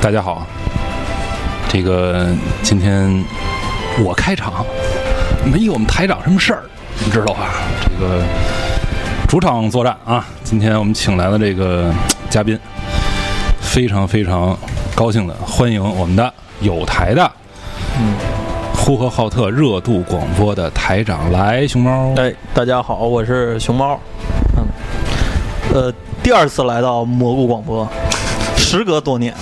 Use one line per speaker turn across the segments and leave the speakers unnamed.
大家好，这个今天我开场，没我们台长什么事儿，你知道吧？这个主场作战啊，今天我们请来了这个嘉宾，非常非常高兴的欢迎我们的有台的，呼和浩特热度广播的台长来熊猫，
哎，大家好，我是熊猫。嗯，呃，第二次来到蘑菇广播，时隔多年。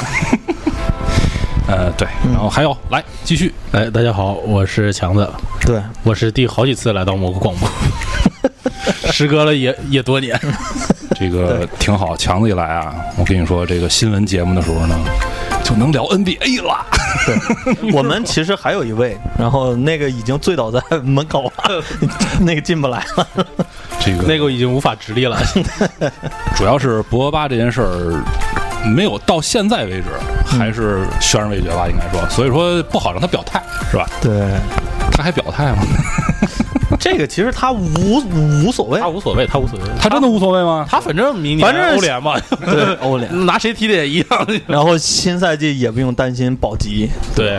呃，对，然后还有来继续，
哎，大家好，我是强子，
对，
我是第好几次来到蘑菇广 播，时隔了也也多年。
这个挺好，强子一来啊，我跟你说，这个新闻节目的时候呢，就能聊 NBA 了。
我们其实还有一位，然后那个已经醉倒在门口了， 那个进不来了。
这个
那个已经无法直立 了，
主要是博格巴这件事儿，没有到现在为止还是悬而未决吧，应该说，所以说不好让他表态，是吧？
对，
他还表态吗？
这个其实他无无所谓
他，无所谓，他无所谓，
他真的无所谓吗？
他反正明年
反正
欧联嘛，
对欧联。
拿谁踢的也一样。
然后新赛季也不用担心保级。
对，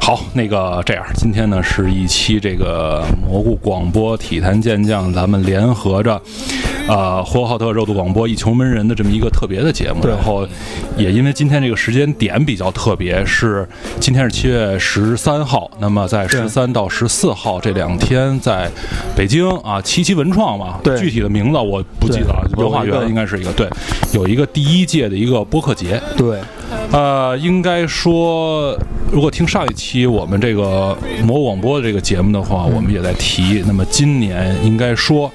好，那个这样，今天呢是一期这个蘑菇广播体坛健将，咱们联合着。呃，呼和浩特热度广播一穷闷人的这么一个特别的节目，
对
然后也因为今天这个时间点比较特别，是今天是七月十三号，那么在
对
十三到十四号这两天在北京啊，七七文创嘛，
对
具体的名字我不记得了，
对
文化
有一
园
个
应该是一个对，有一个第一届的一个播客节，
对，
呃，应该说，如果听上一期我们这个魔菇广播的这个节目的话，我们也在提。那么今年应该说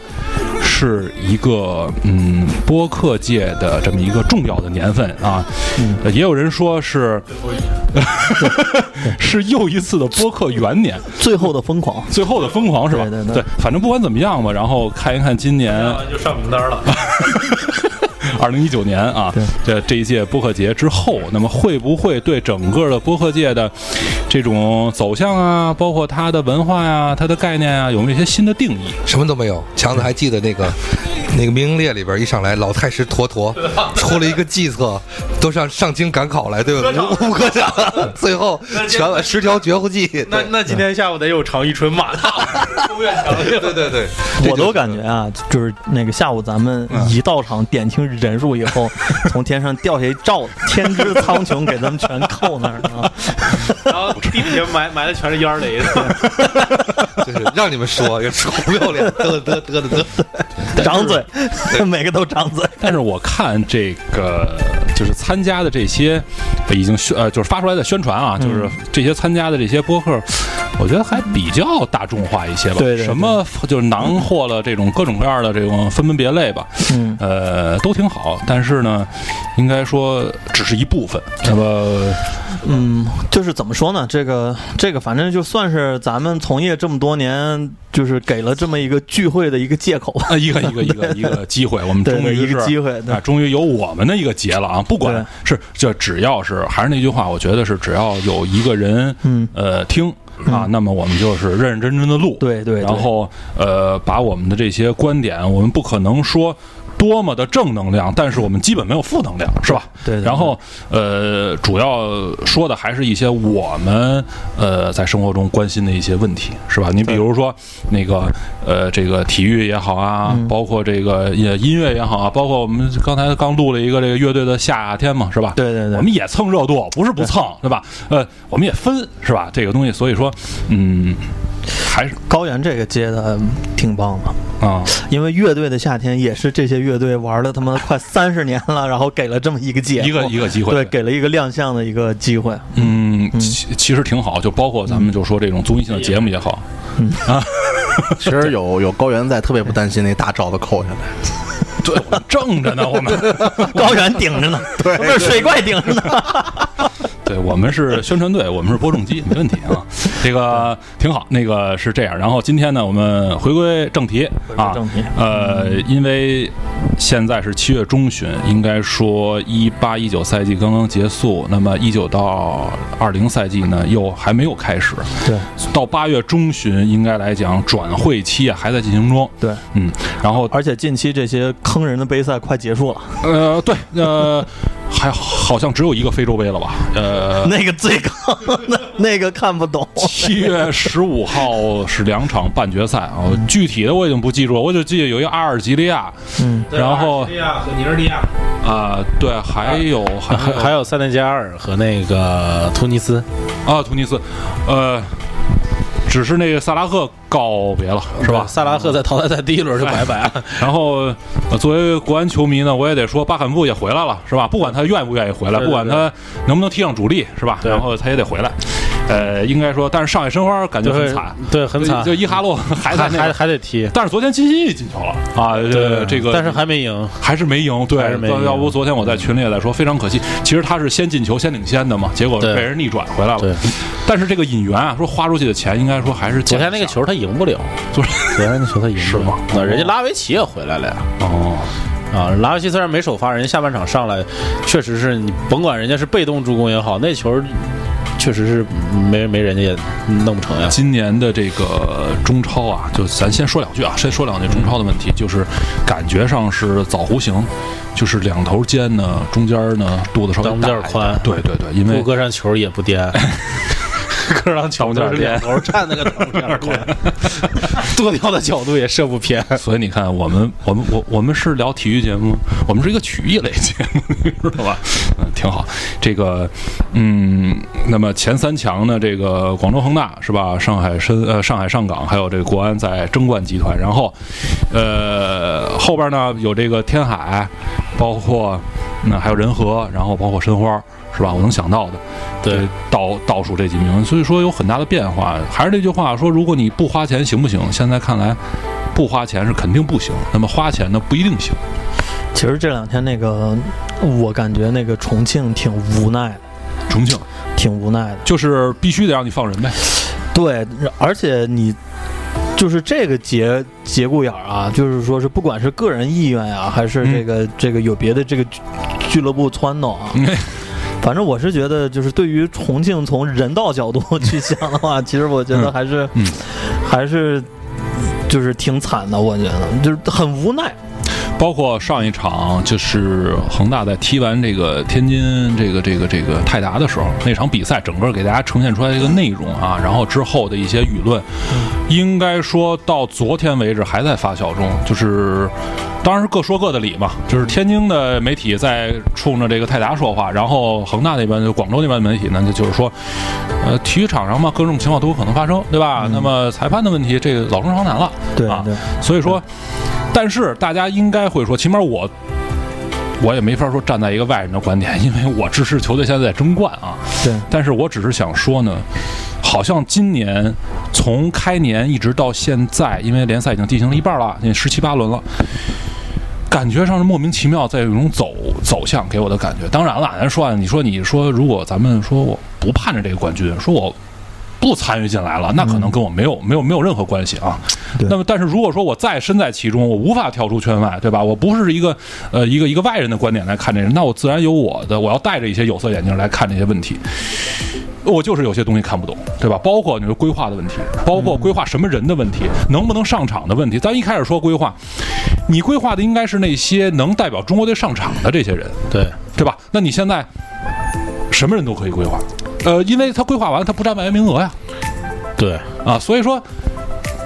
是一个嗯播客界的这么一个重要的年份啊，
嗯
呃也有人说是呃是又一次的播客元年。
最后的疯狂。
最后的疯狂是吧？
对对对
反正不管怎么样吧，然后看一看今年
就上名单了。
二零一九年啊，这这一届播客节之后，那么会不会对整个的播客界的这种走向啊，包括它的文化呀、它的概念啊，有没有一些新的定义？
什么都没有。强子还记得那个 那个名列里边一上来，老太师 坨坨出了一个计策，都上上京赶考来，对吧？五五科长， 最后全了十条绝户计。对
那那今天下午得有常一春 马到，公园长
对对对对，这
我
就
都
是
感觉啊，就是那个下午咱们
嗯
一到场点清人数以 后，从天上掉下一罩子，天之苍穹给咱们全扣那儿 了啊。
然后地底下埋埋的全是烟雷的。
就是让你们说，也臭不要脸，得得得得得，
长嘴， 每个都长嘴。
但是我看这个就是参加的这些呃已经宣呃就是发出来的宣传啊，
嗯
就是这些参加的这些播客，我觉得还比较大众化一些吧。
对对对
什么就是囊括了这种各种各样的这种分门别类吧。
嗯，
呃，都挺好，但是呢，应该说只是一部分。那么，
嗯，就是怎么说呢？这个这个，反正就算是咱们从业这么多年，就是给了这么一个聚会的一个借口吧，
呃，一个一个一个一个机会，我们
对
终
对，
于
一
是
个机会。对
啊，终于有我们的一个节了啊！不管是这，只要是还是那句话，我觉得是只要有一个人
嗯，
呃听啊，那么我们就是认认真真的录，
对对。对
然后呃，把我们的这些观点，我们不可能说多么的正能量，但是我们基本没有负能量，是吧？
对，对
然后呃，主要说的还是一些我们呃在生活中关心的一些问题，是吧？你比
对
如说那个呃，这个体育也好啊，
嗯
包括这个也音乐也好啊，包括我们刚才刚录了一个这个乐队的夏天嘛，是吧？
对对对
我们也蹭热度，不是不蹭，对吧？呃，我们也分，是吧？这个东西，所以说，嗯，还是
高原这个接的挺棒的，
啊，
因为乐队的夏天也是这些乐队玩了他妈快三十年了，然后给了这么一个借口，
一个一个机会，
哦对，给了一个亮相的一个机 会。
嗯，其其实挺好，就包括咱们就说这种综艺性的节目也好，
其实有有高原在，特别不担心那大罩子扣下来。
嗯
对，我们正着呢，我们。
高原顶着呢， 对，不是水怪顶着呢。
对我们是宣传队，我们是播种机，没问题啊。这个挺好，那个是这样。然后今天呢，我们回归正题啊，
正题
呃，因为现在是七月中旬，应该说一八一九赛季刚刚结束，那么一九到二零赛季呢又还没有开始，
对
到八月中旬应该来讲转会期啊还在进行中，
对，
嗯，然后
而且近期这些坑人的杯赛快结束了，
呃，对，呃，还好像只有一个非洲杯了吧？呃，
那个最高，那 那个看不懂。
七月十五号是两场半决赛啊，具体的我已经不记住了，我就记得有一个阿尔及利亚，
嗯，
啊
然后
和尼日利亚，
啊、对，还有啊还
还还有塞内加尔和那个突尼斯，
啊，突尼斯，呃，只是那个萨拉赫告别了，是吧？
萨拉赫在淘汰赛第一轮就拜拜了，
然后、呃作为国安球迷呢，我也得说，巴坎布也回来了，是吧？不管他愿不愿意回来，
对对
不管他能不能踢上主力，是吧？
对
然后他也得回来。呃，应该说，但是上海申花感觉
就
很
是
惨，
对，很惨，
就伊哈洛还在
还
那
还
个。
还得踢。
但是昨天金星也进球了啊，呃这个
但是还没赢，
还是没赢，对，
还是没赢
要不昨天我在群里也在说，非常可惜。其实他是先进球先领先的嘛，结果被
对
人逆转回来
对
了。但是这个引援啊，说花出去的钱，应该说还是
昨
捡
天那个
的
球他赢不了，
昨
昨天那球他赢不
是吗
了。那人家拉维奇也回来了呀，
哦，
啊，拉维奇虽然没首发，人家下半场上来，确实是你甭管人家是被动助攻也好，那球确实是没没人家也弄不成呀。
今年的这个中超啊，就咱先说两句啊，先说两句中超的问题，就是感觉上是枣弧形，就是两头尖呢，中间呢肚子稍微
当
大
间
一
儿
点
宽
对对对，因为
不搁上球也不 颠，搁上球就是 两头站那个头这样宽，多跳的角度也射 不偏。
所以你看，我们我们我我们是聊体育节目吗，我们是一个曲艺类节目，你知道吧？ 嗯，挺好。这个，嗯，那么前三强呢，这个广州恒大是吧？上海申呃上海上港，还有这个国安在争冠集团。然后，呃，后边呢有这个天海，包括那、还有仁和，然后包括申花。是吧？我能想到的，
对
这倒倒数这几名，所以说有很大的变化。还是那句话，说如果你不花钱行不行？现在看来，不花钱是肯定不行，那么花钱呢不一定行。
其实这两天那个，我感觉那个重庆挺无奈的，
重庆
挺无奈的。
就是必须得让你放人呗，
对，而且你就是这个节节骨眼儿啊，就是说是不管是个人意愿呀、啊还是这个、这个有别的这个俱俱乐部撺掇啊。反正我是觉得，就是对于重庆从人道角度去想的话，其实我觉得
嗯
还是、
嗯
还是就是挺惨的，我觉得就是很无奈。
包括上一场就是恒大在踢完这个天津这个这个这个泰达的时候，那场比赛整个给大家呈现出来一个内容啊，然后之后的一些舆论，应该说到昨天为止还在发酵中，就是。当然是各说各的理嘛，就是天津的媒体在冲着这个泰达说话，然后恒大那边就广州那边的媒体呢，就就是说，呃，体育场上嘛，各种情况都有可能发生，对吧？那么裁判的问题，这个老生常谈了，
嗯对、
啊
对，
所以说，但是大家应该会说，起码我。我也没法说站在一个外人的观点，因为我支持球队现在在争冠啊。
对，
但是我只是想说呢，好像今年从开年一直到现在，因为联赛已经进行了一半了，那十七八轮了，感觉上是莫名其妙在有一种走走向给我的感觉。当然了，咱说啊，你说你说，如果咱们说我不盼着这个冠军，说我不参与进来了，那可能跟我没有、没有没有任何关系啊。
对
那么，但是如果说我再身在其中，我无法跳出圈外，对吧？我不是一个呃一个一个外人的观点来看这个，那我自然有我的，我要戴着一些有色眼镜来看这些问题。我就是有些东西看不懂，对吧？包括你说规划的问题，包
嗯
括规划什么人的问题，能不能上场的问题。咱一开始说规划，你规划的应该是那些能代表中国队上场的这些人，
对，
对吧？那你现在什么人都可以规划，呃，因为他规划完了，他不占外援名额呀，
对，
啊，所以说，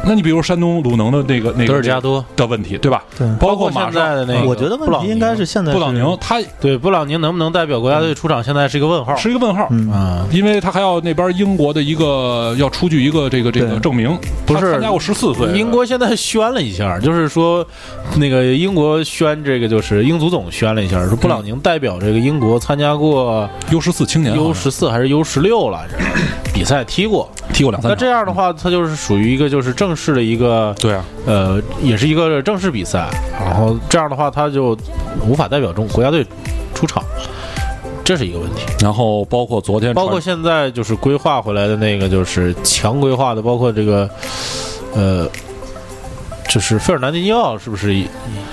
那你比如山东鲁能的那个那个
德尔加多，
的问题，对吧？
对
包
括
括
现
马
在
上
的那个，
我觉得
布
问
朗
题
宁
应该是现在
布朗
是
宁，他
对布朗宁能不能代表国家队出场，现在是一个问号。
嗯是一个问号。
嗯
啊，
因为他还要那边英国的一个要出具一个这个这个
对
证明，
不
他
是
参加过十四岁的，
英国现在宣了一下，就是说，那个英国宣这个就是英足总宣了一下，说布朗宁代表这个英国参加过
U 十四青年
U
好像
十四还是 U 十六来着比赛踢过。
踢过两啊三
那
场，
这样的话，他就是属于一个就是正式的一个
对啊，
呃，也是一个正式比赛，然后这样的话他就无法代表中国家队出场，这是一个问题。
然后包括昨天传，
包括现在就是规划回来的那个，就是强规划的，包括这个，呃，就是费尔南迪尼奥是不是也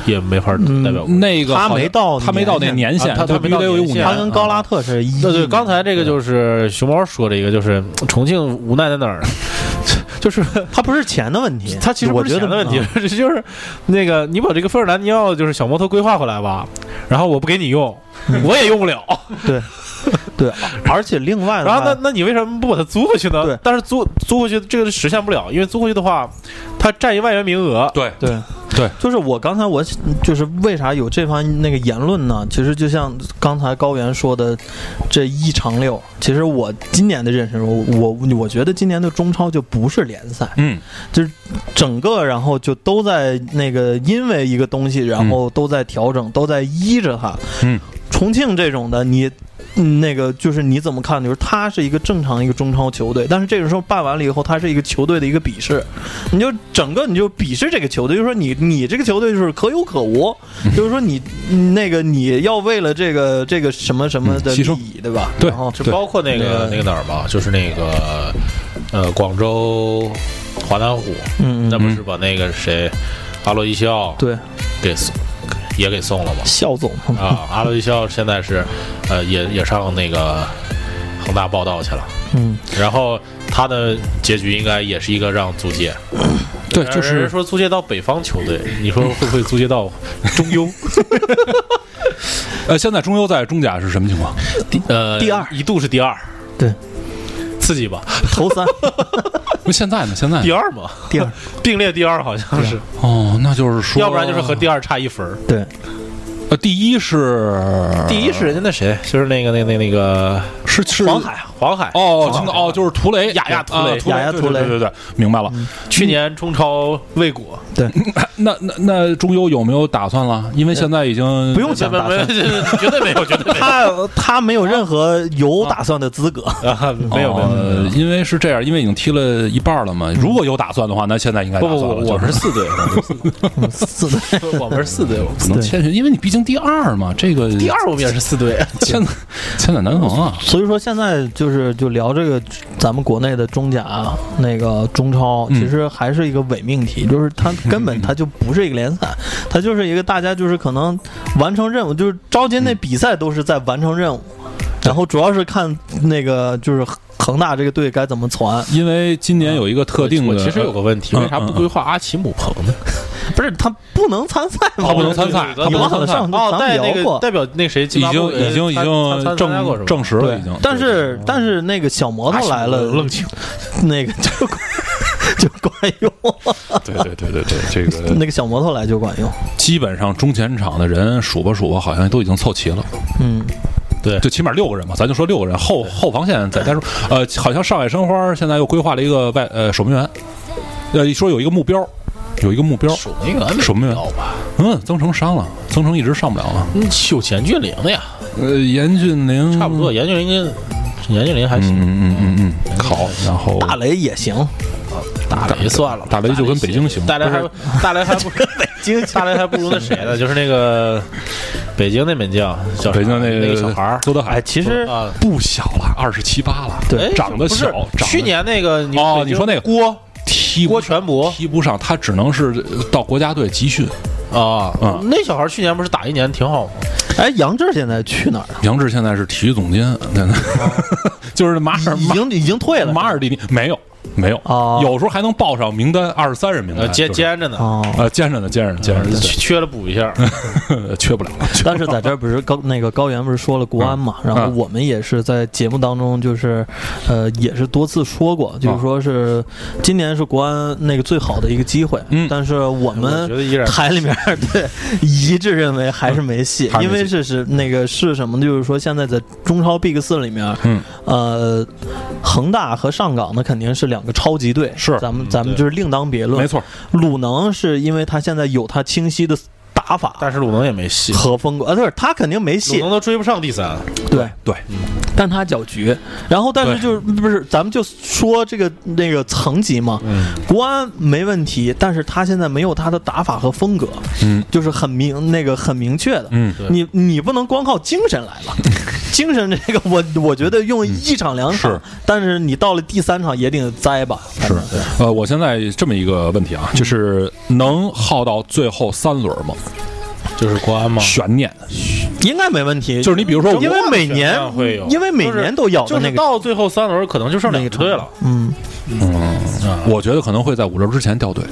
也没法代表国家？
那个好
他
像
没到
他没到那
年限
年啊限，
啊他
对
他没
必须
到
得有
年
五
限
年，
他跟高拉特是
嗯
一
对对，刚才这个就是熊猫说这个，就是重庆无奈在哪儿呢？ 就是
它不是钱的问题，
它其实
我
不是
觉得
钱的问题
啊，
这 就是那个你把这个费尔南尼奥就是小摩托规划回来吧，然后我不给你用，
嗯
我也用不了。
对对，嗯而且另外的
然后那
话，
那你为什么不把它租回去呢？
对
但是租租回去这个是实现不了，因为租回去的话，它占一万元名额。
对，
对
对，
就是我刚才我就是为啥有这番那个言论呢？其实就像刚才高原说的这一长六，其实我今年的认识，我我我觉得今年的中超就不是联赛，
嗯，
整个然后就都在那个因为一个东西，然后都在调整，都在依着它。
嗯，
重庆这种的你。嗯那个就是你怎么看？就是它是一个正常一个中超球队，但是这个时候办完了以后，它是一个球队的一个鄙视，你就整个你就鄙视这个球队，就是说你你这个球队就是可有可无，
嗯
就是说你那个你要为了这个这个什么什么
嗯
的利
牺牲
益，对吧？
对
然后
这包括那个那个哪儿嘛，就是那个呃广州华南虎，
嗯，
那
嗯
不是把那个谁阿洛伊西奥
对，
给送也给送了吗？
肖总，
啊，阿洛伊西奥现在是呃也也上那个恒大报道去了，
嗯，
然后他的结局应该也是一个让租借，
对，就
有
是
人说租借到北方球队，你说会不会租借到中 优？
呃，现在中优在中甲是什么情况？
第呃
第二
一度是第二，
对，
刺激吧，
头三
那现在呢？现在呢
第二嘛，
第二，
并列第二好像是，
哦，那就是说，
要不然就是和第二差一分儿。
对，
呃第一是
第一是人家那谁，就是那个那那那个
是是
黄海，啊黄海
哦，
黄
听
海
到哦，就是图雷
雅亚
啊
图雷
雅亚
对
图
对
雷
对对对，明白了。
去年中超未 果，
那那那中优有没有打算了？因为现在已经
不用讲
没
打
没
算，
没绝对没有，绝对没有
他他没有任何有打算的资格。
啊，没有没有没有。
呃，因为是这样，因为已经踢了一半了嘛。如果有打算的话，那现在应该打
不
算了。
不不，
就
我们是四队，
是的，
我们是四队，我们
不能谦虚，因为你毕竟第二嘛，这个
第二我们也是四队。
千千载难逢啊。
所以说现在就是就聊这个咱们国内的中甲那个中超，
嗯
其实还是一个伪命题，就是它根本它就不是一个联赛，它就是一个大家就是可能完成任务，就是招进那比赛都是在完成任务，然后主要是看那个就是恒大这个队该怎么传，
因为今年有一个特定
我
的，
其实有个问题，
嗯
为啥不规划阿奇姆彭呢？
不是他哦不能参赛吗？
他不能参赛
哦对对对
他不能参赛
咱们好像
哦，
咱们
代那
聊过
个代表那谁，津
已
巴布
经
韦
已经已
参
经
参参加过是
证证
吧
实了，已经。
但是但是那个啊小摩托来了，
阿奇姆愣清，
那个就 就管用，
对对对对对，这个
那个小摩托来就管用。
基本上中前场的人数吧数吧，好像都已经凑齐了，
嗯，
就起码六个人嘛，咱就说六个人。后后防线再加上，呃，好像上海申花现在又规划了一个外呃守门员，呃，说有一个目标，有一个目标。
守门员
守门员
要吧？
嗯，曾诚伤了，曾诚一直上不了了。
嗯，有钱俊凌的呀，
呃，严俊凌
差不多，，严俊凌跟严俊凌还
嗯嗯
行，
嗯嗯嗯，好，然后
大雷也行，
大雷算了吧，
大雷就跟北京行
大雷还
不
大雷还不跟北京，大雷还不如那谁呢？就是那个北京那门将，叫啥
北京那
那个小孩儿
周德海
哎，其实
啊，
不小了，二十七八了，
对
哎
长得
不是
小，长得
去年那个你
哦
北京
你说那个
郭
踢不
郭全博
踢不上，他只能是到国家队集训。
啊
嗯，
那小孩去年不是打一年挺好吗？
哎，杨志现在去哪儿了？
杨志现在是体育总监，对对就是马尔
已经已经退了。
马尔蒂尼没有没有
哦，
有时候还能报上名单二十三人名
呃，
单，
接
就是
接着呢，
哦，
呃兼着呢，兼着呢，兼着嗯呢，
缺缺了补一下。
对缺不了，缺
但是在这儿不是高那个高原不是说了国安
嗯
嘛，然后我们也是在节目当中就是，呃，也是多次说过，
嗯
就是说是今年是国安那个最好的一个机会，
嗯
但是我
我
们
觉得依然
台里面对一致认为还是没戏
还，是
因
没戏
为这是那个是什么呢？就是说现在在中超 Big 四里面，
嗯，
呃，恒大和上港那肯定是两个超级队，
是
咱们咱们
对
就是另当别论。
没，错，
鲁能是因为他现在有他清晰的打法
但是鲁能也没戏，
和风格，呃，对，他肯定没
鲁
戏，
能都追不上第三。
对
对，
但他搅局。然后，但是
对
就是不是，咱们就说这个那个层级嘛，
嗯，
国安没问题，但是他现在没有他的打法和风格，
嗯
就是很明那个很明确的。
嗯，
对
你你不能光靠精神来了，精神这个我我觉得用一场两场，
是
但是你到了第三场也得栽吧，反
是
正，
呃，我现在这么一个问题啊，就是能耗到最后三轮吗？
就是国安吗
悬念
应该没问题。
就是你比如说我
因为每年
会有
因为每
就是
年都咬
就
的那
是
个
到最后三轮可能就剩两
那个
个队了，
嗯，
我觉得可能会在五周之前掉队。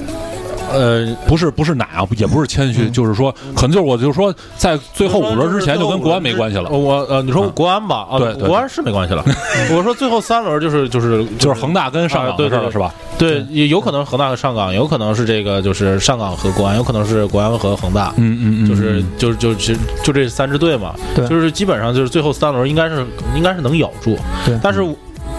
呃，嗯
不是不是奶啊，也不是谦虚，就是说，可能就是我就说，在最后五轮之前就跟国安没关系了，
我呃，你说
嗯
国安吧，啊，
对对
国安是没关系 了。我说最后三轮就是就是
就是恒大跟上
啊
港
对
的事儿
对
了，
对
是吧？
对，也有可能是恒大和上港，有可能是这个就是上港和国安，有可能是国安和恒大。
嗯嗯嗯，
就是就是就就就这三支队嘛，
对
就是基本上就是最后三轮应该是应该是能咬住，
对
但是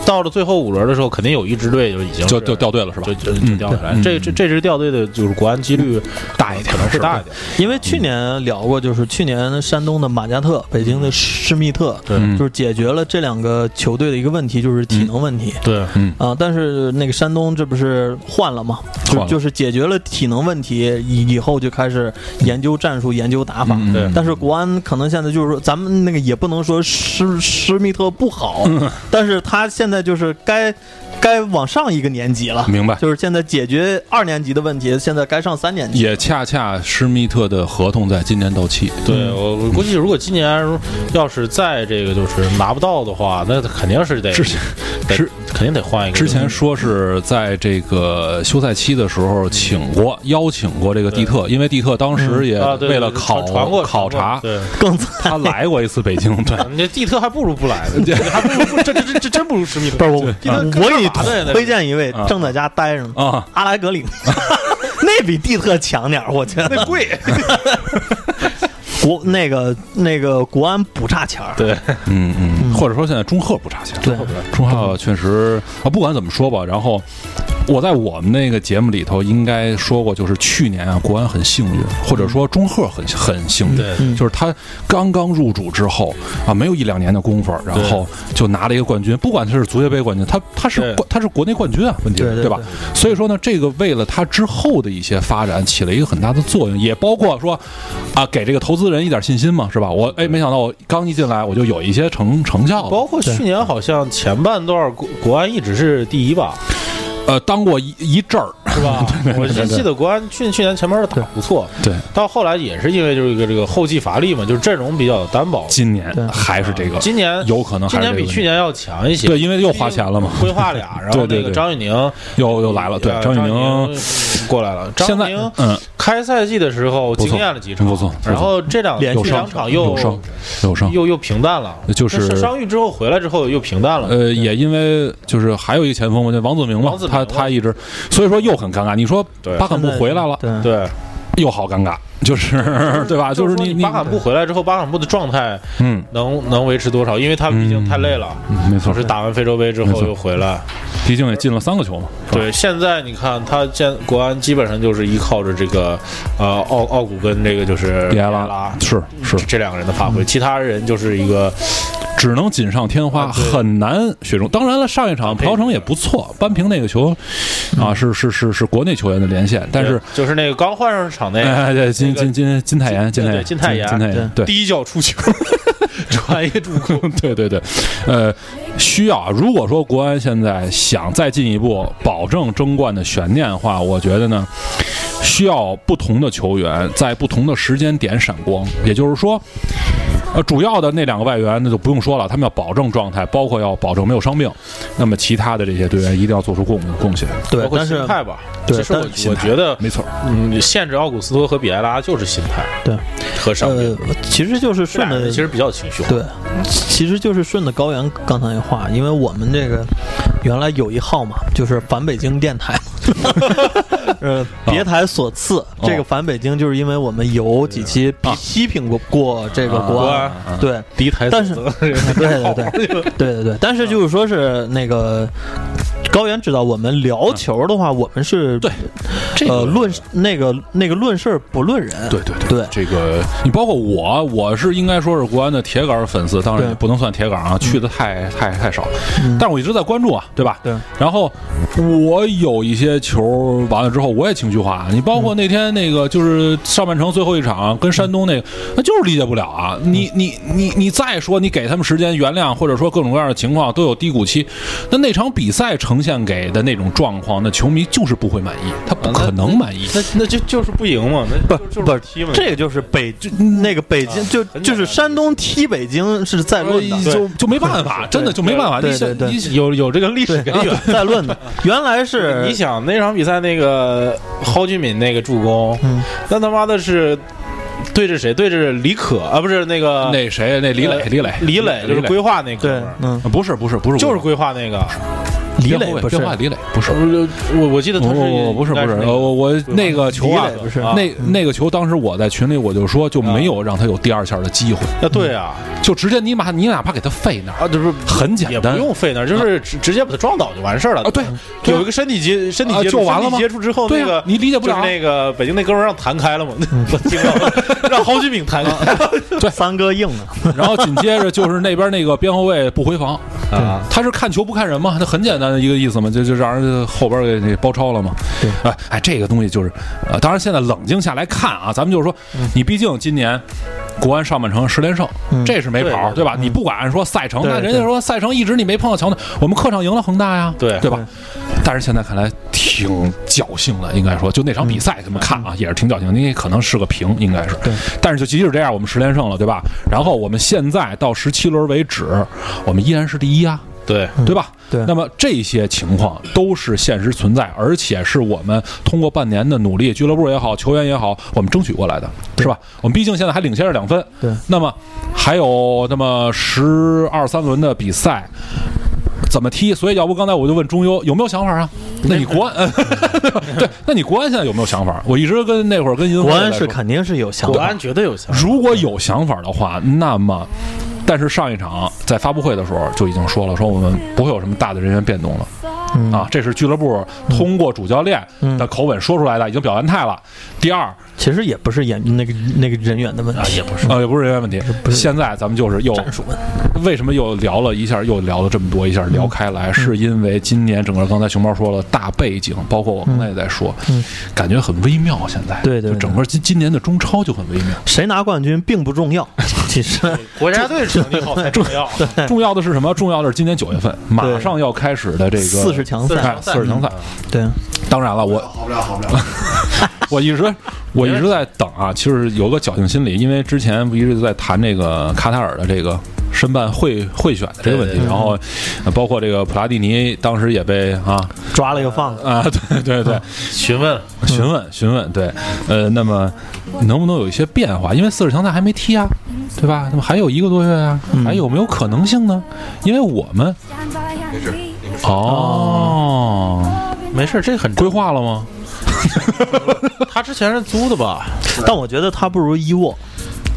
到了最后五轮的时候，肯定有一支队就已
嗯
经
就是就掉队了，是吧
就？就就掉下来。
嗯
这这这支掉队的就是国安几率大一点，可能会大一点。
因为去年聊过，就是去年山东的马加特，北京的施密特，
对
嗯
就是解决了这两个球队的一个问题，就是体能问题。
嗯
对，
啊、但是那个山东这不是换了吗？
换
就
了
就是解决了体能问题，以以后就开始研究战术、研究打法。
嗯
对
嗯
但是国安可能现在就是说，咱们那个也不能说施施密特不好，但是他现在就是该该往上一个年级了，
嗯明白。
就是现在解决二年级的问题，现在该上三年级。
也恰恰施密特的合同在今年到期，
对我我估计，如果今年如要是再这个就是拿不到的话，那肯定是得
之前
得
之
肯定得换一个。
之前说是在这个休赛期的时候请过邀请过这个蒂特，因为蒂特当时也
啊，对
为了
对
考
传传过
考察，
传过对，
更惨
他来过一次北京，对，
你这地特还不如不来 呢，还不如不这这这这真不如史密
不
特。
是我，
对啊
我给
对对
推荐一位
啊
正在家待着呢，
啊，
阿莱格 里，那比蒂特强点儿，我觉得。
贵，
国那个那个国安不差钱儿，
对，
嗯嗯，
嗯
或者说现在中赫不差钱，
对
中赫确实啊，不管怎么说吧，然后我在我们那个节目里头应该说过，就是去年啊，国安很幸运，或者说中赫很很幸运，
对
嗯
就是他刚刚入主之后啊，没有一两年的功夫，然后就拿了一个冠军，不管他是足协杯冠军，他他是
对
冠他是国内冠军啊，问题是
对对
吧？所以说呢，这个为了他之后的一些发展起了一个很大的作用，也包括说啊，给这个投资人一点信心嘛，是吧？我哎，没想到我刚一进来我就有一些成成效了，
包括去年好像前半段国哦国安一直是第一吧，
呃，当过一一阵儿，
是吧？我是记得国安去去年前面打得不错，
对，
到后来也是因为就是这个这个后继乏力嘛，就是阵容比较单薄。
今年
对
还是这个，
今年
有可能还
今
是这
年
个
比去年要强一些，
对，因为又花钱了嘛，
规 划俩，然后
对对
那个
对
张玉宁
又又来了，对
呃，
张
张
雨
宁
宁
过来了。张
现在
玉宁
嗯
开赛季的时候
不错
惊艳了几
真
场，
不错，
然后这两
连续
这两
两
场
场
又
有伤有伤，
又又平淡了，
就是
那伤愈之后回来之后又平淡了。
呃，也因为就是还有一个前锋嘛，就王子明嘛
王子，明
他他一直，所以说又很尴尬。你说
对
巴坎布回来了，
对
对，
又好尴尬，就是对吧？
嗯就
就是
说
你
巴坎布回来之后，巴坎布的状态
嗯，
能能维持多少？因为他毕竟太累了，
嗯没错
就，是打完非洲杯之
没
后
错
又回来。
毕竟也进了三个球嘛。是吧，
对，现在你看他现国安基本上就是依靠着这个呃奥奥古跟这个就是
别
拉
了，是是嗯
这，这两个人的发挥，其他人就是一个
只能锦上添花，
啊对
很难雪中。当然了，上一场
对嗯
朴成也不错，扳平那个球啊，是是是是国内球员的连线，但是
就是那个刚换上场那个
哎，对，金
那个
金金金泰妍，
金
泰
对
妍，
金泰妍
金泰妍，对，
第一脚出球，传一个助攻，
对对对，呃，需要啊。如果说国安现在想再进一步保证争冠的悬念的话，我觉得呢，需要不同的球员在不同的时间点闪光。也就是说，呃，主要的那两个外援那就不用说了，他们要保证状态，包括要保证没有伤病。那么其他的这些队员一定要做出贡贡献。
对
包，括
但是
心态吧。
对
其实我
但
心
我
态
觉得，
没错，
嗯，限制奥古斯托和比埃拉就是心态
对，
和伤病
呃。，其实就是
这
顺
俩
着
人其实比较情绪化。
对，其实就是顺着高原刚才那话，因为我们这个原来有一号嘛，就是反北京电台，呃，别台所赐。这个反北京就是因为我们有几期批批评过过这个国安，
啊，
对。
敌台
但是
所得
对对对对对对，但是就是说是那个高原知道，我们聊球的话，我们是
对这
呃论那个那个论事儿不论人，
对对
对
这个你包括我，我是应该说是国安的铁杆粉丝，当然
对
也不能算铁杆啊，去的太太太少，
嗯
但是我一直在关注啊，对吧？
对。
然后我有一些球完了之后，我也情绪化。啊你包
嗯
括那天那个就是上半程最后一场跟山东那
嗯
个，那就是理解不了啊！你你你你再说你给他们时间原谅，或者说各种各样的情况都有低谷期，那那场比赛成。呈现给的那种状况，那球迷就是不会满意，他
啊
不可能满意。
那那就就是不赢嘛，那
不
就就
不
是踢嘛。
这个就是北就那个北京
啊
就
很简单哎
就是山东踢北京是在论的，
哎就就没办法，真的就没办法。
对
你想
对对
你
有有这个历史根源。
在论的。原来是
你想那场比赛那个蒿俊闵那个助攻，
嗯
那他妈的是对着谁？对着李可啊，不是那个呃
那谁那李磊，李磊，
李磊，就是规划那
对
个，
嗯，
啊不是不是不是，
就是规划那个。
李
边
磊
后卫
不是
边后卫李磊不是。
我我我记呃得他
我
是
我不是
应
不
该
是，
是那个
呃我我那个球啊
李磊，不是
那
嗯
那个球，当时我在群里我就说，就没有让他有第二下的机会，
啊对啊
就直接你把你哪怕给他废那儿，
啊，就是
很
也
简
不
单
用费那儿，就是直直接把他撞倒就完事儿了
啊。对，对
有一个身体接身体
啊
接触
就完了
身体
吗
接触之后
对
那
呀
个，
你理解不
就是
了。啊
那个北京那哥们儿让弹开了嘛， 我听到了，让蒿俊闵弹开
三哥硬啊，
然后紧接着就是那边那个边后卫不回防，
啊，
他是看球不看人嘛，那很简单的一个意思嘛，就就让人后边给给包抄了嘛。
对，
哎哎，这个东西就是，呃，当然现在冷静下来看啊，咱们就是说，你毕竟今年国安上半程十连胜，
嗯
这是没跑，
对
对吧？你不管说赛程，
对
那人家说赛程一直你没碰到强队，我们客场赢了恒大呀，
对
对吧？但是现在看来挺侥幸的，应该说就那场比赛怎么看啊，也是挺侥幸，因为可能是个平，应该是。
嗯对。
但是就即使这样，我们十连胜了，对吧？然后我们现在到十七轮为止，我们依然是第一啊。
对，
对吧？
嗯对
那么这些情况都是现实存在，而且是我们通过半年的努力，俱乐部也好，球员也好，我们争取过来的，是吧？我们毕竟现在还领先着两分。
对
那么还有那么十二三轮的比赛。怎么踢？所以要不刚才我就问中优有没有想法啊？那你国安 对，那你国安现在有没有想法？我一直跟那会儿跟银辉
国安
在
是
说
肯定是有想
国
法，
安绝对有想 法。
如果有想法的话，那么，但是上一场在发布会的时候就已经说了，说我们不会有什么大的人员变动了。
嗯
啊，这是俱乐部通过主教练的口吻说出来的，已经表完态了。第二
其实也不是演那个那个人员的问题，也不是
啊，也不是人员问题。现在咱们就是又
战术问题。
为什么又聊了一下，又聊了这么多，一下聊开
嗯
来，是因为今年整个刚才熊猫说了大背景，包括我刚才也在说，
嗯
感觉很微妙。现在
对对
就
对
整个今今年的中超就很微妙。
谁拿冠军并不重要， 其实
国家队成绩好才重要。
重要的是什么？重要的是今年九月份马上要开始的这个
四十强赛嗯
哎四十强赛。
对，
当然了，我好不了，好 不了。我一直我一直在等啊，其实有个侥幸心理，因为之前不一直在谈这个卡塔尔的这个。申办贿贿选的这个问题，然后呃包括这个普拉蒂尼当时也被啊
抓了又放了。
啊，对对对，
询问
嗯
询问询问，对，呃，那么能不能有一些变化？因为四十强赛还没踢啊，对吧？那么还有一个多月啊，
嗯
还有没有可能性呢？因为我们
没事，你们说
哦，
没事，这很
规划了吗？
他之前是租的吧？
但我觉得他不如伊沃，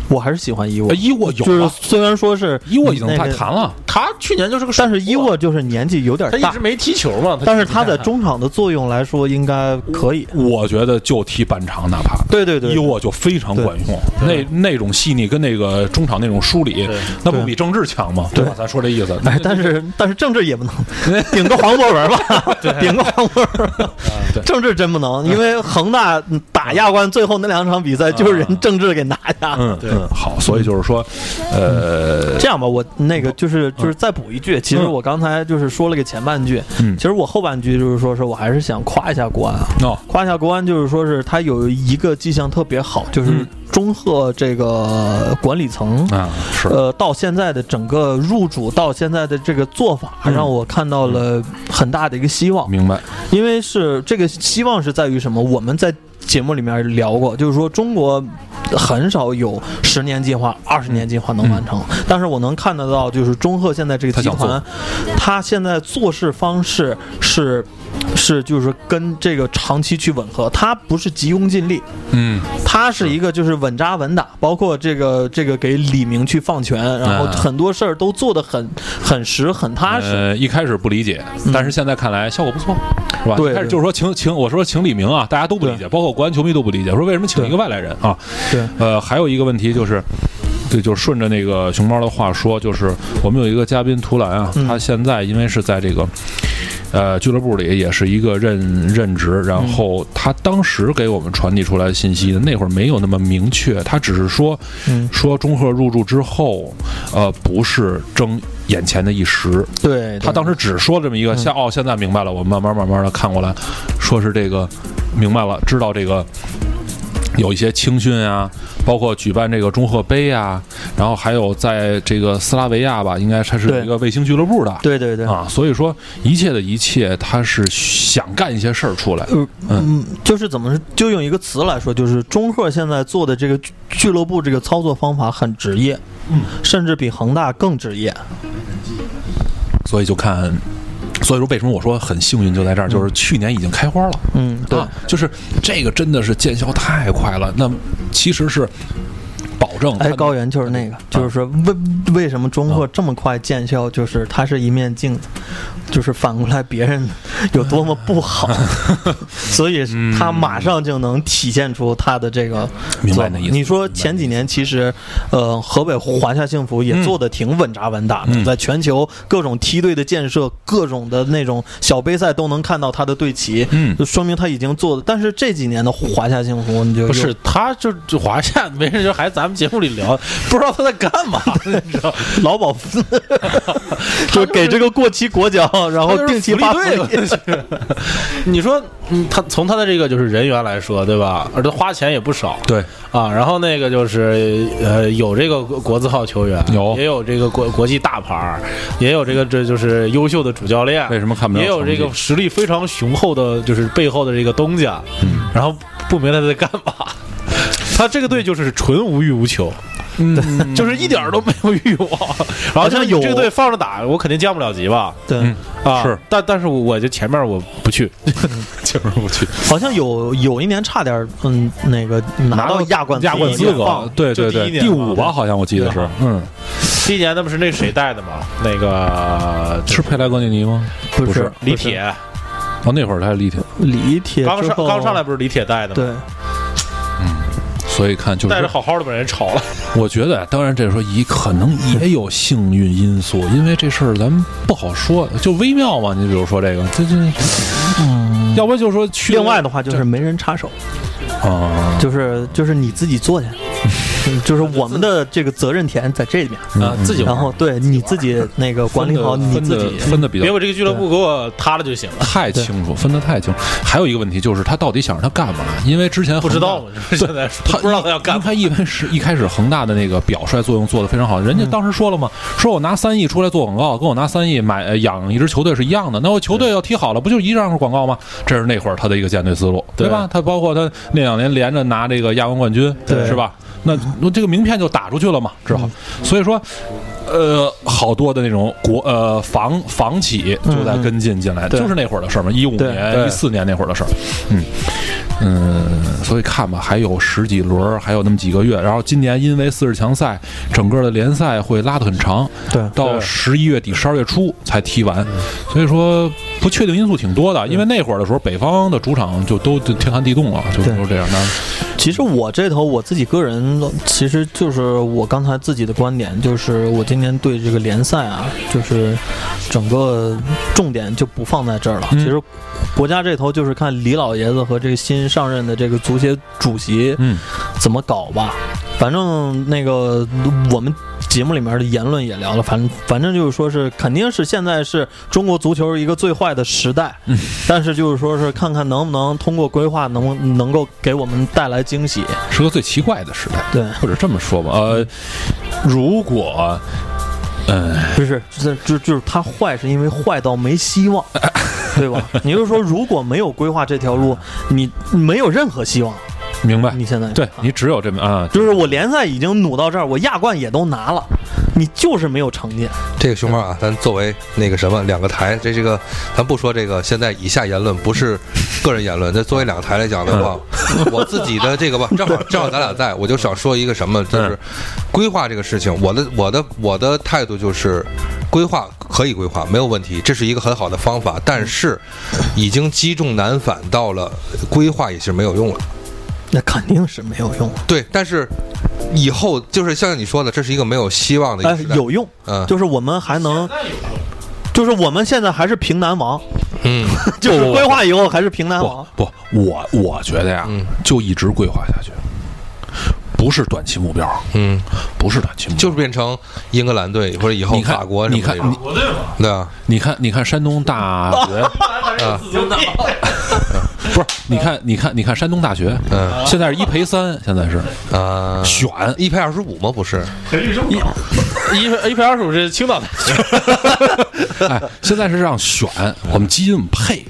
我还是喜欢伊沃
呃。
哎
伊沃有
啊
就是
了，
虽然说是
伊沃已经
那
在
个
谈了，
他去年就是个手，
但是伊沃就是年纪有点
他一
大
直，没踢球嘛。
但是他在中场的作用来说应该可以。
我觉得就踢半场，哪怕
对对对，
伊沃就非常管用，那那种细腻跟那个中场那种梳理
对，
那不比郑智强吗？对吧？咱说这意思，
哎，但是但是政治也不能 顶个黄博 文吧，顶个黄博文
啊对，
政治真不能，因为恒大打亚冠最后那两场比赛就是人政治给拿下。
嗯嗯好，所以就是说，呃，
这样吧，我那个
嗯
就是就是再补一句，其实我刚才就是说了个前半句，
嗯
其实我后半句就是说是我还是想夸一下国安啊，
哦，
夸一下国安就是说是他有一个迹象特别好，就是
嗯
中赫这个管理层。
啊是，
呃，到现在的整个入主到现在的这个做法，
嗯
让我看到了很大的一个希望。
明白，
因为是这个希望是在于什么？我们在节目里面聊过，就是说中国很少有十年计划、二十年计划能完成，但是我能看得到，就是中赫现在这个
嗯
集
他想
团
做，
他现在做事方式是是就是跟这个长期去吻合，他不是急功近利，
嗯
他是一个就是稳扎稳打，包括这个这个给李明去放权，然后
嗯
很多事儿都做得很很实很踏实。
呃，一开始不理解，但是现在看来效果不错，是吧？
嗯对
一开始
对
就是说请请我说请李明啊，大家都不理解，包括国安球迷都不理解，说为什么请一个外来人啊？
对，
呃，还有一个问题就是。对，就是顺着那个熊猫的话说，就是我们有一个嘉宾图兰啊，
嗯
他现在因为是在这个呃，俱乐部里也是一个任任职，然
嗯
后他当时给我们传递出来的信息呢，那会儿没有那么明确，他只是说
嗯，
说中赫入驻之后，呃，不是争眼前的一时，
对，嗯
他当
时
时只说这么一个，像哦，现在明白了，我慢慢慢慢的看过来，说是这个明白了，知道这个有一些青训啊，包括举办这个中赫杯啊，然后还有在这个斯拉维亚吧，应该它是有
对
一个卫星俱乐部的
对对对，
啊，所以说一切的一切，他是想干一些事儿出来，
呃嗯，就是怎么就用一个词来说，就是中赫现在做的这个俱俱乐部这个操作方法很职业，嗯，甚至比恒大更职业。
所以就看。所以说，为什么我说很幸运就在这儿，就是去年已经开花了，
嗯，对
啊，就是这个真的是见效太快了。那其实是保证它
哎，高原就是那
啊
个，就是说为为什么中赫这么快见效，就是它是一面镜 子，就是反过来别人有多么 不好，所以他马上就能体现出他的这个
嗯明
做
白
法。
你的意思
你说前几年其实，呃，河北华夏幸福也做的挺稳扎稳打的，
嗯
在全球各种梯队的建设、各种的那种小杯赛都能看到他的队旗，
嗯
就说明他已经做的。但是这几年的华夏幸福，你就
不是，他就就华夏没事就还咱们节目里聊，不知道他在干嘛，你知道？
劳保司，就给这个过期国脚，然后定期发
他就是福利队
福利。
你说，嗯，他从他的这个就是人员来说，对吧？而且花钱也不少
对，
啊。然后那个就是呃，有这个国国字号球员，
有
也有这个国国际大牌儿，也有这个这就是优秀的主教练，
为什么看不了
也有这个
成绩
实力非常雄厚的，就是背后的这个东家，
嗯
然后不明白他在干嘛。 他这个队就是纯无欲无求，
嗯
就是一点儿都没有欲 望。然后
好
就
像
是你
有
这个队放着打，我肯定降不了级吧？
对
嗯，
啊，
是，
但但是我就前面我不去，
就是不去
好像有有一年差点儿，嗯，那个拿到亚冠
亚冠
第一
资
名
格
放
对对
就第一
对，
年
第五吧，
嘛
好像我记得是
对，啊
嗯，
第一年那不是那谁带的吗？那个
是佩莱格涅尼吗？
不
是
李铁，
哦，那会儿他是力挺，
李铁
刚
之
上
后
刚上来不是李铁带的吗？
对，
所以看就
带
是，
着好好的把人炒了，
我觉得啊当然这说一可能也有幸运因素，因为这事儿咱们不好说，就微妙嘛。你比如说这个，这这，要不就说去
另外的话就是没人插手，
啊，
就是就是你自己做去，嗯就是我们的这个责任田在这边。
嗯
啊
嗯
自己玩
然后对你自己那个管理好
分
你
得
自己，
分的比较
别把这个俱乐部给我塌了就行了。
太清楚，分得太清楚。还有一个问题就是他到底想让他干嘛？因为之前
不知道
恒
嘛
大，
就是现在
他
不知道嗯他要干
因为
嘛。
他一开始一开始恒大的那个表率作用做得非常好，
嗯
人家当时说了嘛，说我拿三亿出来做广告，跟我拿三亿买呃养一支球队是一样的。那我球队要踢好了，不就一样是广告吗？这是那会儿他的一个舰队思路，对
对
吧？他包括他那两年连着拿这个亚冠冠军，
对
是吧？
嗯
那那这个名片就打出去了嘛，只好，所以说，呃，好多的那种国呃房房企就
嗯
在跟进进来，
对
就是那会儿的事儿嘛，一五
对
年、
对
一四年那会儿的事儿，嗯。嗯，所以看吧，还有十几轮儿，还有那么几个月。然后今年因为四十强赛，整个的联赛会拉得很长，
对
到
对
十一月底、十二月初才踢完。所以说不确定因素挺多的，因为那会儿的时候，北方的主场就都就天寒地冻了，就
对
都这样。那
其实我这头我自己个人，其实就是我刚才自己的观点，就是我今年对这个联赛啊，就是整个重点就不放在这儿了。
嗯
其实国家这头就是看李老爷子和这个新上任的这个足协主席
嗯，
怎么搞吧。反正那个我们节目里面的言论也聊了，反反正就是说是肯定是现在是中国足球一个最坏的时代，
嗯
但是就是说是看看能不能通过规划能不能够给我们带来惊喜。
是个最奇怪的时代，
对，
或者这么说吧，呃，如果，嗯、
不是，就是就就是他坏，是因为坏到没希 望，对吧？你就是说，如果没有规划这条路，你没有任何希望。
明白，
你现在
对你只有这么啊，
就是我联赛已经努到这儿，我亚冠也都拿了，你就是没有成绩。
这个熊猫啊，咱作为那个什么两个台，这这个咱不说这个，现在以下言论不是个人言论，那作为两个台来讲的话，我自己的这个吧，正好正好咱俩在，我就想说一个什么，就是规划这个事情，我的我的我的态度就是，规划可以规划，没有问题，这是一个很好的方法，但是已经积重难返到了规划也是没有用了。
那肯定是没有用，
对，但是以后就是像你说的，这是一个没有希望的一
哎
个时代，，
有用，
嗯，
就是我们还能，就是我们现在还是平南王，
嗯，
就是规划以后还是平南王
不。不，我我觉得呀，
嗯
就一直规划下去，不是短期目标，
嗯，
不是短期目标，
就是变成英格兰队或者以后
你看
法国什
你
么
看
这种
你，
对啊，
你看你看山东 大学，
啊
不是？你看你看你看山东大学，
嗯
现在是一赔三，现在是
啊，
选
一拍二十五吗？不是，
一一赔二十五是青岛的，
哎，现在是让选，我们基因配，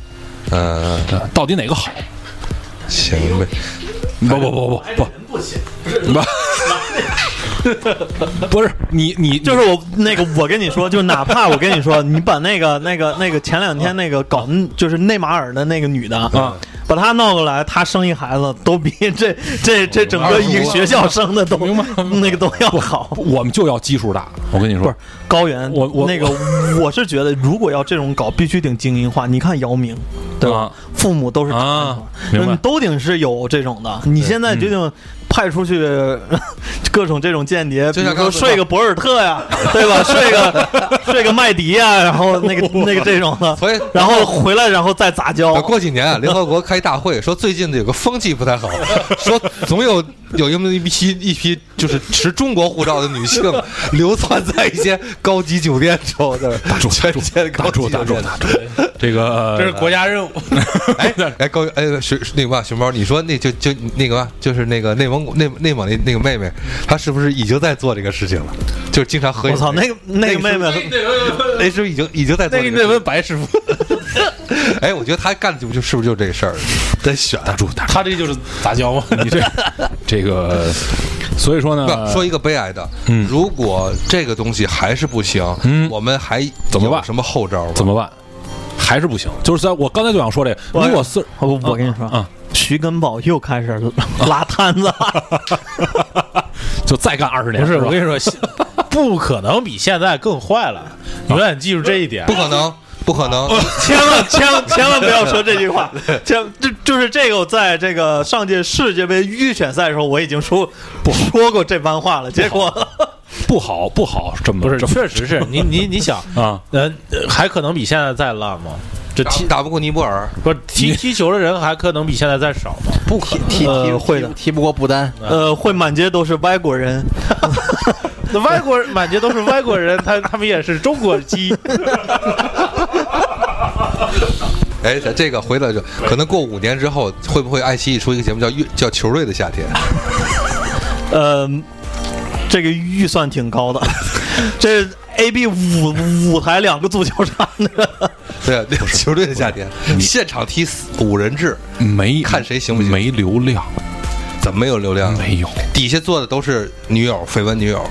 嗯，
呃到底哪个好？
行呗，
不不不不不不 不，不是你你
就是我那个，我跟你说，就哪怕我跟你说，你把那个那个那个前两天那个搞
嗯
就是内马尔的那个女的啊，把她闹过来，她生一孩子都比这这这整个一个
啊
学校生的都那个都要好。
我们就要基数大，我跟你说，
不是高原，
我我
那个我是觉得，如果要这种搞，必须挺精英化。你看姚明，对吧？
啊
父母都是
啊明
那
白嗯
你都得是有这种的。你现在决定派出去各种这种间谍，比
就
如
像刚
说
才
睡个博尔特 呀，对吧？睡个睡个麦迪呀，然后那个那个这种的，
所以
然后回来然后再杂交
哦
啊，。过几年啊，联合国开 大会说最近的有个风气不太好，说总有有那么一批一批就是持中国护照的女 性流窜在一些高级酒店之后的全世界的高
打
级
住
酒
打住
店。
打住， 这个
这是国家任务。
哎哎，高哎是是那个嘛，熊猫，你说那就就那个嘛，就是那个内蒙古内内蒙那那个妹妹，她是不是已经在做这个事情了？就是经常
我
喝饮
操，
料
那个那个妹妹，
那是不是已经已经在做
那
这
个那
个事情了？
问白师傅，
哎，我觉得她干的就就是不是就这事儿，得选。
打住打住，
他这就是杂交吗？
你 这这个，所以说呢，
不说一个悲哀的，如果这个东西还是不行，
嗯
我们还
怎么
有
办
什么后招吗？
怎么办？还是不行，就是在我刚才就想说这，
我
如果四
我我跟你说
啊啊，
徐根宝又开始拉摊子了。
就再干二十年，
不是，
吧
我跟你说，现不可能比现在更坏了，永远记住这一点
不。可能，不可能！
呃
千 万千万千万不要说这句 话，千就就是这个，我在这个上届世界杯预选赛的时候，我已经说说过这番话了，结果
不好不好，这么
不是，
这么
确实是你你你想，
啊，
呃，还可能比现在再烂吗？这
打
踢
打不过尼泊尔，
不是踢踢球的人还可能比现在再少吗？
不可踢踢
呃
踢
会的
踢不过不丹，
呃，会满街都是外国人，
那外国人满街都是外国人，他他们也是中国鸡，
哎，咱这个回来就可能过五年之后，会不会爱奇艺出一个节目叫《乐叫球队的夏天》？
呃，这个预算挺高 的，这 A B 五五台两个足球场的，
对，啊那个球队的夏天，现场踢四五人制，
没
看谁行不行
没流量，
怎么没有流量？
没有。
底下坐的都是女友，绯闻女友。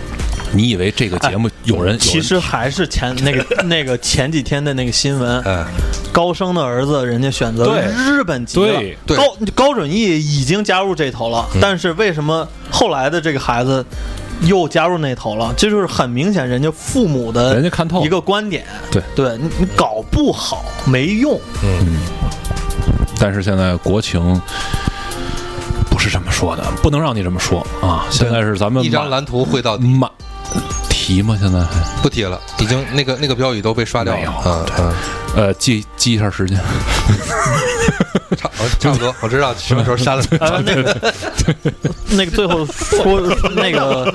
你以为这个节目有人？有人
其实还是前那个那个前几天的那个新 闻，
嗯，
高升的儿子，人家选择
对
日本籍了
对嗯
对
高高准翼已经加入这头了，但是为什么后来的这个孩子又加入那头了？这就是很明显人家父母的
人家看透了
一个观点。
对
对，你你搞不好没用。
但是现在国情不是这么说的，不能让你这么说啊！现在是咱们
一张
满
蓝图会到底，
满提吗？现在还
不提了，已经那个那个标语都被刷掉
没有
了。嗯
呃，记记一下时 间，
嗯，差呃差不多，我知道什么时 候删了。
啊，那个那个最后说那个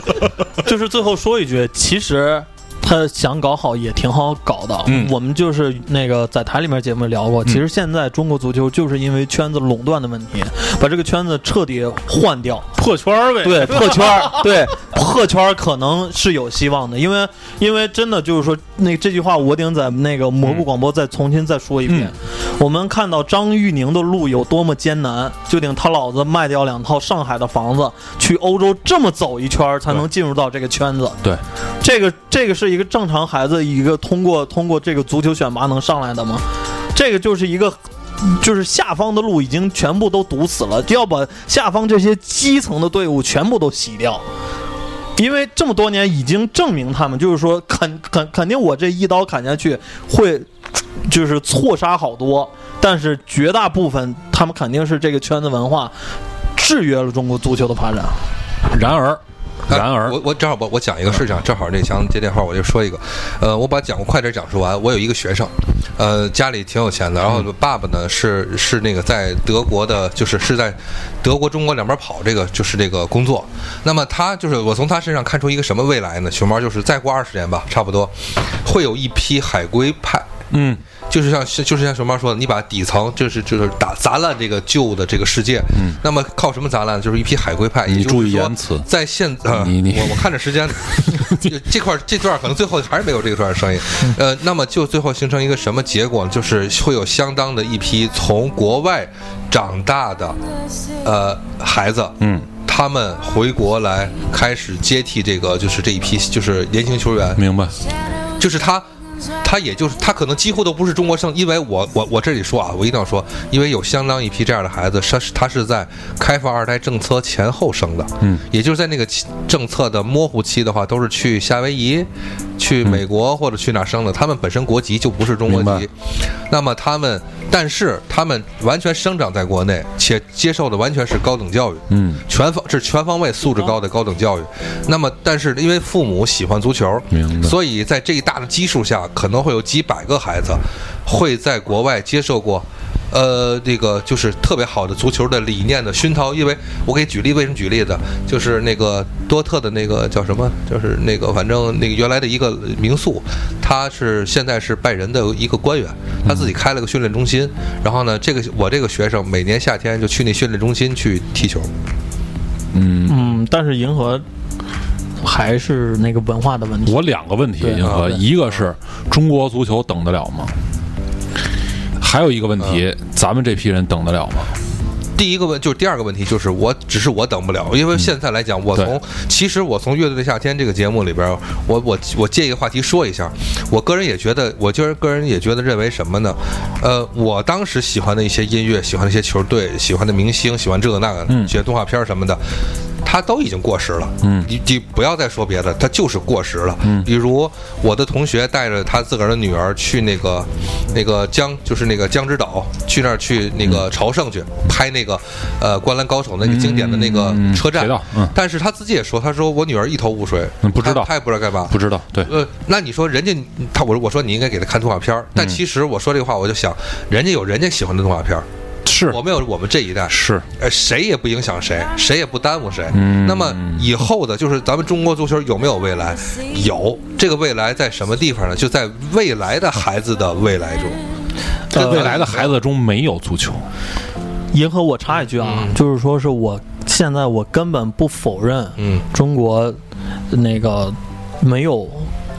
就是最后说一句，其实。他想搞好也挺好搞的，
嗯
我们就是那个在台里面节目聊过，其实现在中国足球就是因为圈子垄断的问题，把这个圈子彻底换掉，
破圈儿呗。
对，破圈儿，对，破圈儿可能是有希望的，因为因为真的就是说，那这句话我得在那个蘑菇广播再重新再说一遍。我们看到张玉宁的路有多么艰难，就得他老子卖掉两套上海的房子，去欧洲这么走一圈儿才能进入到这个圈子。
对，
这个这个是一个正常孩子一个通过通过这个足球选拔能上来的吗？这个就是一个。就是下方的路已经全部都堵死了，就要把下方这些基层的队伍全部都洗掉，因为这么多年已经证明他们，就是说 肯肯肯定我这一刀砍下去会就是错杀好多，但是绝大部分他们肯定是这个圈子文化制约了中国足球的发展。
然而然而
我我正好我我讲一个事情，啊正好那强接电话，我就说一个，呃，我把讲我快点讲述完。我有一个学生，呃，家里挺有钱的，然
嗯
后爸爸呢是是那个在德国的，就是是在德国中国两边跑这个就是这个工作。那么他就是我从他身上看出一个什么未来呢？熊猫就是再过二十年吧，差不多会有一批海归派。
嗯，
就是像就是像熊猫说的，你把底层就是就是打砸烂这个旧的这个世界，嗯，那么靠什么砸烂？就是一批海归派。也
你
就是
注意
说
言辞
在现呃，
你你
我我看着 时间，就这块儿这段儿可能最后还是没有这段儿声音，呃，那么就最后形成一个什么结果呢？就是会有相当的一批从国外长大的呃孩子，嗯。他们回国来开始接替这个，就是这一批，就是年轻球员，
明白，
就是他，他也就是他可能几乎都不是中国生，因为我我我这里说啊，我一定要说，因为有相当一批这样的孩子，他是他是在开放二胎政策前后生的，
嗯，
也就是在那个期政策的模糊期的话，都是去夏威夷、去美国或者去哪生的，他们本身国籍就不是中国
嗯明
籍，那么他们，但是他们完全生长在国内，且接受的完全是高等教育，
嗯，
全方这是全方位素质高的高等教育。那么，但是因为父母喜欢足球，
明白
所以在这一大的基数下，可能会有几百个孩子会在国外接受过。呃，这个就是特别好的足球的理念的熏陶，因为我给举例，为什么举例子？就是那个多特的那个叫什么，就是那个反正那个原来的一个名宿，他是现在是拜仁的一个官员，他自己开了个训练中心，然后呢，这个我这个学生每年夏天就去那训练中心去踢球，
嗯，
嗯，但是银河还是那个文化的问题。
我两个问题，
对
银河，
对
一个是中国足球等得了吗？还有一个问题，咱们这批人等得了吗？
第一个问就是第二个问题，就是我只是我等不了，因为现在来讲，我
对
从其实我从《乐队的夏天》这个节目里边，我我我借一个话题说一下，我个人也觉得，我就是个人也觉得认为什么呢？呃，我当时喜欢的一些音乐，喜欢的一些球队，喜欢的明星，喜欢这个那个，
嗯
喜欢动画片儿什么的。它都已经过时了，嗯，你你不要再说别的，它就是过时了。嗯，比如我的同学带着他自个儿的女儿去那个那个江，就是那个江之岛，去那儿去那
嗯
个朝圣去拍那个呃《灌篮高手》那个经典的那个
嗯
车站
谁道。嗯
但是他自己也说，他说我女儿一头雾水，
嗯不知道
他他也不知道干嘛，
不知道，对，
呃，那你说人家他我我说你应该给他看动画片儿，但其实我说这个话我就想，人家有人家喜欢的动画片儿，
是
我们有我们这一代，
是，嗯
呃，谁也不影响谁，谁也不耽误谁。那么以后的，就是咱们中国足球有没有未来？有，这个未来在什么地方呢？就在未来的孩子的未来中。
在未来的孩子中没有足球，
银河，我插一句啊，就是说是我现在我根本不否认，
嗯
中国那个没有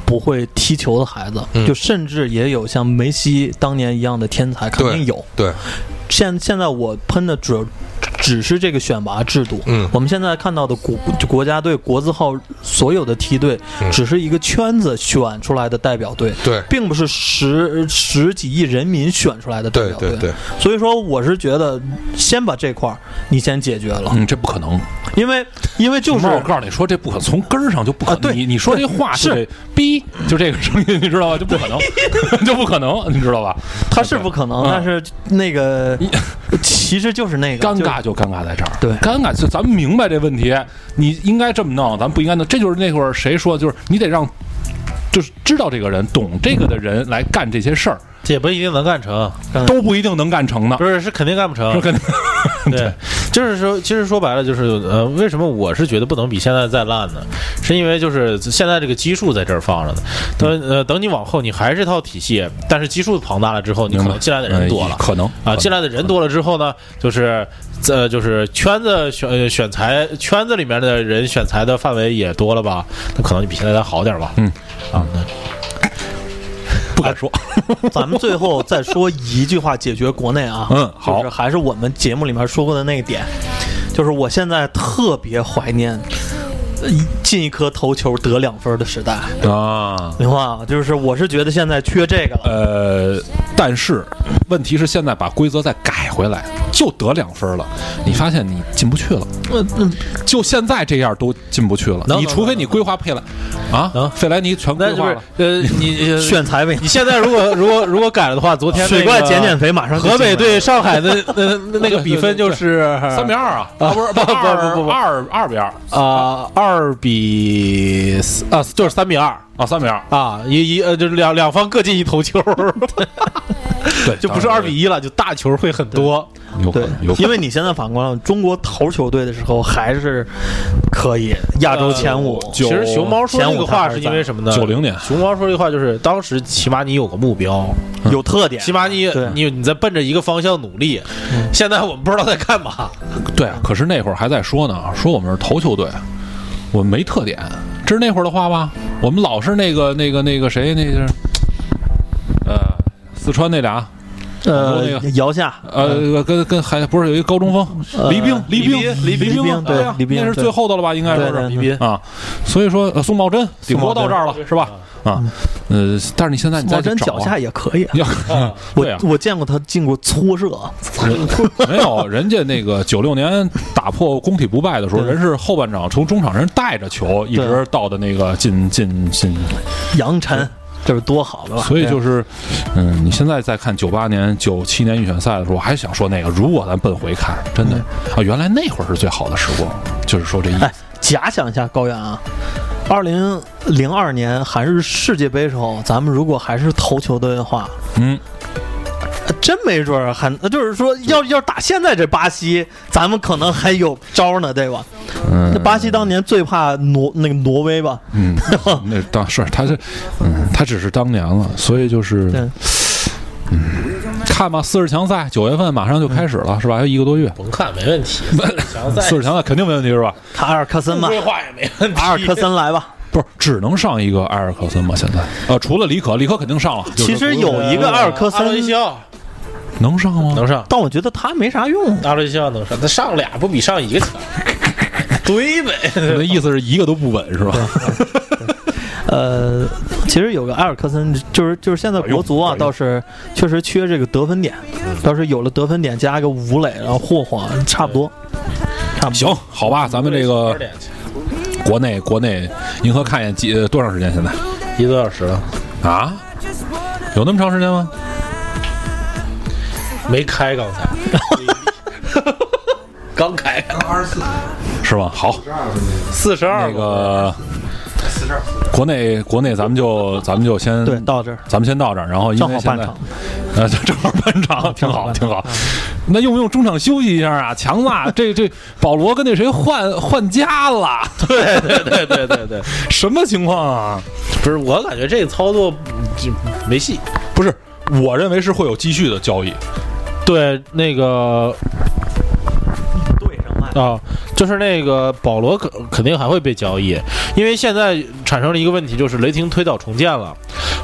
不会踢球的孩子，
嗯
就甚至也有像梅西当年一样的天才，肯
对
定有。
对，
现现在我喷的只只是这个选拔制度，
嗯
我们现在看到的国就国家队、国字号所有的梯队，
嗯
只是一个圈子选出来的代表队，
对
并不是十十几亿人民选出来的代
对
表队。
对对，
所以说，我是觉得先把这块儿你先解决了，
嗯，这不可能。
因为因为就是
我告诉你说，这不可从根儿上就不可
啊对
你你说这话就得逼，就这个声音，你知道吧？就不 可能，就不可能，你知道吧？
它是不可能，
嗯
但是那个其实就是那个
尴
就
尬就尴尬在这儿，
对
尴尬就咱们明白这问题，你应该这么弄，咱们不应该弄。这就是那会儿谁说，就是你得让，就是知道这个人、懂这个的人来干这些事儿，
这也不一定能干成，
都不一定能干成呢
嗯不。是是肯定干不成
这。肯定
对，就是说，其实说白了就是，呃，为什么我是觉得不能比现在再烂呢？是因为就是现在这个基数在这儿放着呢，等呃等你往后你还是这套体系，但是基数庞大了之后，你可能进来的人多了
哎。可能
啊，进
来
来的人多了之后呢，就是，呃，就是圈子选呃选材圈子里面的人选材的范围也多了吧？那可能就比现在再好点吧。
嗯，
啊，那
不敢说，
咱们最后再说一句话解决国内啊，
嗯好
就是还是我们节目里面说过的那个点，就是我现在特别怀念呃进一颗头球得两分的时代，
啊。
明白吗？就是我是觉得现在缺这个了，
呃，但是问题是现在把规则再改回来，就得两分了，你发现你进不去了。
那那
就现在这样都进不去了，
嗯能
你
能
除非你规划佩兰啊
能，
费莱尼全规
那就
划
是
了。
呃，你
选材呗，
你现在如果如果如果改了的话，昨天
水怪减减肥，马上就
河北
进
对上海的那那个比分就是
三比二啊，啊不是
不不
二
不不
二二比二
啊，二比四啊，就是三比二
啊，三比二，
啊，一一呃，就是两两方各进一头球，
对，
就不是
当
二
然
比一了，就大球会很多。
有可
对
能，有可能
因为你现在反观了中国头球队的时候，还是可以亚洲前五。
呃
其实熊猫说这
前五
个话
他还是
是因为什么呢？
90年
熊猫说这话就是当时起码你有个目标，
有特点，
起码你
对
你你在奔着一个方向努力。现在我们不知道在干嘛，
对啊，可是那会儿还在说呢，说我们是头球队，我们没特点，这是那会儿的话吧？我们老是那个那个那个谁，那个呃，四川那俩，
呃
那个
摇下
呃，跟跟还不是有一个高中
嗯
锋
呃
黎兵，黎兵，
黎
黎
黎兵
兵，啊哎
对
呀
黎兵
那是
对
最后的了吧？应该说
对对
是
对
黎兵啊，所以说呃宋茂珍顶多到这儿了是吧？啊，
嗯
呃，但是你现在你再
毛
去
真
找啊
脚下也可 以啊。
你要
我
对啊，
我见过他进过搓射，
没有，人家那个九六年打破工体不败的时候，
对
人是后半场从中场人带着球一直
对
到的那个进进进，
杨晨，这是多好的吧？
所以就是，嗯，你现在再看九八年、九七年预选赛的时候，我还想说那个，如果咱奔回看，真的啊，原来那会儿是最好的时光，就是说这一
嗯哎，假想一下高原啊，二零零二年韩日世界杯时候，咱们如果还是头球队的话，
嗯，
呃真没准儿还呃就是说要要打现在这巴西，咱们可能还有招呢，对吧？
嗯
那巴西当年最怕挪那个挪威吧？
嗯，
哦
那当是他是，嗯，他只是当年了，所以就是，
对
嗯，看吧，四十强赛九月份马上就开始了，是吧？还有一个多月，
甭看没问题。 强赛
四十强赛肯定没问题，是吧？
卡尔克森吧，
嗯
规划也没问题。
阿尔克森来吧。
不是，只能上一个埃尔克森吗？现在，呃，除了李可，李可肯定上了，就是
其实有一个阿尔克
阿
森
伦，西奥
能上吗？
能上，
但我觉得他没啥用。
阿伦西奥能上，他上俩不比上一个 强。对呗，
那意思是一个都不稳是吧？
呃，其实有个埃尔克森，就是就是现在国足啊，倒是确实缺这个得分点，倒是有了得分点加一个吴磊，然后霍霍，差不多，差不 多。
行，好吧，咱们这个国内国内银河看一眼几呃多长时间？现在
一个多小时了，
啊，有那么长时间吗？
没开刚才，刚开啊
二十四
是吧？好，
四十二
那个
四十二，
国内国内咱们就咱们就先
对，到这儿
咱们先到这儿，然后因
正
为
好
现
半
在
场。
呃 正好半 场，挺好挺好。那用不用中场休息一下啊？强子，这这保罗跟那谁换换家了，
对对对对对对，
什么情况啊？
不是我感觉这个操作嗯就没戏。
不是，我认为是会有继续的交易。
对，那个
对上麦，
啊，就是那个保罗肯肯定还会被交易，因为现在产生了一个问题，就是雷霆推倒重建了，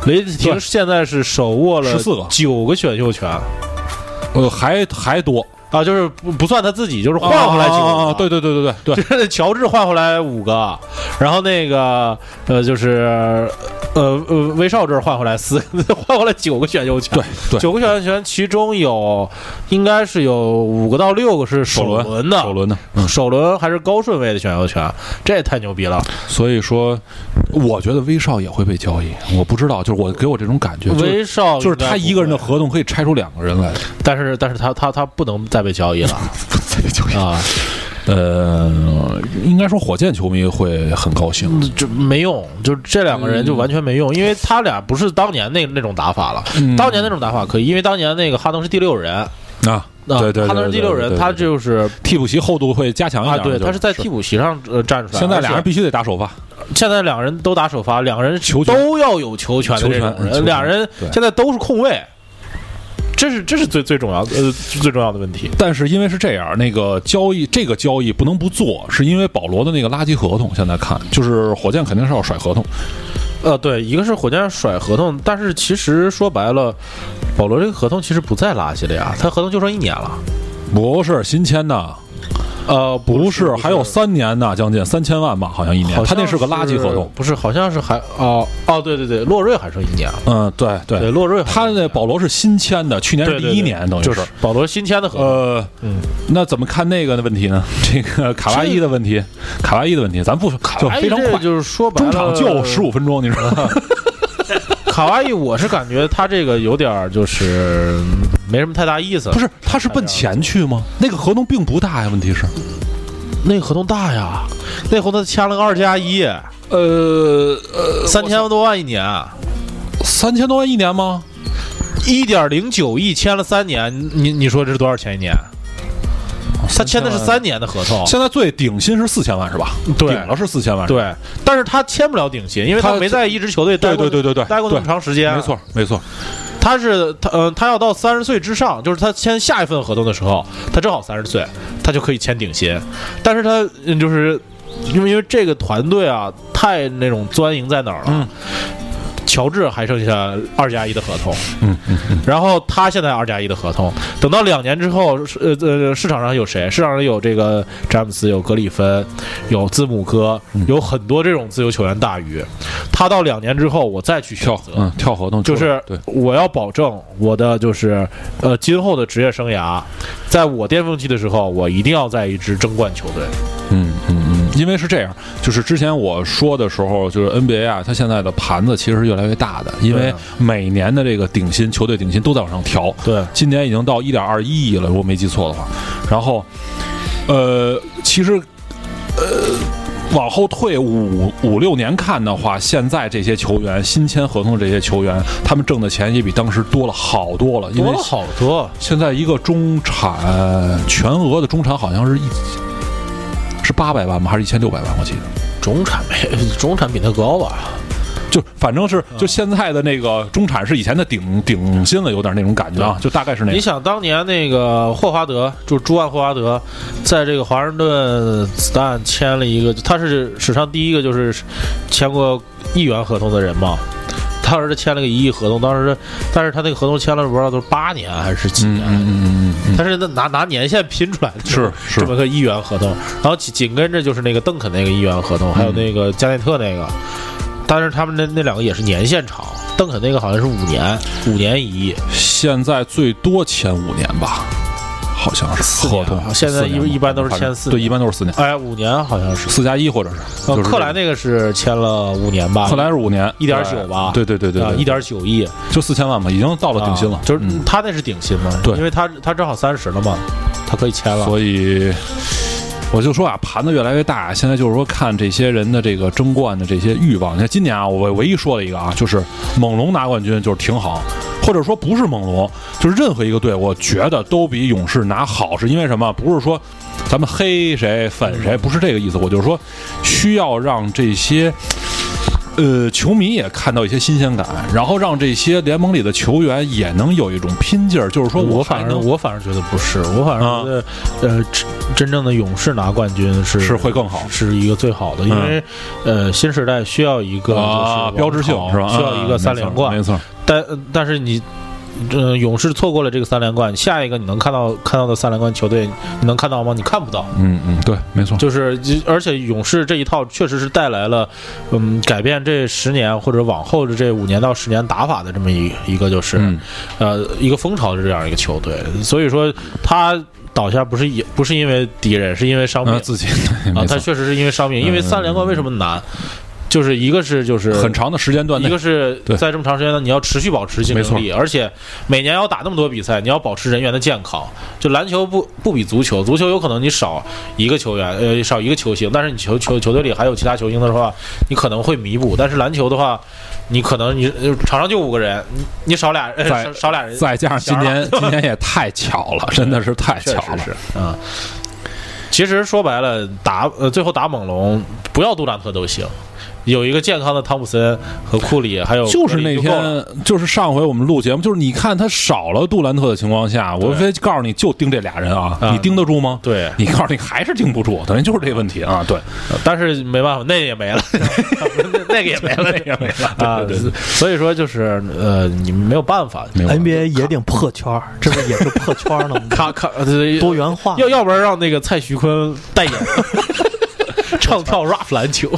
雷霆
对
现在是手握了
14个
九个选秀权
呃，还还多啊
啊，就是不不算他自己，就是换
换
回
回
来
来
几
几
个、啊
个、哦对对对对对对，
就是乔治换回来五个，然后那个呃，就是呃呃，威少这儿换回来四个， 换回来九个选秀权。
对对
九个选秀权，其中有应该是有五个到六个是首
首轮
轮的，
首轮的。嗯，
首轮还是高顺位的选秀权，这也太牛逼了。
所以说，我觉得威少也会被交易。我不知道，就是我给我这种感觉，就是
威少
就是他一个人的
应该
合同可以拆出两个人来。
不会，但是但是他他他不能再被交易 了啊，
呃，应该说火箭球迷会很高兴。
这没用，就这两个人就完全没用，因为他俩不是当年那那种打法了。
嗯
当年那种打法可以，因为当年那个哈登是第六人，呃
啊，对对对，
哈登是
对
第六人，
对对
他
对
就是
替补席厚度会加强一
啊，
点。
对，
就
他是在替补席上呃站出来。
现在俩
而
人必须得打首发，
且现在两个人都打首发，两个人
球权
都要有球权的这
球
种
权球
人，呃
权
两人
对
现在都是控卫，这是这是最最重要的呃最重要的问题。
但是因为是这样，那个交易这个交易不能不做，是因为保罗的那个垃圾合同。现在看，就是火箭肯定是要甩合同，
呃，对，一个是火箭甩合同，但是其实说白了，保罗这个合同其实不在垃圾了呀，他合同就剩一年了。
不是新签的，呃，不是，还有
不是
三年呢，将近三千万吧，好像一年
好。
他
像
那是个垃圾合同。，
不是，好像是还哦哦，对对对，洛瑞还剩一年，
嗯，对
对，
对，
洛瑞还
他那保罗是新签的，去年
对
是
对
第一
对
年，等于
就是保罗新签的合同，
呃，
嗯
那怎么看那个的问题呢？ 这个卡哇伊的问题，卡哇伊的问题，咱不说，就
哎
非常
这
快，
就是说白
中
了
场就十五分钟，你 说
卡哇伊，我是感觉他这个有点儿就是没什么太大意思。
不是？他是奔钱去吗？那个合同并不大呀，问题是，
那合同大呀，那合同签了个二加一，
呃呃，
三千多万一年，
三千多万一年吗？
一点零九亿签了三年，你你说这是多少钱一年？他签的是哦三年的合同，
现在最顶薪是四千万是吧？
对
顶了是四千万。
对，但是他签不了顶薪，因为他
他
没在一支球队待
对
过，
对对对对，
待过那么
对
长时间，啊
没错没错。
他是他呃，他要到三十岁之上，就是他签下一份合同的时候，他正好三十岁，他就可以签顶薪。但是他嗯就是因为因为这个团队啊，太那种钻营在哪儿了。
嗯
乔治还剩下二加一的合同，
嗯嗯嗯，
然后他现在二加一的合同，等到两年之后，市呃呃市场上有谁？市场上有这个詹姆斯，有格里芬，有字母哥，有很多这种自由球员大鱼。他到两年之后，我再去选
跳
择，
嗯跳合同
就
出来
是
对，
我要保证我的就是呃今后的职业生涯，在我巅峰期的时候，我一定要在一支争冠球队。
嗯嗯嗯，因为是这样，就是之前我说的时候，就是 NBA 啊，它现在的盘子其实是越来越大的，因
对
为
啊
每年的这个顶薪球队顶薪都在往上调，
对，
今年已经到一点二一亿了，如果没记错的话。然后，呃，其实，呃，往后退五五六年看的话，现在这些球员新签合同的这些球员，他们挣的钱也比当时多了好多了，因为
多了好多，
现在一个中产全额的中产好像是一。是八百万吗？还是一千六百万？我记得，
中产没中产比他高吧？
就反正是
嗯
就现在的那个中产是以前的顶顶薪了，有点那种感觉啊，就大概是那
你
个。
想当年那个霍华德，就是朱万霍华德，在这个华盛顿子弹签了一个，他是史上第一个就是签过亿元合同的人嘛。当时他签了个一亿合同，当时但是他那个合同签了不知道都是八年还是几
嗯
年，
嗯嗯嗯嗯，
他是拿拿年限拼出来的，
是
这
是，
么个一元合同，然后紧紧跟着就是那个邓肯那个一元合同，还有那个加内特那个，但是他们那那两个也是年限长，邓肯那个好像是五年，五年一亿，
现在最多签五年吧，好像是
年
合同
啊。现在
四年
一
吧
一般都是签四
对，
年
一般都是四年，
哎，五年好像是。
四加一或者是。
呃
就是
克莱那个是签了五年吧？
克莱是五年，
1.9吧
对对对对
啊，
对，
一点九亿，
就四千万嘛，已经到了顶薪了
啊，就是
嗯
他那是顶薪嘛？
对
因为他他正好三十了嘛，他可以签了。
所以我就说啊，盘子越来越大，现在就是说看这些人的这个争冠的这些欲望。你看今年啊，我唯一说了一个啊，就是猛龙拿冠军就是挺好，或者说不是猛龙，就是任何一个队，我觉得都比勇士拿好，是因为什么？不是说咱们黑谁粉
嗯
谁，不是这个意思，我就是说需要让这些。呃，球迷也看到一些新鲜感，然后让这些联盟里的球员也能有一种拼劲儿，就是说
我
我
反
还
而
能
我反而觉得不是，我反而觉得，呃，真真正的勇士拿冠军是
是会更好
是一个最好的，因为呃，新时代需要一个
嗯啊，
就是
标志性
王朝
是吧？
需要一个
嗯
三连冠
没，错，
但呃但是你。呃，勇士错过了这个三连冠，下一个你能看到看到的三连冠球队，你能看到吗？你看不到。
嗯嗯，对，没错，
就是，而且勇士这一套确实是带来了，嗯，改变这十年或者往后的这五年到十年打法的这么一一个就是，
嗯
呃，一个风潮的这样一个球队，所以说他倒下不是也不是因为敌人，是因为伤病
啊，
啊
自己对 没
他
错，嗯
确实是因为伤病，因为三连冠为什么难，就是一个是就是
很。长的时间段
一
内
个，是
对
在这么长时间呢，你要持续保持竞争
没
力，而且每年要打那么多比赛，你要保持人员的健康。就篮球不不比足球，足球有可能你少一个球员，呃，少一个球星，但是你球球球队里还有其他球星的话，你可能会弥补。但是篮球的话，你可能你呃场上就五个人，你你少俩呃
在
少少俩人，
再加上今年今年也太巧 了，真的是太巧了，
啊。其实说白了，打呃最后打猛龙，不要杜兰特都行，有一个健康的汤普森和库里，还有
就是
格
那
林够了
天，就是上回我们录节目，就是你看他少了杜兰特的情况下，我非告诉你就盯这俩人啊，
啊
你盯得住吗？
对，
你告诉你还是盯不住，等于就是这问题啊，对，
但是没办法，那也没了， 那个也没了，
那也没了。
啊，
对对对，
所以说就是呃，你没有办法，？
没有了
NBA 也得破圈儿，这不也是破圈儿呢
卡卡呃对
多元化，
要要不然让那个蔡徐坤 代言唱跳 rap 篮球，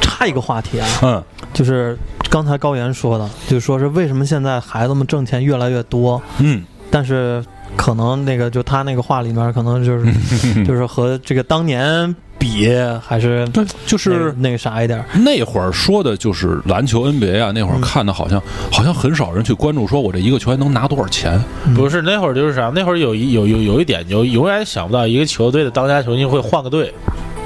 差一个话题啊，
嗯
就是刚才高岩说的，就说是为什么现在孩子们挣钱越来越多，
嗯
但是可能那个就他那个话里面，可能就是 就是和这个当年比还是
对，就
那
是
那个啥一点儿。
那会儿说的就是篮球 NBA 啊，那会儿看的好像、好像很少人去关注，说我这一个球员能拿多少钱。
不是那会儿就是啥，那会儿有一有有有一点，就永远想不到一个球队的当家球星会换个队，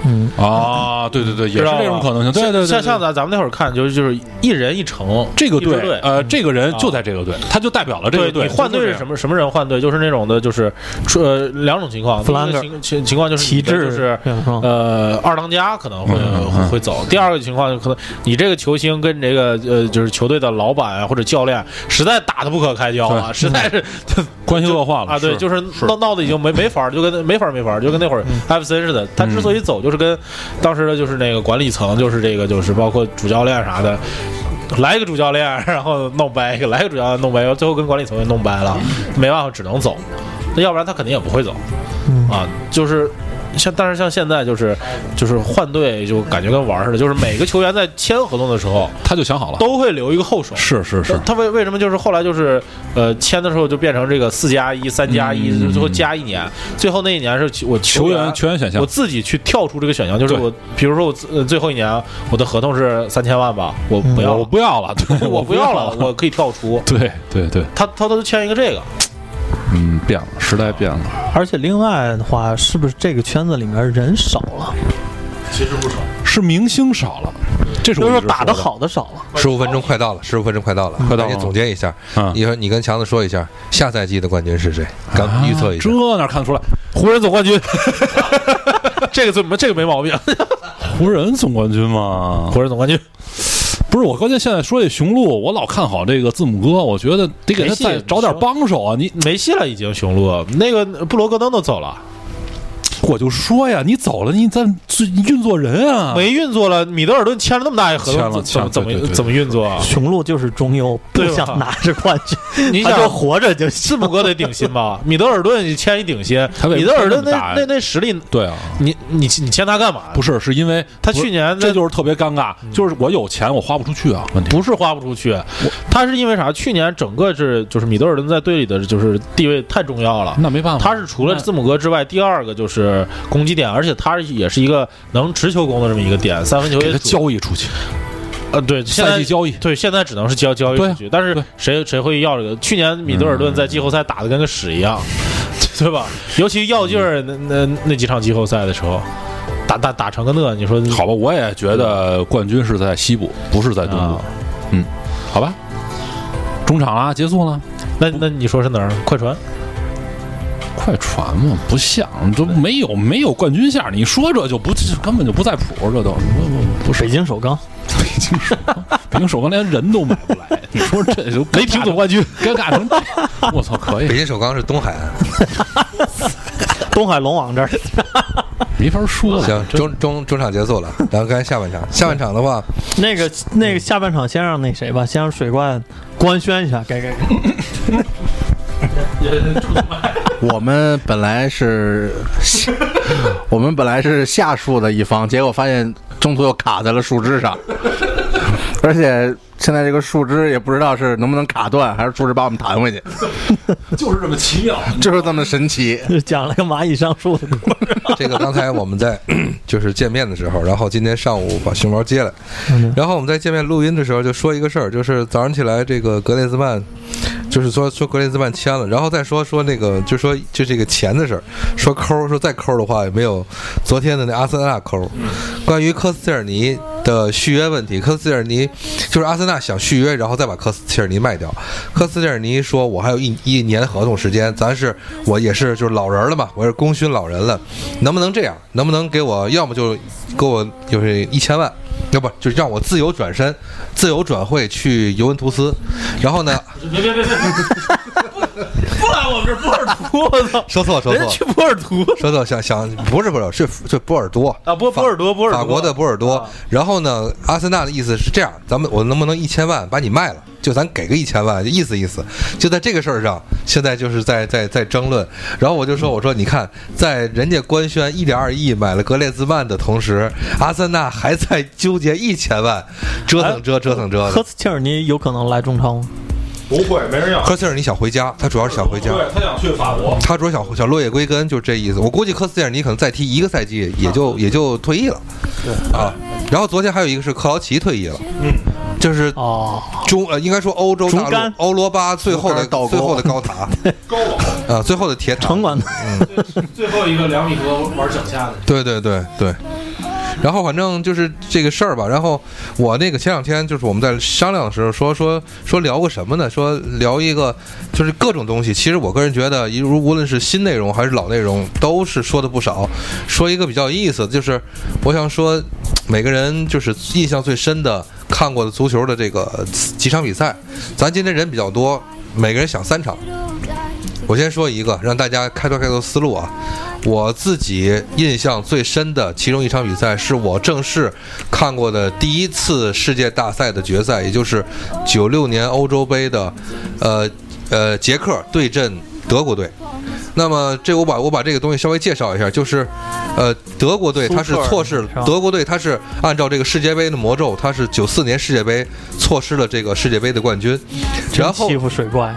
嗯，
啊，对对对，也
知
是
道吧
这种可能性。对对对，
像像
对
咱咱们那会儿看，就是就是一人一城，
这个
一支
队，
队
呃，这个人就在这个队，他就代表了这个队。
你换队是什
么？
么什么人换队？就是那种的，就是出呃两种情况，
弗兰
一个
克
情情情况就是
旗
你的
帜
就是
这样说
呃二当家可能会
嗯嗯嗯
会走。第二个情况就可能你这个球星跟这个呃就是球队的老板啊或者教练实在打得不可开交啊，
对
实在是
关系恶化了
啊，对，
是
就是
是
闹闹的已经没没法儿，就跟没法儿没法儿，就跟那会儿艾弗森似的。他之所以走，就是跟当时的就是那个管理层，就是这个就是包括主教练啥的。来一个主教练，然后弄掰一个；来一个主教练弄掰，最后跟管理层给弄掰了，没办法，只能走。那要不然他肯定也不会走
嗯
啊。就是像，但是像现在就是就是换队，就感觉跟玩儿似的。就是每个球员在签合同的时候，
他就想好了，
都会留一个后手。
是是是
他，他为为什么就是后来就是呃签的时候就变成这个四加一、三加一，
嗯
最后加一年，最后那一年是我
球
球
员全员选项
我，自己去跳出这个选项，就是
对
我比如说我自呃最后一年我的合同是三千万吧，我不
嗯
要
我
了，
不要了，对，
我
哎不
不要
了
了，，我可以跳出。
对对对，
他他都签一个 这个，
嗯，变了，时代变了，
而且另外的话，是不是这个圈子里面人少了？
其实不少。
是明星少了，这是
就
我
是
一直
说打
说的
得，好的少了。
十五分钟快到了，十五分钟快到了，
快到
赶紧
了
总结一下。
嗯
你说你跟强子说一下，下赛季的冠军是谁？刚预测一下。
啊这哪看得出来？
湖人总冠军，这个怎么这个没毛 病？
湖人总冠军吗？
湖人总冠军
不是，我关键现在说这雄鹿，我老看好这个字母哥，我觉得得给他
没戏
再找点帮手啊！你
没戏了，已经雄鹿那个布罗格登都走了，
啊我就说呀，你走了，你再运作人啊，
没运作了。米德尔顿签了那么大一合
签了
同，怎么怎
签了对对
么
对
怎么运作啊？
雄鹿就是中游，不
对吧
想拿着冠军，
你
他就
想
活着就
字
行。
母哥得顶薪 吧？米德尔顿签一顶薪
他，为
米
什么
德尔
这
顿
么大
那
呀
那那实力，
对啊，
你你你签他干嘛？
不是，是因为
他
不是
去年
这
那
就是特别尴尬，就是我有钱我花不出去啊，问题
不是花不出去，他是因为啥？去年整个是就是米德尔顿在队里的就是地位太重要了。
那没办法，
他是除了
那
字母哥之外第二个就是攻击点，而且他也是一个能持球攻的这么一个点，三分球
给
也
他
主
交易出去，
呃对，现
赛
在嗯
季交易，
对，现在只能是交交易
对啊
出去，但是
对嗯
谁谁会要这个？去年米德尔顿在季后赛打的跟个屎一样， 对吧？尤其要劲儿那那那几场季后赛的时候，打打打成个那，你说
好吧，我也觉得冠军是在西部，不是在东部
啊，？
好吧？中场啦，结束了，
那那你说是哪儿？快船？
快船嘛，不像都没有没有冠军相，你说这就不根本就不在谱，这都不不不是
北京首钢，
北京首钢，北京首钢连人都买不来，你说这就雷霆总冠军尴尬成这，我操，可
北
以
京首钢是东 海岸，
东海龙王这儿
没法说了，
行，中中中场结束了，然后该下半场。下半场的话，
那个那个下半场先让那谁吧，先让水怪官宣一下， 该该
我们本来是， 我们本来是下树的一方，结果发现中途又卡在了树枝上，而且现在这个树枝也不知道是能不能卡断，还是树枝把我们弹回去，
就是这么奇妙。
就是这么神奇。
就讲了个蚂蚁上树的故事。
这个刚才我们在 就是见面的时候，然后今天上午把熊猫接来，然后我们在见面录音的时候就说一个事儿，就是早上起来这个格列兹曼，就是说说格列兹曼签了，然后再说说那个就说就这个钱的事儿，说抠说再抠的话也没有昨天的那阿森纳抠。关于科斯切尔尼的续约问题，科斯切尔尼就是阿森纳想续约，然后再把科斯切尔尼卖掉。科斯切尔尼说：“我还有一一年合同时间，咱是我也是就是老人了嘛，我是功勋老人了，能不能这样？能不能给我要么就给我就是一千万？”要不就让我自由转身，自由转会去尤文图斯，然后呢，
别别别别！ 不来我们这波尔图，我 操！
说错说
人家
错
去波尔图
说错，想想不是不是是是波尔多
啊，波波尔多，波尔多
法国的波尔多
啊。
然后呢，阿森纳的意思是这样，咱们我能不能一千万把你卖了？就咱给个一千万，意思意思。就在这个事儿上，现在就是在在在争论。然后我就说，我说你看，在人家官宣一点二亿买了格列兹曼的同时，阿森纳还在纠结一千万，折
啊
腾折折腾折
科
腾。
斯切尔尼有可能来中超吗？
不会，没人要。
科切尔尼想回家，他主要是想回家。
对他想去法国。
他主要想想落叶归根，就是这意思。我估计科斯切尔尼可能再踢一个赛季，也就也就退役了。对啊，然后昨天还有一个是克劳奇退役了，
嗯，
就是
哦，
中呃，应该说欧洲大
竹
陆
竿
欧罗巴最后的
竹竿倒钩
最后的高塔
高佬
啊，最后的铁塔。
城管
最后一个两米多玩脚下的，
对对对对。然后反正就是这个事儿吧。然后我那个前两天就是我们在商量的时候说说说聊过什么呢？说聊一个就是各种东西。其实我个人觉得，一如无论是新内容还是老内容，都是说的不少。说一个比较有意思的，就是我想说每个人就是印象最深的看过的足球的这个几场比赛。咱今天人比较多，每个人想三场。我先说一个，让大家开拓开拓思路啊。我自己印象最深的其中一场比赛，是我正式看过的第一次世界大赛的决赛，也就是九六年欧洲杯的，呃呃，捷克对阵德国队。那么这我把我把这个东西稍微介绍一下，就是，呃，德国队它是
苏克尔
错失
是吧
德国队它是按照这个世界杯的魔咒，它是九四年世界杯错失了这个世界杯的冠军，
真
然后
欺负水怪，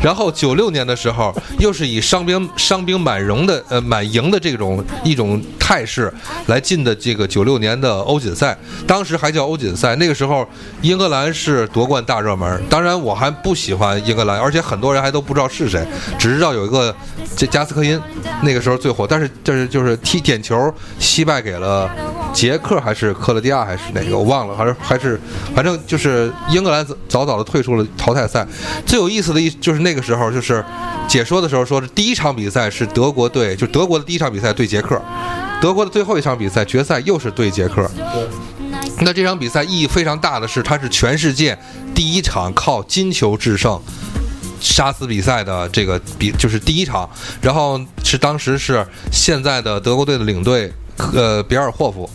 然后九六年的时候，又是以伤兵伤兵满容的呃满营的这种一种态势来进的这个九六年的欧锦赛，当时还叫欧锦赛。那个时候，英格兰是夺冠大热门。当然，我还不喜欢英格兰，而且很多人还都不知道是谁，只知道有一个这加斯科因，那个时候最火。但是就是就是踢点球惜败给了捷克还是克罗地亚还是哪个我忘了，还是还是反正就是英格兰早早的退出了淘汰赛。最有意思的一就是那个时候就是解说的时候说是第一场比赛是德国队，就德国的第一场比赛对捷克，德国的最后一场比赛决赛又是对捷克。那这场比赛意义非常大的是，它是全世界第一场靠金球制胜。杀死比赛的这个比就是第一场，然后是当时是现在的德国队的领队呃比尔霍夫，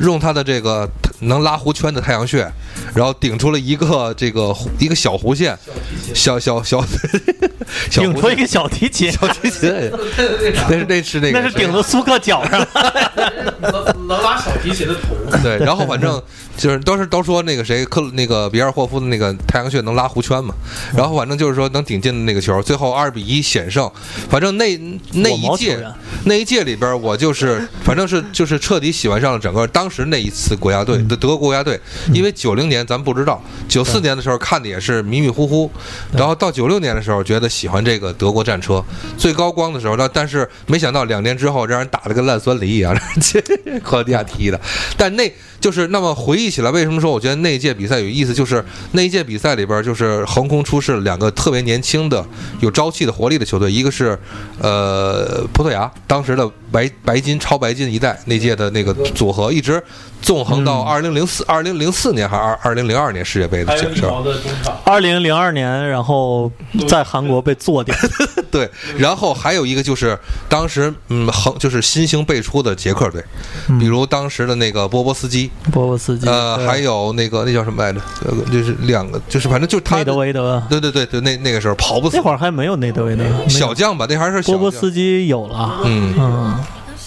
用他的这个能拉弧圈的太阳穴，然后顶出了一个这个一个小弧线，小小小 小
顶出
弧
一
线。
个小提琴，
小提琴，那是那是那个
那是顶到苏克脚上了。
能能拉小提琴的头。
对，然后 反正就是都是都说那个谁克那个比尔霍夫的那个太阳穴能拉弧圈嘛，
嗯
然后反正就是说能顶进的那个球，最后二比一险胜。反正那那
我
一
毛球
届
员
那一届里边，我就是反正是就是彻底喜欢上了整个当时那一次国家
嗯
队的德国国家队，因为九零年咱不知道，九四年的时候看的也是迷迷糊糊，然后到九六年的时候觉得喜欢这个德国战车，最高光的时候，那但是没想到两年之后让人打了个烂酸梨一样，让 人克罗地亚踢的。但那就是那么回忆起来，为什么说我觉得那一届比赛有意思？就是那一届比赛里边，就是横空出世了两个特别年轻的、有朝气的活力的球队，一个是呃葡萄牙当时的白白金超白金一代那届的那个组合，一直纵横到二零零四、二零零四年还是二二零零二年世界杯的
还有
这
哎一
事儿。
毛的中场，
二零零二年，然后在韩国被做掉，
对，
嗯
然后还有一个就是当时嗯横就是新兴辈出的捷克队，比如当时的那个波波斯基，
波波斯基，
呃，
对
还有那个那叫什么来着？呃，就是两个，就是反正就是他
内德维德，
对对对对，那那个时候跑不死
那会儿还没有内德维德，没有
呃小将吧，那还是小
波波
将
斯基有了，
嗯，
嗯，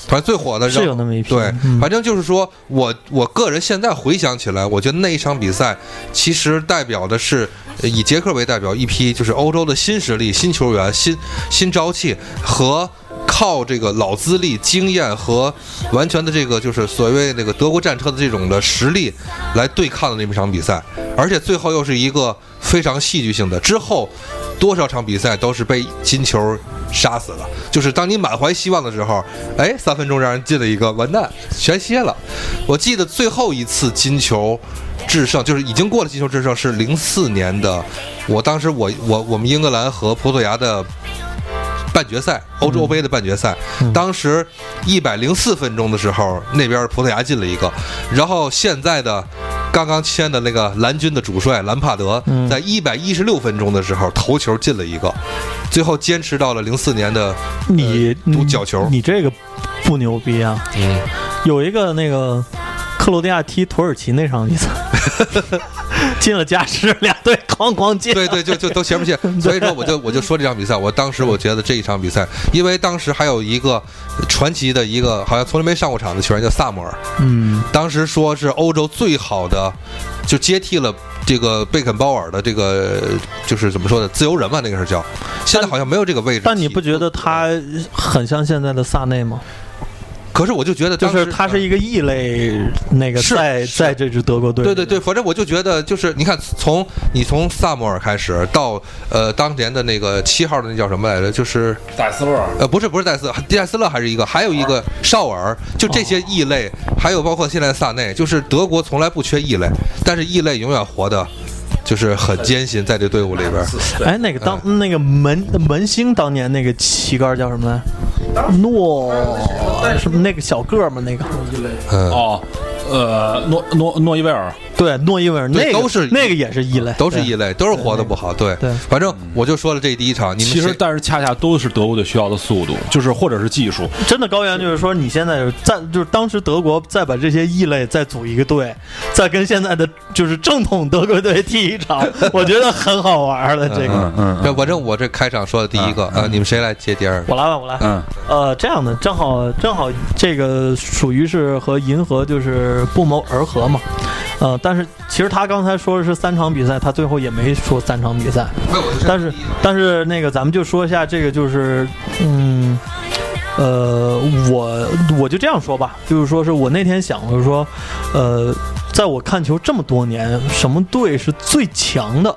反正最火的
是有那么一批，
对，
嗯
反正就是说我我个人现在回想起来，我觉得那一场比赛其实代表的是呃以捷克为代表一批就是欧洲的新实力、新球员、新新朝气和。靠这个老资历、经验和完全的这个就是所谓那个德国战车的这种的实力来对抗的那么一场比赛，而且最后又是一个非常戏剧性的。之后多少场比赛都是被金球杀死的，就是当你满怀希望的时候，哎，三分钟让人进了一个，完蛋，全歇了。我记得最后一次金球制胜，就是已经过了金球制胜，是零四年的。我当时我我我们英格兰和葡萄牙的半决赛，欧洲杯的半决赛，当时一百零四分钟的时候，那边葡萄牙进了一个，然后现在的刚刚签的那个蓝军的主帅兰帕德，在一百一十六分钟的时候头球进了一个，最后坚持到了零四年的
你
赌呃角球
你这个不牛逼啊！
嗯
有一个那个克罗地亚踢土耳其那场比 赛，进了加时，俩队哐哐进。
对对，就就都 前不前，所以说我就我就说这场比赛，我当时我觉得这一场比赛，因为当时还有一个传奇的一个好像从来没上过场的球员叫萨姆尔，
嗯，
当时说是欧洲最好的，就接替了。这个贝肯鲍尔的这个就是怎么说呢？自由人嘛，那个是叫。现在好像没有这个位置。
但你不觉得他很像现在的萨内吗？
可是我就觉得
就
当时，
是他是一个异类，那个
是
在
是
在这支德国队里
对
的。
对对，反正我就觉得，就是你看，从你从萨摩尔开始到呃当年的那个七号的那叫什么来着？就是
戴斯勒，
呃不是不是戴斯戴斯勒还是一个，还有一
哦
个绍尔，就这些异类，还有包括现在的萨内，就是德国从来不缺异类，但是异类永远活的就是很艰辛，在这队伍里边儿。
哎，那个
嗯
当那个门门兴当年那个旗杆叫什么来？诺什么那个小个儿嘛，那个
嗯，
哦，呃，诺诺诺伊贝尔，
对诺伊维尔，那
对
个
都是
那个也是异类，
都是异类，都是活的不好。对
对，
反正我就说了这第一场，你们
其实
谁
但是恰恰都是德国队需要的速度，就是或者是技术，
对真的高原就是说，你现在再就是当时德国再把这些异类再组一个队，再跟现在的就是正统德国队踢一 场，我觉得很好玩了。这个
嗯嗯
对，反正我这开场说的第一个
嗯
啊，你们谁来接第二个？
我来吧，我来。
嗯，
呃，这样的正好正好这个属于是和银河就是不谋而合嘛。呃，但是其实他刚才说的是三场比赛，他最后也没说三场比赛。
那我就
但是但是那个咱们就说一下这个就是嗯。呃，我我就这样说吧，就是说是我那天想，我就说，呃，在我看球这么多年，什么队是最强的？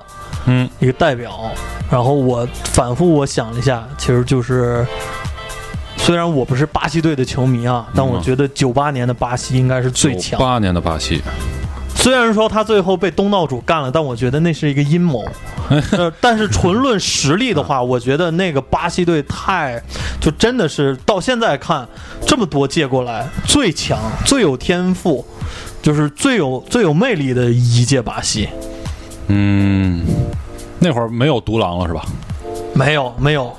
嗯，
一个代表。然后我反复我想了一下，其实就是，虽然我不是巴西队的球迷啊，但我觉得九八年的巴西应该是最强。
八年的巴西，
虽然说他最后被东道主干了，但我觉得那是一个阴谋。呃，但是纯论实力的话，我觉得那个巴西队太，就真的是到现在看这么多届过来最强、最有天赋，就是最有最有魅力的一届巴西。
嗯，那会儿没有独狼了是吧？
没有，没有，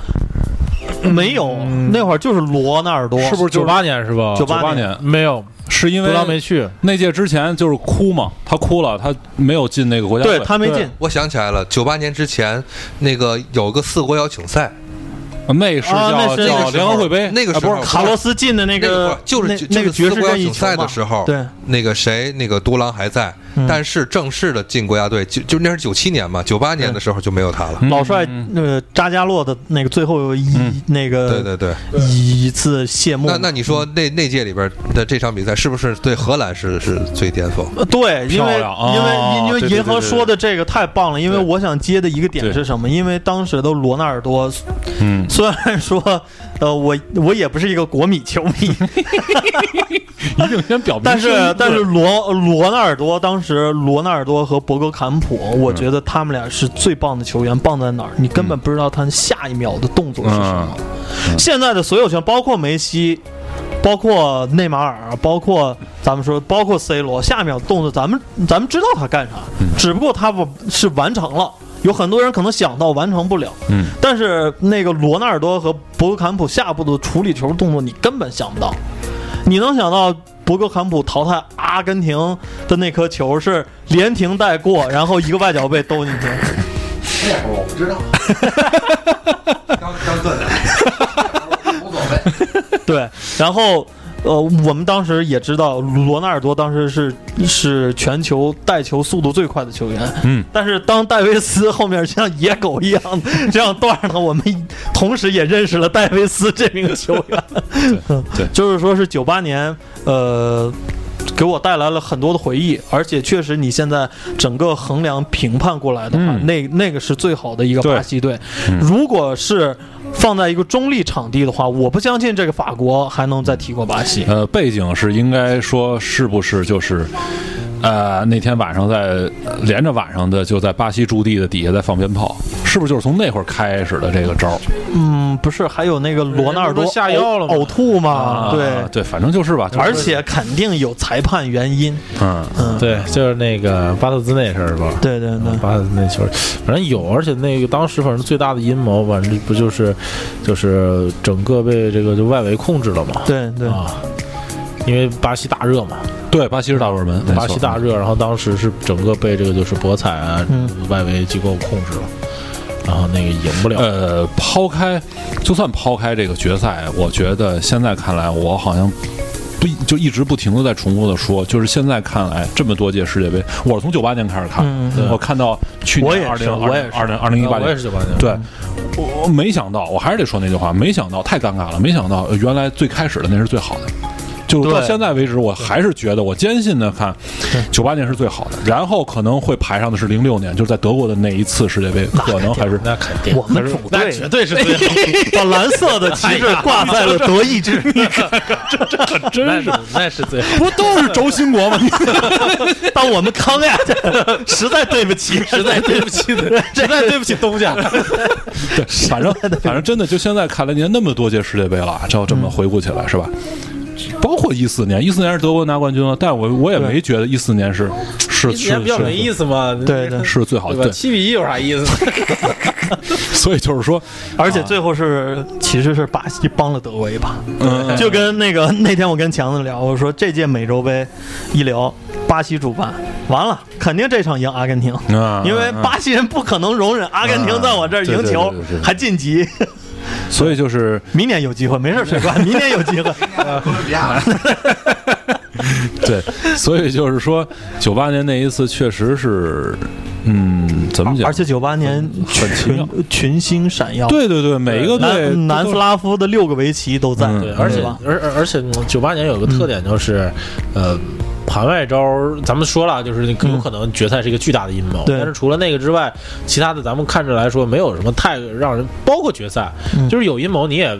没有。那会儿就是罗纳尔多，
是不是
九八年是吧？
九八
八
年
年？
没有，
是因
杜拉没
为
去。
那届之前就是哭嘛，他哭了，他没有进那个国家队，
对他没进，
我想起来了，九八年之前那个有个四国邀请赛，
那是
啊那
叫
是
叫联合会杯，
那个
啊
时
不
候
是
卡洛斯进的那
那会
个
儿就是
那
就
那个
就是
爵
四
士
国邀
任意
请
球
赛的
嘛
时候，
对，
那个谁，那个独狼还在，
嗯
但是正式的进国家队就就那是九七年嘛，九八年的时候就没有他了。
嗯
老帅那个扎加洛的那个最后一那
对
个
对对，
一次谢幕
那，那你说那那届里边的这场比赛是不是对荷兰是是最巅峰？
呃对，因
漂
为
亮啊
因为因
对对
为
对
银河
对
说的这个太棒了，因为
对
我想接的一个点
对
是什么？因为当时的罗纳尔多
嗯，
虽然说，呃，我我也不是一个国米球迷，
一定先表明
但
身
是
份
但是罗罗纳尔多当时罗纳尔多和博格坎普，我觉得他们俩是最棒的球员，棒在哪儿？你根本不知道他下一秒的动作是什么。现在的所有球员，包括梅西。包括内马尔，包括咱们说，包括 C 罗，下一秒动作，咱们咱们知道他干啥，只不过他不是完成了，有很多人可能想到完成不了，
嗯，
但是那个罗纳尔多和博格坎普下一步的处理球动作，你根本想不到，你能想到博格坎普淘汰阿根廷的那颗球是连停带过，然后一个外脚背兜进去？
我不知道，
当当顿
无所谓。
对，然后。呃，我们当时也知道罗纳尔多当时是是全球带球速度最快的球员，
嗯，
但是当戴维斯后面像野狗一样 这样断上了，我们同时也认识了戴维斯这名球员。
对
就是说是九八年，呃，给我带来了很多的回忆，而且确实你现在整个衡量评判过来的话，
嗯
那那个是最好的一个
对
巴西队。如果是放在一个中立场地的话，我不相信这个法国还能再踢过巴西。
呃，背景是应该说是不是就是，呃呃，那天晚上在连着晚上的就在巴西驻地的底下在放鞭炮，是不是就是从那会儿开始的这个招儿？
嗯，不是，还有那个罗纳尔多
人家不是下药了吗
呕呕吐嘛，
啊
对，
对，反正就是吧。就是
而且肯定有裁判原因，
嗯，
嗯，
对，就是那个巴特兹那事儿是吧？
对对对，
巴特兹那球，反正有，而且那个当时反正最大的阴谋，反正不就是，就是整个被这个就外围控制了嘛？
对对，
啊，因为巴西大热嘛，
对，巴西是大热门，没
巴西
错
大热，然后当时是整个被这个就是博彩啊、
嗯
外围机构控制了，然后那个赢不了。
呃，抛开，就算抛开这个决赛，我觉得现在看来，我好像不就一直不停的在重复的说，就是现在看来，这么多届世界杯，我是从九八年开始看，
嗯
我看到去
我
年
也
二
是
零
我也是嗯
二零二零一八
啊我也
年。
是九八年，
对，我我没想到，我还是得说那句话，没想到，太尴尬了，没想到，呃原来最开始的那是最好的，就是到
对
现在为止，我还是觉得，我坚信的看，九八年是最好的，然后可能会排上的是零六年，就是在德国的那一次世界 杯，可能还是
那肯定，
我们组
那
队
绝对是最好，哎
把蓝色的旗帜挂在了德意志，
那是那是最好。
不 都是轴心国吗？你
当我们康呀，实在对不起，
实在对不起，实在对不起东家。
对，反正反正真的，就现在看来，您那么多届世界杯了，这要这么回顾起来是吧？包括一四年，一四年是德国拿冠军了，但我我也没觉得一四年是是
一
是
年比较没意
是
思嘛，
对对
是最好 的，
对吧？
对，
七比一有啥意思？
所以就是说，
而且最后是其实是巴西帮了德国一把，
嗯，
就跟那个那天我跟强子聊，我说这届美洲杯一聊，巴西主办，完了肯定这场赢阿根廷。
啊，
因为
嗯
巴西人不可能容忍阿根廷在我这
嗯
儿
啊
赢球
对对对对对
还晋级，
所以就是
明年有机会，没事， 水哥，明年有机会。
哥伦比亚，
对，所以就是说，九八年那一次确实是，嗯，怎么讲？
而且九八年
很奇妙
群群星闪耀，
对对对，每一个队
南南
都
斯拉夫的六个围棋都在，
嗯
对，而且
吧
而而而且九八年有个特
嗯
点就是，呃。盘外招儿，咱们说了，就是有可能决赛是一个巨大的阴谋。
嗯对
但是除了那个之外，其他的咱们看着来说，没有什么太让人，包括决赛，
嗯
就是有阴谋你也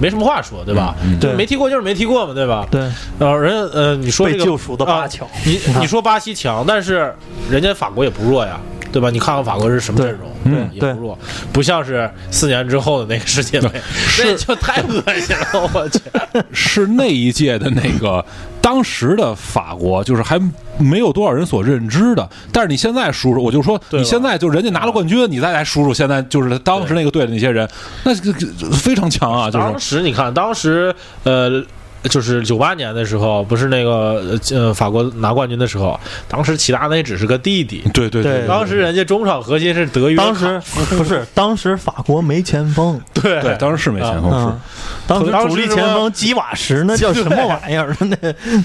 没什么话说，对吧？
嗯
就是
对
没踢过就是没踢过嘛，对吧？
对，
呃，人家呃，你说这
被
个
救赎的
啊
巴乔，
你
看
你说巴西强，但是人家法国也不弱呀，对吧？你看看法国是什么阵容，
对
吧
嗯
也不弱，不像是四年之后的那个 世界杯，那就太恶心了，我去。
啊
是那一届的那个 当时的法国，就是还没有多少人所认知的。但是你现在数数，我就说
对吧
你现在就人家拿了冠军，你再来数数现在就是当时那个队的那些人，那这个非常强啊，就是
当时你看，当时呃。就是九八年的时候，不是那个呃法国拿冠军的时候，当时齐达内只是个弟弟，
对对
对
当时人家中场核心是德约卡，
当时不是当时法国没前锋，
对
对，当时是没前锋是
嗯。，当时
当时
主力
什么
前锋基瓦什那叫什么玩意儿？ 那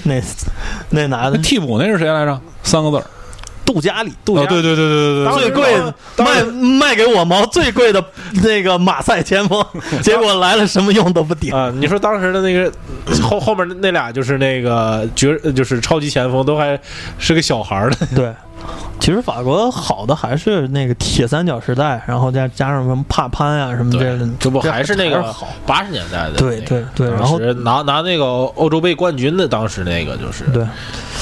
那那拿的
那替补那是谁来着？三个字儿
杜加里，杜
啊！
加
对对对对对
当
对
时
最贵的卖卖给我毛最贵的那个马赛前 锋，结果来了什么用都不顶。
啊、你说当时的那个后后面那俩就是那个绝就是超级前锋，都还是个小孩儿的，
对，其实法国好的还是那个铁三角时代，然后再加上什么帕潘啊什么这类的，
这不还是那
还
个
好。
八十年代的那个、
对对对，然后
当时拿拿那个欧洲杯冠军的，当时那个就是
对，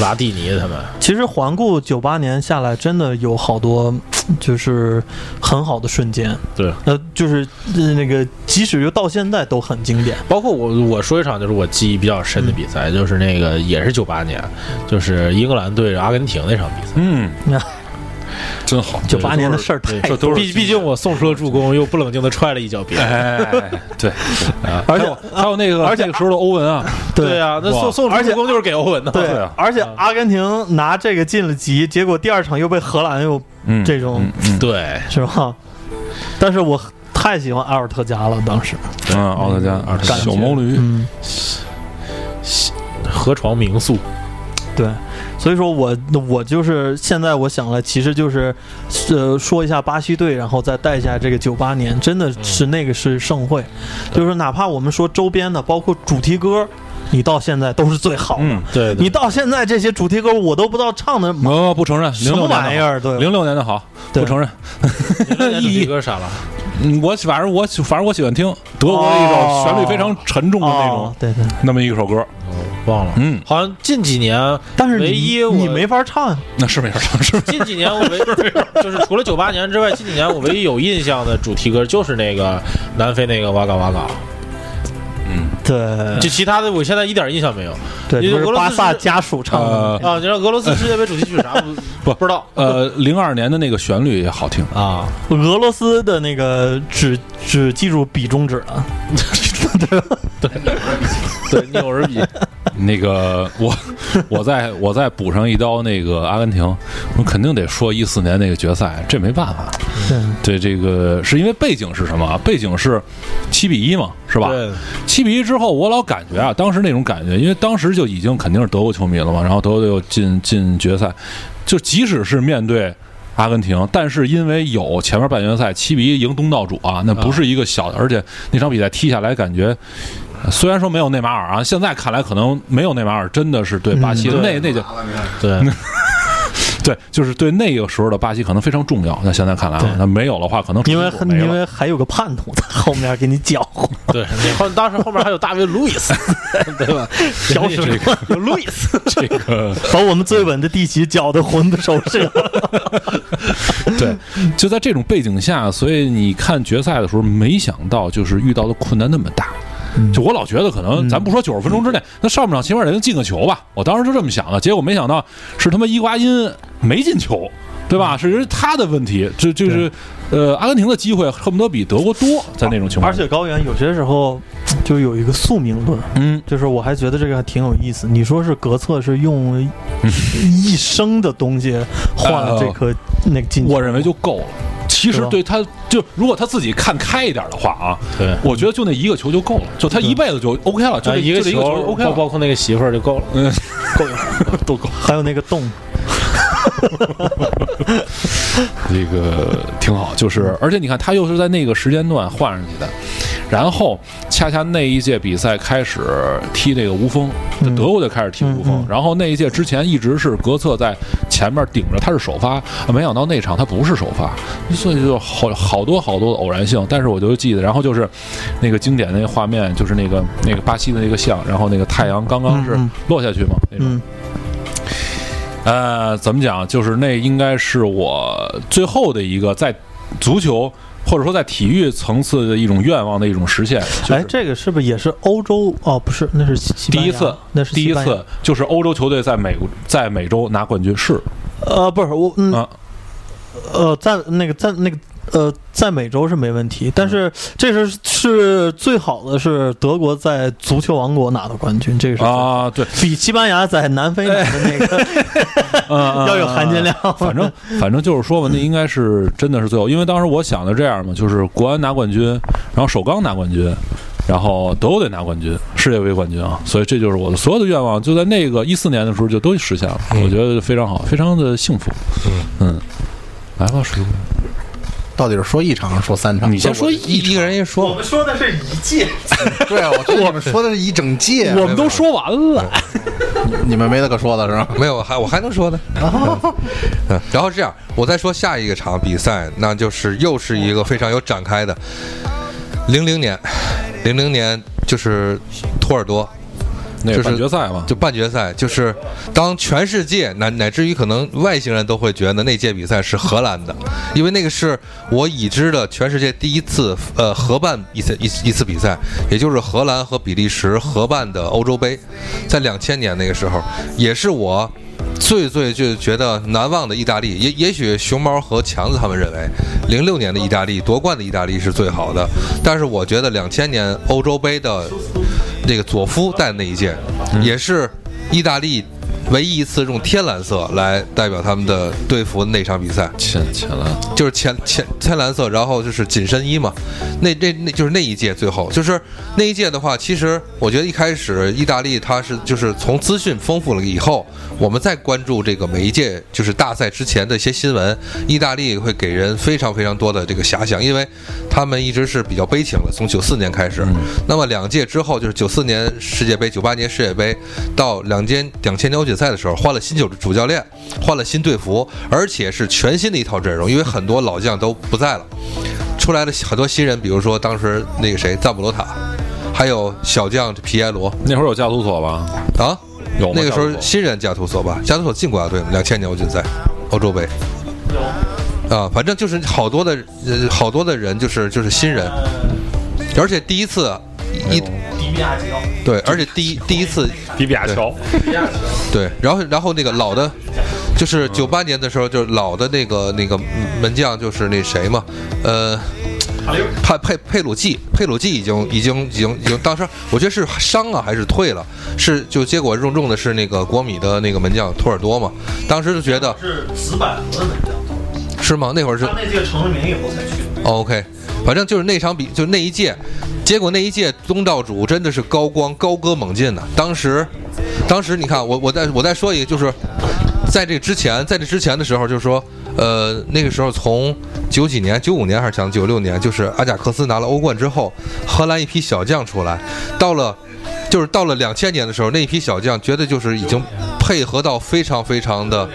拉蒂尼他们，
其实环顾九八年下来，真的有好多就是很好的瞬间。
对，
呃，就是呃那个，即使就到现在都很经典。
包括我我说一场就是我记忆比较深的比赛，就是那个也是九八年，就是英格兰对阿根廷那场比赛。
嗯
那，
真好。
九八年的事儿
对
太
这都是
毕毕竟我送出了助攻，又不冷静的踹了一脚别人。
哎，对，
而
还
且
有还有那个
而且
那个时候的欧文啊，
对啊，那
哇
送送出助攻就是给欧文的。
对
对啊，
而且
嗯
阿根廷拿这个进了级，结果第二场又被荷兰又
嗯，
这种
嗯嗯
对，
是吧？但是我太喜欢阿尔特加了，当时，
嗯，奥特加
感觉
小毛驴，
嗯，
河床民宿。
对，所以说我我就是现在我想了，其实就是呃说一下巴西队，然后再带一下这个九八年，真的是那个是盛会，就是哪怕我们说周边的，包括主题歌，你到现在都是最好的。
嗯，
对，
你到现在这些主题歌我都不知道唱的
我哦不承认，
什么玩意儿，对，
零六年的好，
对
不承认。
一哥傻了，
嗯，我反正我反正我喜欢听德国的一首旋律非常沉重的那种、
哦，对对，
那么一首歌，
忘了，
嗯，
好像近几年，
但是
唯
你
一我
你没法唱啊，
那是没法唱，是
近几年我唯就是除了九八年之外，近几年我唯一有印象的主题歌就是那个南非那个哇嘎哇嘎，
对
嗯
就其他的我现在一点印象没有。
对，
因为
不
俄
是
罗斯
巴萨
是
家属唱
呃
的，
啊，你知道俄罗斯世界杯主题曲啥 不
不
不知道
呃，零二年的那个旋律也好听，
啊？
俄罗斯的那个只只记住比中指了，
对，扭着比，
那个我我再我再补上一刀，那个阿根廷，我肯定得说一四年那个决赛，这没办法。
对
对，这个是因为背景是什么啊？背景是七比一嘛，是吧？
对，
七比一之后，我老感觉啊，当时那种感觉，因为当时就已经肯定是德国球迷了嘛，然后德国队又进进决赛，就即使是面对。阿根廷，但是因为有前面半决赛七比一赢东道主啊，那不是一个小的，而且那场比赛踢下来感觉，呃虽然说没有内马尔啊，现在看来可能没有内马尔真的是对巴西的、
嗯
那
对
那就
对，
对，就是对那个时候的巴西可能非常重要。那现在看来啊，那没有的话，可能
因为
没了
因为还有个叛徒在后面给你搅和，
对，你后当时后面还有大卫·路易斯，对吧？
搅什么？有路易斯
这个
把我们最稳的地旗搅得魂不守舍。
对，就在这种背景下，所以你看决赛的时候，没想到就是遇到的困难那么大。就我老觉得可能，咱不说九十分钟之内，那上半场起码得能进个球吧。我当时就这么想的，结果没想到是他妈伊瓜因没进球，对吧？是人他的问题，这就是呃阿根廷的机会恨不得比德国多，在那种情况
而
下，
且高原有些时候就有一个宿命论，
嗯
就是我还觉得这个还挺有意思。你说是格策 是用一生的东西换了这
哦
颗那个金球，
我认为就够了。其实
是吧
对他，就如果他自己看开一点的话啊，
对，
我觉得就那一个球就够了，就他一辈子就 OK 了，就
啊
这
一
就
个
这一个球 OK
包
了。
包括那个媳妇儿就够了。
嗯，
都够，还有那个洞，
哎这个挺好，
嗯
就是而且你看，他又是在那个时间段换上去的，然后恰恰那一届比赛开始踢这个无锋，
嗯
德国就开始踢无锋
嗯嗯，
然后那一届之前一直是格策在前面顶着，他是首发，啊没想到那场他不是首发，所以就好好多好多的偶然性，但是我就记得，然后就是那个经典那个画面，就是那个那个巴西的那个像，然后那个太阳刚刚是
嗯嗯
落下去嘛，那种。
嗯，
呃，怎么讲？就是那应该是我最后的一个在足球或者说在体育层次的一种愿望的一种实现。就
哎，
是
这个是不是也是欧洲？哦，不是，那是西西班
第
牙
一次，
那是
第
西
一
班牙
次，就是欧洲球队在美国在美洲拿冠军是
呃，不是我，嗯，
啊，
呃，在那个在那个呃，在美洲是没问题，但是这是是最好的是德国在足球王国拿的冠军，这个是最好
啊，对，
比西班牙在南非拿的那个
嗯，
要有含金量。
反正反正就是说吧，那应该是真的是最后，因为当时我想的这样嘛，就是国安拿冠军，然后首钢拿冠军，然后德国队拿冠军，世界杯冠军啊，所以这就是我的所有的愿望，就在那个一四年的时候就都实现了，
嗯
我觉得非常好，非常的幸福。嗯来吧，水哥，
到底是说一场还是说三场？
你先说
一一个人一说，
们说的是一届，
对啊，我说你们说的是一整届，啊
我们都说完了，
你们没得可说的是吧？
没有，我还我还 能说呢。嗯，然后这样，我再说下一个场比赛，那就是又是一个非常有展开的。零零年，零零年就是托尔多，
那
就是
半决赛嘛，
就半决赛，就是当全世界乃乃至于可能外星人都会觉得那届比赛是荷兰的，因为那个是我已知的全世界第一次呃合办一次一次一次比赛，也就是荷兰和比利时合办的欧洲杯，在两千年那个时候，也是我最最最觉得难忘的意大利，也也许熊猫和强子他们认为，零六年的意大利夺冠的意大利是最好的，但是我觉得两千年欧洲杯的那个佐夫带的那一届，也是意大利唯一一次用天蓝色来代表他们的队服的那场比赛。
浅浅蓝，
就是浅浅浅蓝色，然后就是紧身衣嘛。那那那就是那一届最后，就是那一届的话，其实我觉得一开始意大利它是就是从资讯丰富了以后，我们再关注这个每一届就是大赛之前的一些新闻，意大利会给人非常非常多的这个遐想，因为他们一直是比较悲情的，从九四年开始。那么两届之后，就是九四年世界杯、九八年世界杯到两千两千年欧锦赛的时候，换了新主主教练，换了新队服，而且是全新的一套阵容，因为很多老将都不在了，出来了很多新人，比如说当时那个谁赞普罗塔。还有小将皮耶罗
那会儿有加图索吧？
啊，
有吗
那个时
加图
候
索
新人加图索吧，加图索进国家队吗？两千年欧锦赛，欧洲杯。啊，反正就是好多的，呃，好多的人就是就是新人，而且第一次一对，而且第一第一次
比比亚乔，
对，然后然后那个老的，就是九八年的时候，就是老的那个那个门将就是那谁嘛，呃，帕佩佩鲁季，佩鲁季已经已经已经已经，当时我觉得是伤啊了还是退了，是就结果重重的是那个国米的那个门将托尔多嘛，当时就觉得
是紫百合的门将，
是吗？那会儿是
那届成了名以后才去的。
OK，反正就是那场比，就那一届，结果那一届东道主真的是高光高歌猛进呐、当时，当时你看我我再我再说一个，就是在这之前，在这之前的时候，就是说，呃，那个时候从九几年、九五年还是讲九六年，就是阿贾克斯拿了欧冠之后，荷兰一批小将出来，到了。就是到了两千年的时候，那一批小将绝对就是已经配合到非常非常的，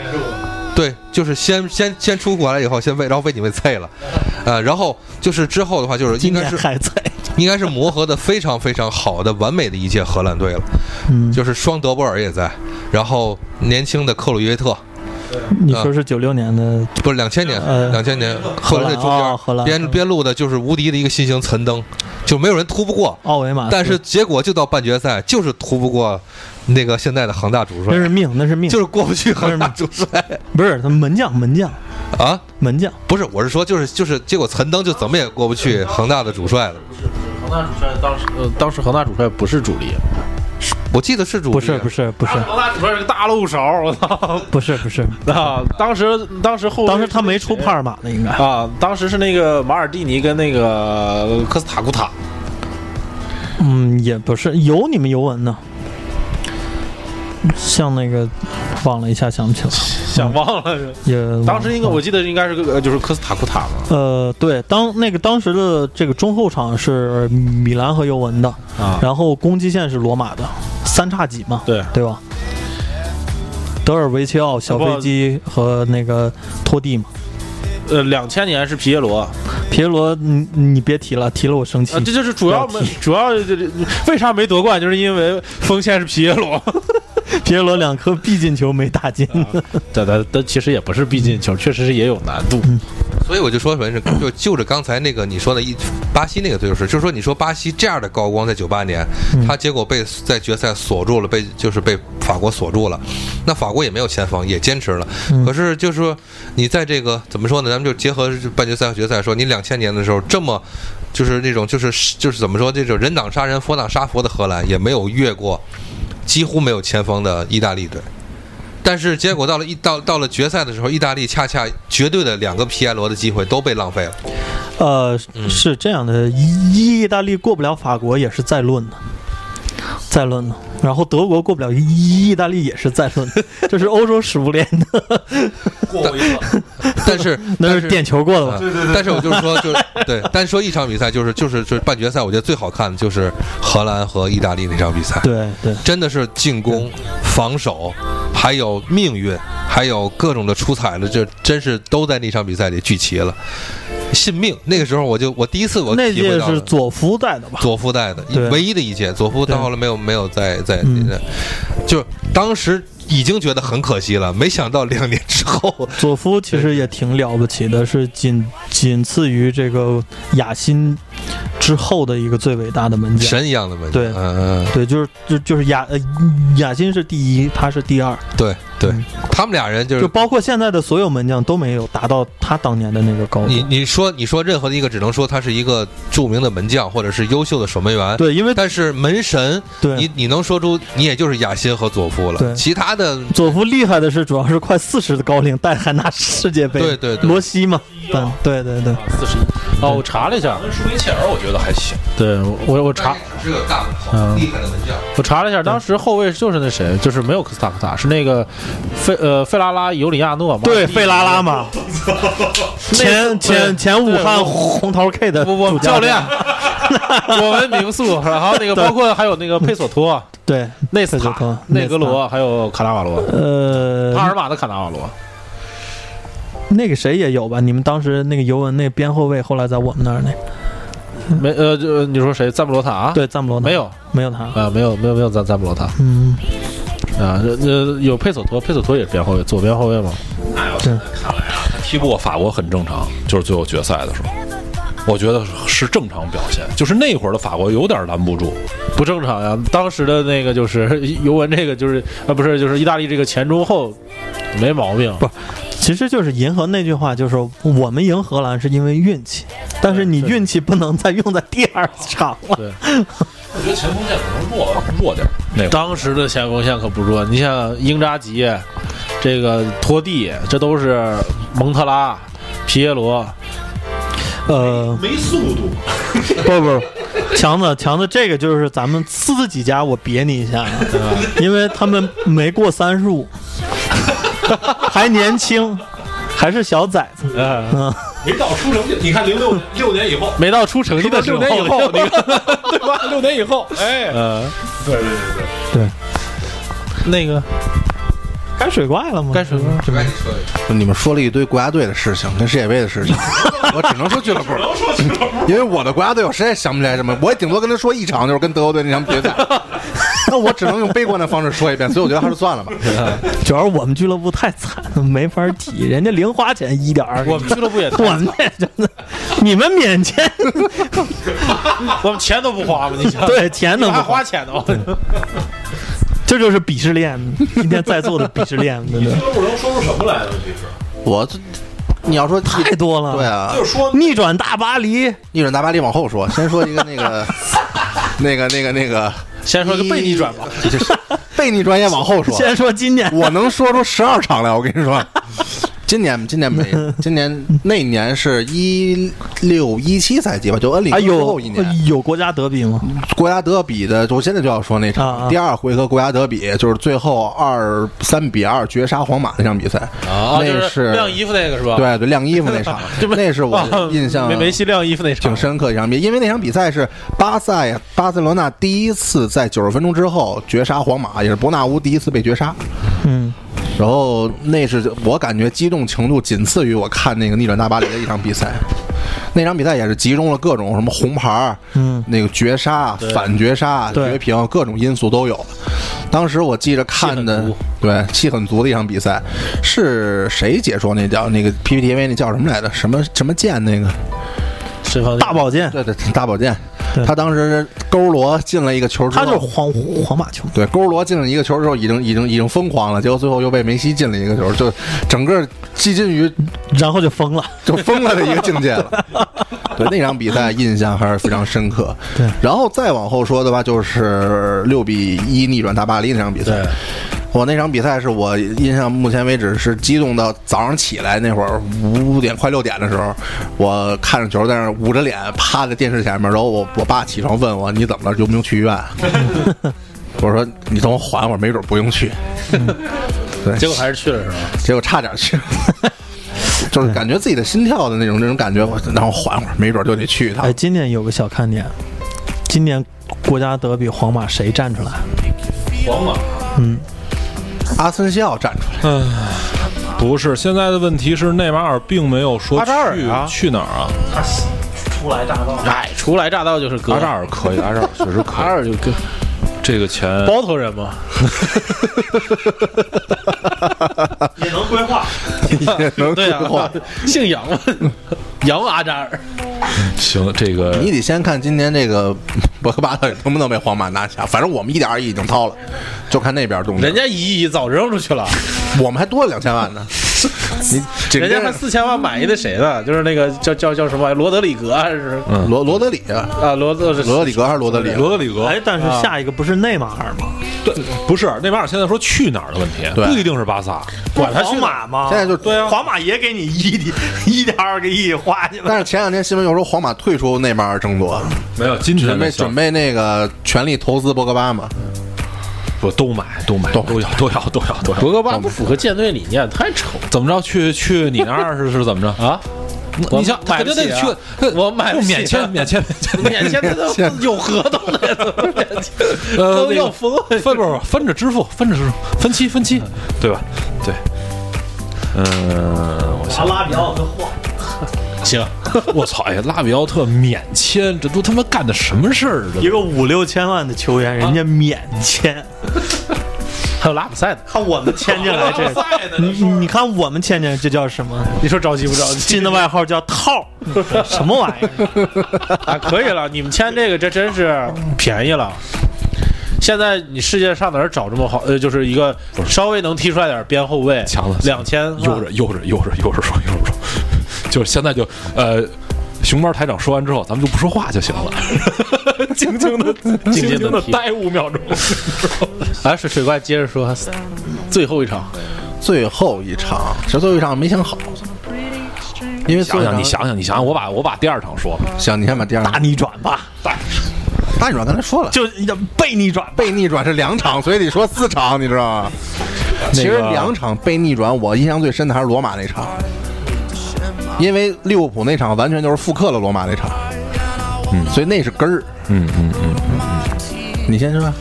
对，就是先先先出过来以后，先被然后被你们菜 了，呃，然后就是之后的话，就是
今
应该
年
是
还在，
应该是磨合的非常非常好的完美的一届荷兰队了，
嗯，
就是双德波尔也在，然后年轻的克鲁伊维特，
你说是九六年的，
不是两千年
呃，
两千年
荷
荷
兰
兰队中
哦荷兰
间边边路的就是无敌的一个新型岑登，就没有人突不过，
奥维马斯，
但是结果就到半决赛就是突不过那个现在的恒大主
那
帅，
是命，那是命，
就是是过不去恒大主帅
不是他门将门将
啊。
门将，
不是，我是说，就是就是，结果岑登就怎么也过不去恒大的主帅了。
恒大主帅当时，呃，当时恒大主帅不是主力，
我记得是主啊
不是不
是，
是不是
恒大主帅是个大漏勺，我操！
不是不是，
啊，当时当时后
当时他没出帕尔马呢，应该
啊，当时是那个马尔蒂尼跟那个科斯塔库塔，
嗯，也不是有你们尤文呢，像那个忘了一下想不起来，
想忘了。
也
当时应该我记得应该是个呃就是科斯塔库塔嘛
呃对，当那个当时的这个中后场是米兰和尤文的，
啊，
然后攻击线是罗马的，三叉戟嘛，
对
对吧？德尔维切奥、小飞机和那个托蒂嘛，
呃，两千年是皮耶罗，啊，
皮耶罗，你你别提了，提了我生气。
啊这就是主要
不要提
主要这这为啥没夺冠，就是因为锋线是皮耶罗。
皮耶罗两颗必进球没打进，
啊但但但其实也不是必进球，确实是也有难度。
嗯
所以我就说什么是，就就着刚才那个你说的一巴西那个队就是，就是说你说巴西这样的高光在九八年，他结果被在决赛锁住了，被就是被法国锁住了，那法国也没有前锋，也坚持了。可是就是说你在这个怎么说呢？咱们就结合半决赛和决赛说，你两千年的时候这么。就是那种，就是就是怎么说，这种人挡杀人，佛挡杀佛的荷兰也没有越过，几乎没有前锋的意大利队。但是结果到了一到到了决赛的时候，意大利恰恰绝对的两个皮耶罗的机会都被 浪费了。
呃，是这样的，意意大利过不了法国也是再论的，再论的。然后德国过不了意意大利也是再论的， 这是欧洲史无前的，
但是
那
但
是点球过的吧？
对对对。但是我就是说，就是对，但是说一场比赛就是就是就是半决赛，我觉得最好看的就是荷兰和意大利那场比赛。
对对，
真的是进攻、防守，还有命运，还有各种的出彩的，这真是都在那场比赛里聚齐了。信命，那个时候我就我第一次我
那
体会
届
到
是
了
左夫带的吧？
左夫带的
对，
唯一的一届左夫到后来没有没有再再
嗯，
就是当时已经觉得很可惜了，没想到两年 之后，
佐夫其实也挺了不起的，是仅仅次于这个雅辛之后的一个最伟大的门将。
神一样的门将，
对
嗯嗯，
对，就是就就是雅呃雅辛是第一，他是第二，
对对
嗯，
他们俩人就是
就包括现在的所有门将都没有达到他当年的那个高
你
度。
你说你说任何的一个，只能说他是一个著名的门将或者是优秀的守门员，
对，因为
但是门神，你
对
你能说出你也就是雅辛和佐夫了，
对
其他的
佐夫厉害的是，主要是快四十的高龄，但还拿世界杯，
对对对
罗西嘛，但对对对，
四十一哦，我查了一下，
舒梅切尔我觉得还行，
对我我查
只有大
嗯
厉害的门将，
我查了一下，当时后卫就是那谁，就是没有科斯塔库塔，是那个费呃费拉拉尤里亚诺嘛，
对费拉拉嘛，前前前武汉红桃 K 的
不不
主
教 练，我们民宿，然后那个包括还有那个佩索托、
对
内
佩
斯
索托
塔、嗯内格罗，还有卡纳瓦罗。
呃，
帕尔马的卡纳瓦罗，
那个谁也有吧？你们当时那个尤文那边后卫，后来在我们那儿那
没呃，就你说谁？赞布罗塔、啊？，
对，赞布罗塔
没有
没有他，
啊，没有没有没有赞赞布罗塔
嗯，
啊，这这有佩索托，佩索托也是边后卫，左边后卫嘛。
踢不过法国很正常，就是最后决赛的时候，我觉得是正常表现。就是那会儿的法国有点拦不住，
不正常呀！当时的那个就是 尤文，这个就是啊，不是就是意大利这个前中后没毛病，
不其实就是迎合那句话，就是我们赢荷兰是因为运气，但是你
对是
运气不能再用在第二场了。
对，
我觉得前锋线可能弱弱点儿。那会儿
当时的前锋线可不弱。你像英扎吉、这个托蒂，这都是蒙特拉、皮耶罗，
呃，
没速度，
不不，强子强子，这个就是咱们自己家我别你一下，啊，因为他们没过三十五，还年轻，还是小崽子。
呃，
嗯，
没到出成绩。你看零六 年六年以后，
没到出成绩的 时候，
六年以后，你看对吧？六年以后，哎，
呃，
对对对对。
那个
该水怪了吗？
该水怪了
是吧
你们说了一堆国家队的事情跟世界杯的事 情，我只能说俱乐部，因为我的国家队我实在想不起来什么，我也顶多跟他说一场，就是跟德国队那场决赛。 那我只能用悲观的方式说一遍，所以我觉得还是算了吧。
主要是我们俱乐部太惨了，没法踢，人家零花钱一点二，，
我们俱乐部也
我们这真的，你们免签，
我们钱都不花吗？你 想，
对钱能
还
不
花钱呢？
这就是鄙视链，今天在座的鄙视链，真的
俱乐部 能说出什么来呢？其实啊
我你要说
太多了。
对，啊，
就是说
逆转大巴黎，
逆转大巴黎往后说，先说一个那个那个那个那个
先说个被逆转吧，
就是被逆转也往后说。
先说今年
我能说出十二场来，我跟你说。今年今年没，今年那年是一六一七赛季吧，就恩里克
啊
最
有
后一年，
有国家德比吗？
国家德比的，我现在就要说那
啊
场
啊
第二回合国家德比，就是最后二三比二绝杀皇马那场比赛，
啊，就
那是
晾衣服那个是吧？
对对晾衣服那 场，那是我印象
梅梅西晾衣服那场
挺深刻一场比赛，因为那场比赛是巴萨呀，巴塞罗那第一次在九十分钟之后绝杀皇马，也是伯纳乌第一次被绝杀。
嗯，
然后那是我感觉激动程度仅次于我看那个逆转大巴黎的一场比赛。那场比赛也是集中了各种什么红牌儿，
嗯
那个绝杀、啊反绝杀、
对
绝平，各种因素都有。当时我记着看
气
的
很足，
对，气很足的一场比赛，是谁解说那叫那个 PPTV 那叫什么来着？什么什么剑那个？
谁放
大保健，
对对，大保健
对，
他当时勾罗进了一个球之
他
后，
就是皇皇马球迷，
对勾罗进了一个球之后，已经已经已经疯狂了，结果最后又被梅西进了一个球，就整个接近于
然后就疯了。
就疯了的一个境界 了。对那场比赛印象还是非常深刻。
对，
然后再往后说的话，就是六比一逆转大巴黎那场比赛
对。
我那场比赛是我印象目前为止是激动到早上起来那会儿五点快六点的时候，我看着球在那儿捂着脸趴在电视前面，然后我我爸起床问我你怎么了，用不用去医院？我说你等我缓会儿，没准不用去。 对，
嗯结果还是去了是吧？
结果差点去， 就是感觉自己的心跳的那种那种感觉，我然后缓会儿，没准就得去一趟
哎，。今年有个小看点，今年国家德比皇马谁站出来？
皇马
阿森西奥站出来，
哎不是现在的问题是内马尔并没有说
阿扎尔
去
啊
去哪儿啊？
哎，初来乍到就是哥，
阿扎尔可以，阿扎尔确实可
阿扎
以。
尔就哥，
这个钱
包头人嘛，
也能规划，
也能
对
规划
啊，姓杨嘛，杨阿扎尔，
行，这个
你得先看今年这个博格巴到底能不能被皇马拿下。反正我们一点二亿已经掏了，就看那边动静
人。家一亿早扔出去了，
我们还多了两千万 呢。你这
人家还四千万买一那谁的，就是那个叫叫叫什么罗德里格啊还是
罗罗德里啊，
啊嗯罗德
罗德里格还是罗德里？啊
罗德里格
哎，但是下一个不是内马尔吗？
对，不是内马尔现在说去哪儿的问题，
对
不一定是巴萨。
管他皇马吗？
现在就
对啊，皇马也给你一点一点二个亿花去了。
但是前两天新闻又说皇马退出内马尔争夺，
没有，今
准备
天
准备那个全力投资博格巴嘛。
不都买都买都要都要都要都要。
博格巴不符合舰队理念，太丑
怎么着去去你那儿是是怎么着？
啊！ 我
你想他
买
肯
不
定
起
得
啊
去，他
我买不
就
起啊
免 签免签免签。
免签他都有合同的，
呃
都
那个
要疯了。
分不是分着支付，分着支付，分期分期，对吧？对，嗯，我想
拉比奥的货，
行，
我操！哎，拉比奥特免签，这都他妈干的什么事儿？啊
一
这
个五六千万的球员，人家免签，
还有拉比赛的，
看我们签进来这
拉比赛的，
你你看我们签进来这叫什么？
你说着急不着急？
新的外号叫套， 什么玩意儿？
啊，可以 了，你们签这个这真是便宜了。现在你世界上哪儿找这么好？呃，就是一个稍微能踢出来点边后卫，
强了
两千
悠着悠着悠着悠着说 悠着说，就是现在就呃，熊猫台长说完之后，咱们就不说话就行了， 静静 的
静
静
地
的
听
待五秒钟。
啊，水水怪接着说，最后一场，
最后一场，其实最后一场没想好，因为最
想
后
想你
一场
想想你
嗯
想想，我把我把第二场说了，
想，你先把第二
大
场
逆转吧，
大逆转，刚才说了，
就被逆转吧。
被逆转是两场，所以得说四场，你知道吗？其实两场被逆转，我印象最深的还是罗马那场，因为利物浦那场完全就是复刻了罗马那场，嗯，所以那是根儿，嗯嗯嗯嗯。你先说吧，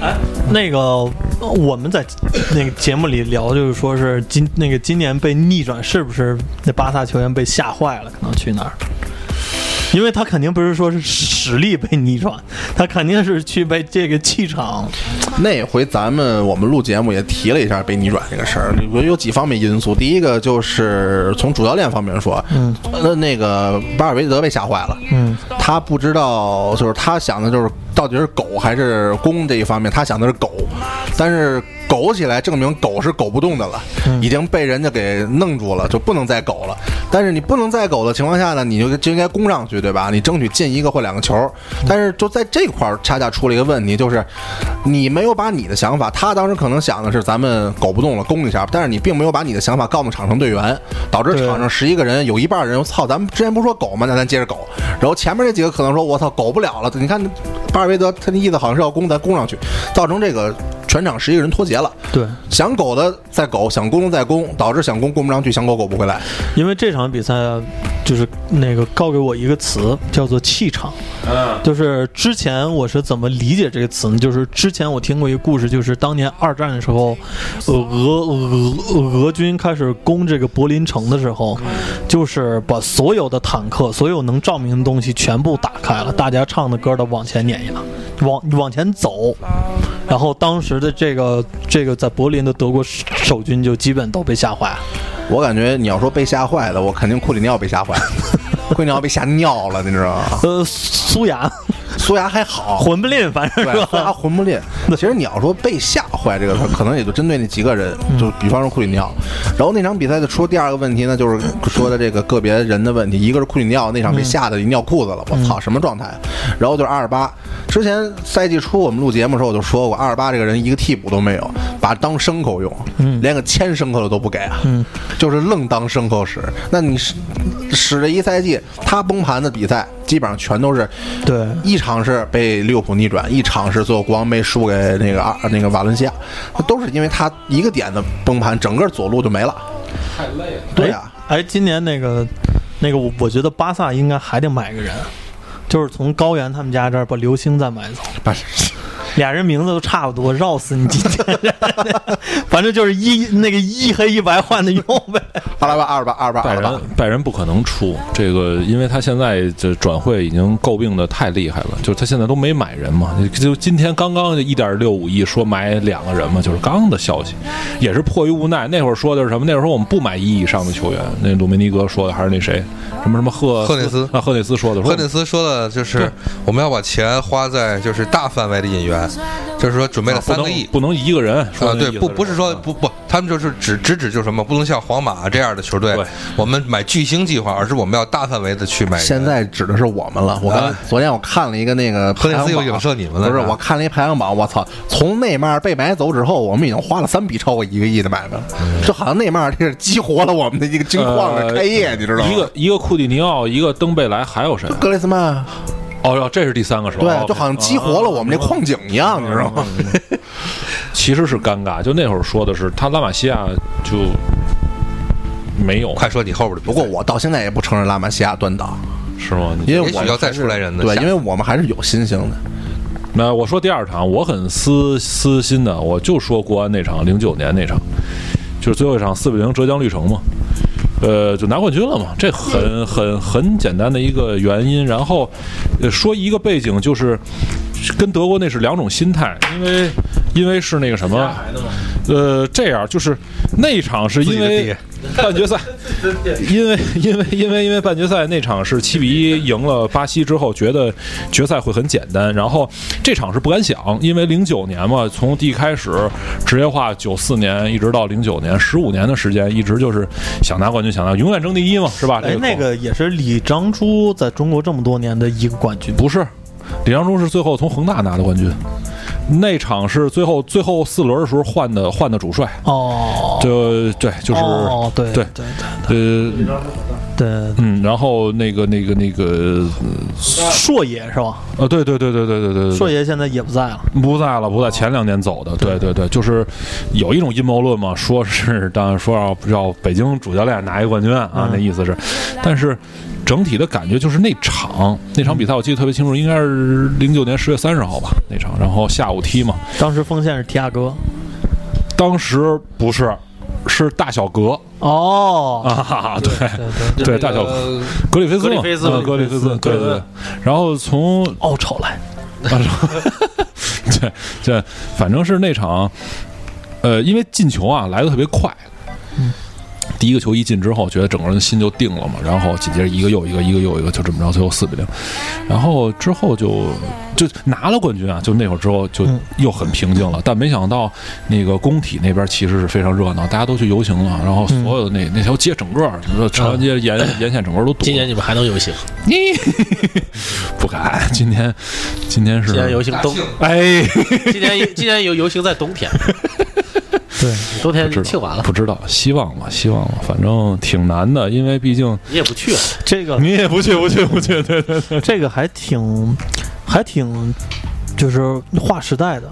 啊，
那个呃我们在那个节目里聊，就是说是今那个今年被逆转，是不是那巴萨球员被吓坏了，可能去那儿？因为他肯定不是说是实力被逆转，他肯定是去被这个气场。
那回咱们我们录节目也提了一下被逆转这个事儿，有有几方面因素。第一个就是从主教练方面说，
嗯，
那那个巴尔维德被吓坏了，
嗯，
他不知道，就是他想的就是到底是狗还是公这一方面，他想的是狗，但是狗起来证明狗是狗不动的了，已经被人家给弄住了，就不能再狗了。但是你不能再狗的情况下呢，你就就应该攻上去，对吧？你争取进一个或两个球。但是就在这块儿，恰恰出了一个问题，就是你没有把你的想法，他当时可能想的是咱们狗不动了，攻一下，但是你并没有把你的想法告诉场上队员，导致
对
场上十一个人有一半儿人，我操，咱们之前不是说狗吗？那咱接着狗。然后前面这几个可能说，我操，狗不了了。你看巴尔韦德，他的意思好像是要攻，咱攻上去，造成这个全场十一个人脱节了。
对，
想狗的在狗，想攻的在攻，导致想攻攻不上去，想狗狗不回来。
因为这场比赛就是那个告给我一个词，叫做气场。
嗯，
就是之前我是怎么理解这个词呢？就是之前我听过一个故事，就是当年二战的时候，呃俄俄俄军开始攻这个柏林城的时候，就是把所有的坦克、所有能照明的东西全部打开了，大家唱的歌都往前碾压，往往前走。然后当时的这个这个在柏林的德国守军就基本都被吓坏了。
我感觉你要说被吓坏的，我肯定库里尼奥被吓坏了，库里尼奥被吓尿了，你知道吗？
呃，苏牙
苏牙还好，
混不吝，反正
对，
是吧
苏牙魂不吝。其实你要说被吓坏这个词儿，可能也就针对那几个人，
嗯
就比方说库里尼奥。然后那场比赛就出第二个问题呢，就是说的这个个别人的问题，一个是库里尼奥那场被吓得尿裤子了，我
嗯
操，什么状态啊？然后就是阿尔巴，之前赛季初我们录节目的时候我就说过，阿尔巴这个人一个替补都没有，把当牲口用，
嗯
连个牵牲口的都不给啊，就是愣当牲口使。那你使使这一赛季，他崩盘的比赛基本上全都是
对
一场是被利物浦逆转，一场是最后国王杯输给那个阿那个瓦伦西亚，都是因为他一个点的崩盘，整个左路就没了。太累了。对啊，
哎，今年那个那个，我我觉得巴萨应该还得买个人，就是从高原他们家这儿把刘星再买走，
把
俩人名字都差不多，绕死你今天。 反正就是一那个一黑一白换的用呗。
阿拉巴阿尔巴阿尔巴阿
啊拜
尔巴
仁，拜仁不可能出这个，因为他现在这转会已经诟病的太厉害了，就是他现在都没买人嘛，就就今天刚刚一点六五亿说买两个人嘛，就是刚的消息，也是迫于无奈。那会儿说的是什么？那会儿说我们不买一以上的球员，那鲁梅尼格说的还是那谁，什么什么赫
赫内斯
啊，赫内斯说的，说
赫内斯说的就是我们要把钱花在就是大范围的引援，就是说准备了
啊不
三个
能
亿。
不能一个人说
啊，
那
对，
意思
不不是说不不，他们就是指直指就是什么，不能像皇马这样的球队
对，
我们买巨星计划，而是我们要大范围的去买人。
现在指的是我们了。我刚、昨天我看了一个那个
赫
排
内
行
斯又
榜，
影射你们了，
不是，
吧
我看了一排行榜，我操！从内马尔被买走之后，我们已经花了三笔超过一个亿的买卖了，
嗯
就好像内马尔这是激活了我们的一个金矿的
呃
开业，你知道吗？
一个一个库蒂尼奥，一个登贝莱，还有谁？啊
格雷斯曼，
哦，这是第三个是吧？哦
对，就好像激活了我们这矿井一样，你知道吗？
其实是尴尬。就那会儿说的是，他拉玛西亚就没有，
快说你后边的比赛。
不过我到现在也不承认拉玛西亚断档，
是吗？你
因为
也
我
许要再出来人呢。
对，
下
因为我们还是有新星的。
那我说第二场，我很私私心的，我就说国安那场，零九年那场，就是最后一场四比零浙江绿城嘛。呃，就拿冠军了嘛，这很
嗯
很很简单的一个原因。然后，呃，说一个背景就是跟德国那是两种心态，因为因为是那个什么，呃，这样就是那一场是因
自己的
为
爹
半决赛，因为因为因为因为半决赛那场是七比一赢了巴西之后，觉得决赛会很简单，然后这场是不敢想，因为零九年嘛，从第一开始职业化九四年一直到零九年，十五年的时间，一直就是想拿冠军，想拿永远争第一嘛，是吧？这
哎，那个也是李章洙在中国这么多年的一个冠军，
不是，李章洙是最后从恒大拿的冠军，那场是最后最后四轮的时候换的换的主帅，
哦，
就对，就是、
哦，对
对
对
呃
对对，
嗯，然后那个那个那个
硕爷是吧？
呃，对对对对对对对对，
硕爷现在也不在了，
不在了，不在前两年走的，对对对，就是有一种阴谋论嘛，说是当然说要要北京主教练拿一冠军啊，那意思是，但是整体的感觉就是那场那场比赛我记得特别清楚，应该是零九年十月三十号吧那场，然后下午踢嘛，
当时锋线是提亚戈。
当时不是是大小格
哦，
啊，对
对对对，
对大小格
呃
格里菲斯嘛，
格里菲斯
嗯格里菲斯，对对对，然后从
哦，丑来，
啊， 是对对，反正是那场，呃，因为进球啊来的特别快，
嗯
第一个球一进之后，觉得整个人心就定了嘛，然后紧接着一个又一个，一个又一个，就这么着，最后四比零，然后之后就就拿了冠军啊，就那会儿之后就
嗯
又很平静了，但没想到那个工体那边其实是非常热闹，大家都去游行了，然
嗯
后所有的那那条街整个，你说长安街沿 沿线整个都堵
今
了，
年你们还能游行？
不敢，今天今天是
今年游行冬，
哎。
今年今年游游行在冬天，
对，
冬天
知道
庆完了，
不知道，希望吧，希望吧，反正挺难的，因为毕 竟
你也不去了，
这个
你也不去，不去，不去，对对对，
这个还挺，还挺，就是划时代的。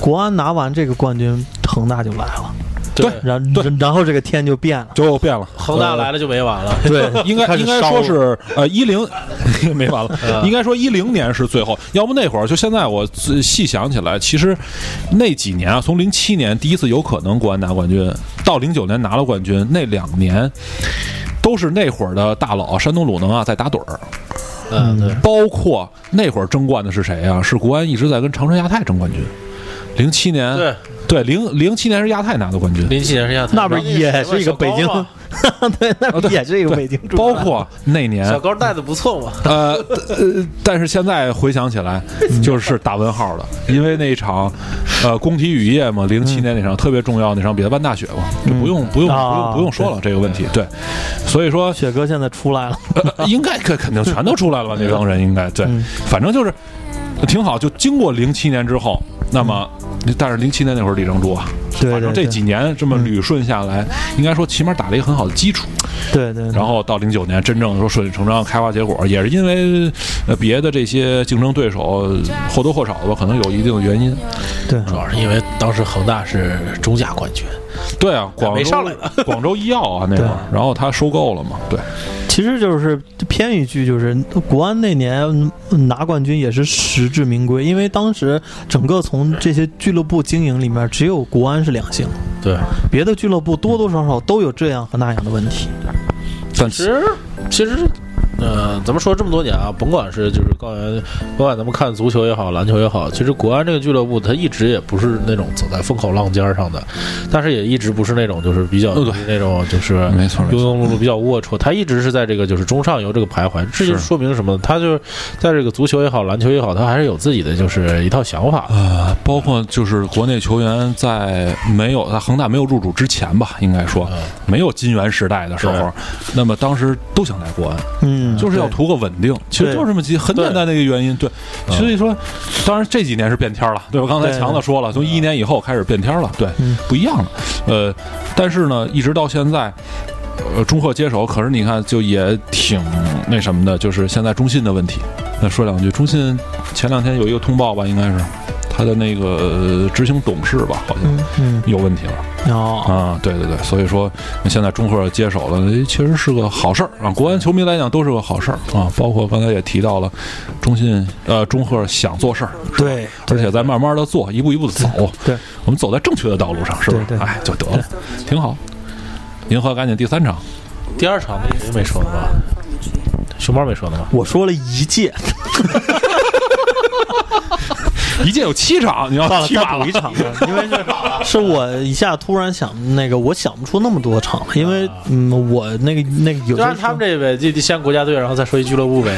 国安拿完这个冠军，恒大就来了，
对
然然后这个天就变了。
就变了。
恒大来了就没完了。
对，应该
开始
应该说
烧了
是呃一零 没完了，
嗯
应该说一零年是最后，要不那会儿就现在我仔细想起来，其实那几年啊，从零七年第一次有可能国安拿冠军，到零九年拿了冠军，那两年都是那会儿的大佬山东鲁能啊在打盹儿，
嗯，对，
包括那会儿争冠的是谁啊？是国安一直在跟长春亚泰争冠军。零七年，
对
对，零零七年是亚泰拿的冠军，
林夕也是像
那边也是一个北京
小高嘛，
啊 对，那
啊
边
对
也是一个北京主
包括那年，
小高带的不错嘛。
呃呃，但是现在回想起 来，就是打问号了，因为那一场，呃，工体雨夜嘛，零七年那场特别重要那场比赛，万大雪嘛，就不用不用不
嗯啊
用不用说了这个问题，对，所以说
雪哥现在出来了，
呃应该肯肯定全都出来了吧？那帮人应该对，
嗯
反正就是挺好。就经过零七年之后，那么但是零七年那会儿李正洙啊，
对
反正
对
这
对嗯
几年这么捋顺下来，应该说起码打了一个很好的基础。
对对，对
然后到零九年真正说顺理成章开花结果，也是因为呃别的这些竞争对手呃或多或少的吧，可能有一定的原因。
对，
主要是因为当时恒大是中甲冠军，
对啊，广
没
州
上来呢
广州医药啊那会儿，然后他收购了嘛，对，
其实就是偏一句，就是国安那年嗯拿冠军也是实至名归，因为当时整个从这些俱乐部经营里面，只有国安是两星，
啊
对，
别的俱乐部多多少少都有这样和那样的问题。
但
其实其实。呃，咱们说这么多年啊，甭管是就是刚才，甭管咱们看足球也好，篮球也好，其实国安这个俱乐部，它一直也不是那种走在风口浪尖儿上的，但是也一直不是那种就是比较
哦对
那种就是
没错没
庸
错，
庸碌碌比较龌龊，他一直是在这个就是中上游这个徘徊，这就是说明什么？他就是在这个足球也好，篮球也好，他还是有自己的就是一套想法的。
呃，包括就是国内球员在没有在恒大没有入主之前吧，应该说没有金元时代的时
嗯对
候，那么当时都想来国安，
嗯，
就是要图个稳定，其实就是这么几很简单的一个原因。对，所以说，当然这几年是变天儿了，对吧？刚才
嗯对
强子说了，从一一年以后开始变天儿了，对
嗯，
不一样了。呃，但是呢，一直到现在。呃，中赫接手，可是你看，就也挺那什么的，就是现在中信的问题。那说两句，中信前两天有一个通报吧，应该是他的那个呃执行董事吧，好像
嗯嗯
有问题了。
哦，
啊，对对对，所以说现在中赫接手了，诶其实是个好事儿啊。国安球迷来讲都是个好事儿啊，包括刚才也提到了，中信呃中赫想做事儿，
对，
而且在慢慢的做，一步一步的走，
对
我们走在正确的道路上，是不是？
对对
哎，就得了，挺好。银河赶紧第三场，
第二场那谁没说呢吧？熊猫没说呢吧？
我说了一届，
一届有七场，你要
算了，
踢
再
完
补一场吧，因为是是我一下突然想那个，我想不出那么多场了，因为嗯，我那个那个有
就
的
按他们这呗，就就先国家队，然后再说一俱乐部呗。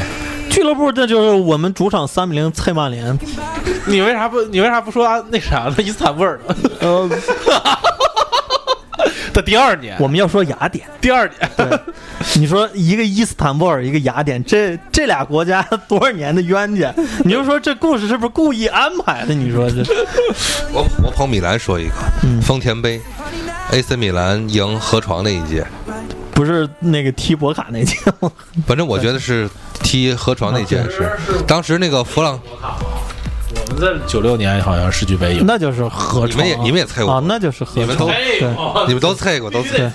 俱乐部，那就是我们主场三比零蔡曼联，
你为啥不你为啥不说啊那啥呢？伊斯坦布尔呢？
呃，
的第二年，
我们要说雅典，
第二年，
你说一个伊斯坦布尔，一个雅典，这这俩国家多少年的冤家？你就说这故事是不是故意安排的？你说这，
我我捧米兰说一个，
嗯
丰田杯，AC 米兰赢河床那一届，
不是那个踢博卡那届吗？
反正我觉得是踢河床那届是，当时那个弗朗，
我们在九六年好像世俱杯赢。
那就是合
你
创啊，
们也你们也猜
啊
过，，
那就是合
你们
创，
都
对，
你们都猜过，都猜过。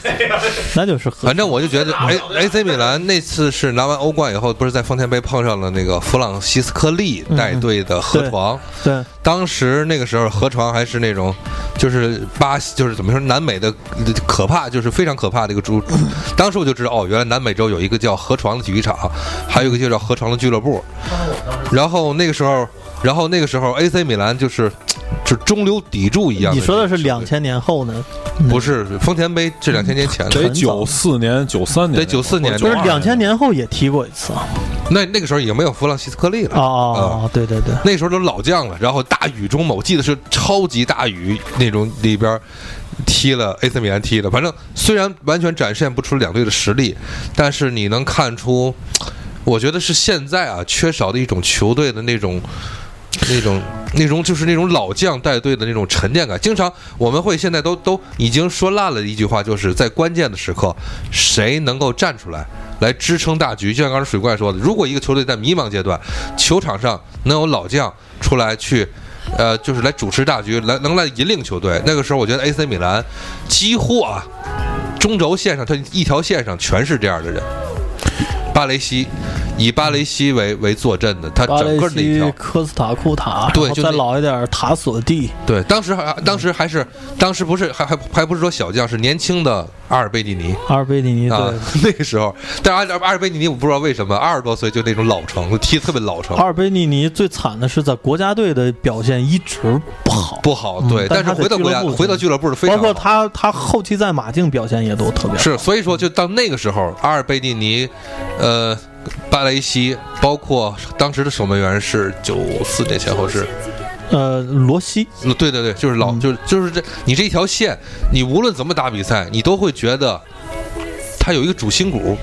那就是合
反正我就觉得，A A C 米兰那次是拿完欧冠以后，不是在丰田杯碰上了那个弗朗西斯科利带队的河床。
嗯对。
当时那个时候，河床还是那种，就是巴西，就是怎么说，南美的可怕，就是非常可怕的一个猪。
嗯
当时我就知道，哦，原来南美洲有一个叫河床的体育场，还有一个就叫河床的俱乐部。然后那个时候，然后那个时候，A C 米兰就是。就是中流砥柱一样。
你说的是两，千年后呢？
不是丰田杯，是两千年前的。
得
很早
九四年、九三年那会儿，
对94年
不是
92
两千年后也踢过一次啊？
那那个时候已经没有弗朗西斯科利了
哦哦，哦
嗯
对对对，
那时候都老将了，然后大雨中某，我记得是超级大雨那种里边踢了 AC 米兰踢的，反正虽然完全展现不出两队的实力，但是你能看出，我觉得是现在啊缺少的一种球队的那种。那种那种就是那种老将带队的那种沉淀感，经常我们会现在都都已经说烂了一句话，就是在关键的时刻，谁能够站出来来支撑大局？就像刚才水怪说的，如果一个球队在迷茫阶段，球场上能有老将出来去。呃，就是来主持大局，来能来引领球队。那个时候，我觉得 AC 米兰几乎啊，中轴线上，它一条线上全是这样的人。巴雷西，以巴雷西为为坐镇的，他
巴
整
雷
个那一条
西、科斯塔库塔，
对
然后
就
再
那
老一点儿塔索蒂，
对，当时还当时还是当时不是还还还不是说小将，是年轻的阿尔贝蒂尼
阿尔贝蒂尼，
啊
对，，
那个时候，但是阿尔阿尔贝蒂尼我不知道为什么二十多岁就那种老成，踢得特别老成
阿，尔贝蒂尼最惨的是在国家队的表现一直不好，
不好。
嗯
对，
但
但是
他在
回到
俱
国
乐
家
部
回到俱乐部是非
包
常
括
好。
他他后期在马竞表现也都特别好。
是，所以说就到那个时候，阿尔贝蒂尼，呃，巴雷西，包括当时的守门员是九四年前后是，
呃，罗西
嗯对对对，就是老，
嗯
就是就是这，你这一条线，你无论怎么打比赛，你都会觉得他有一个主心骨，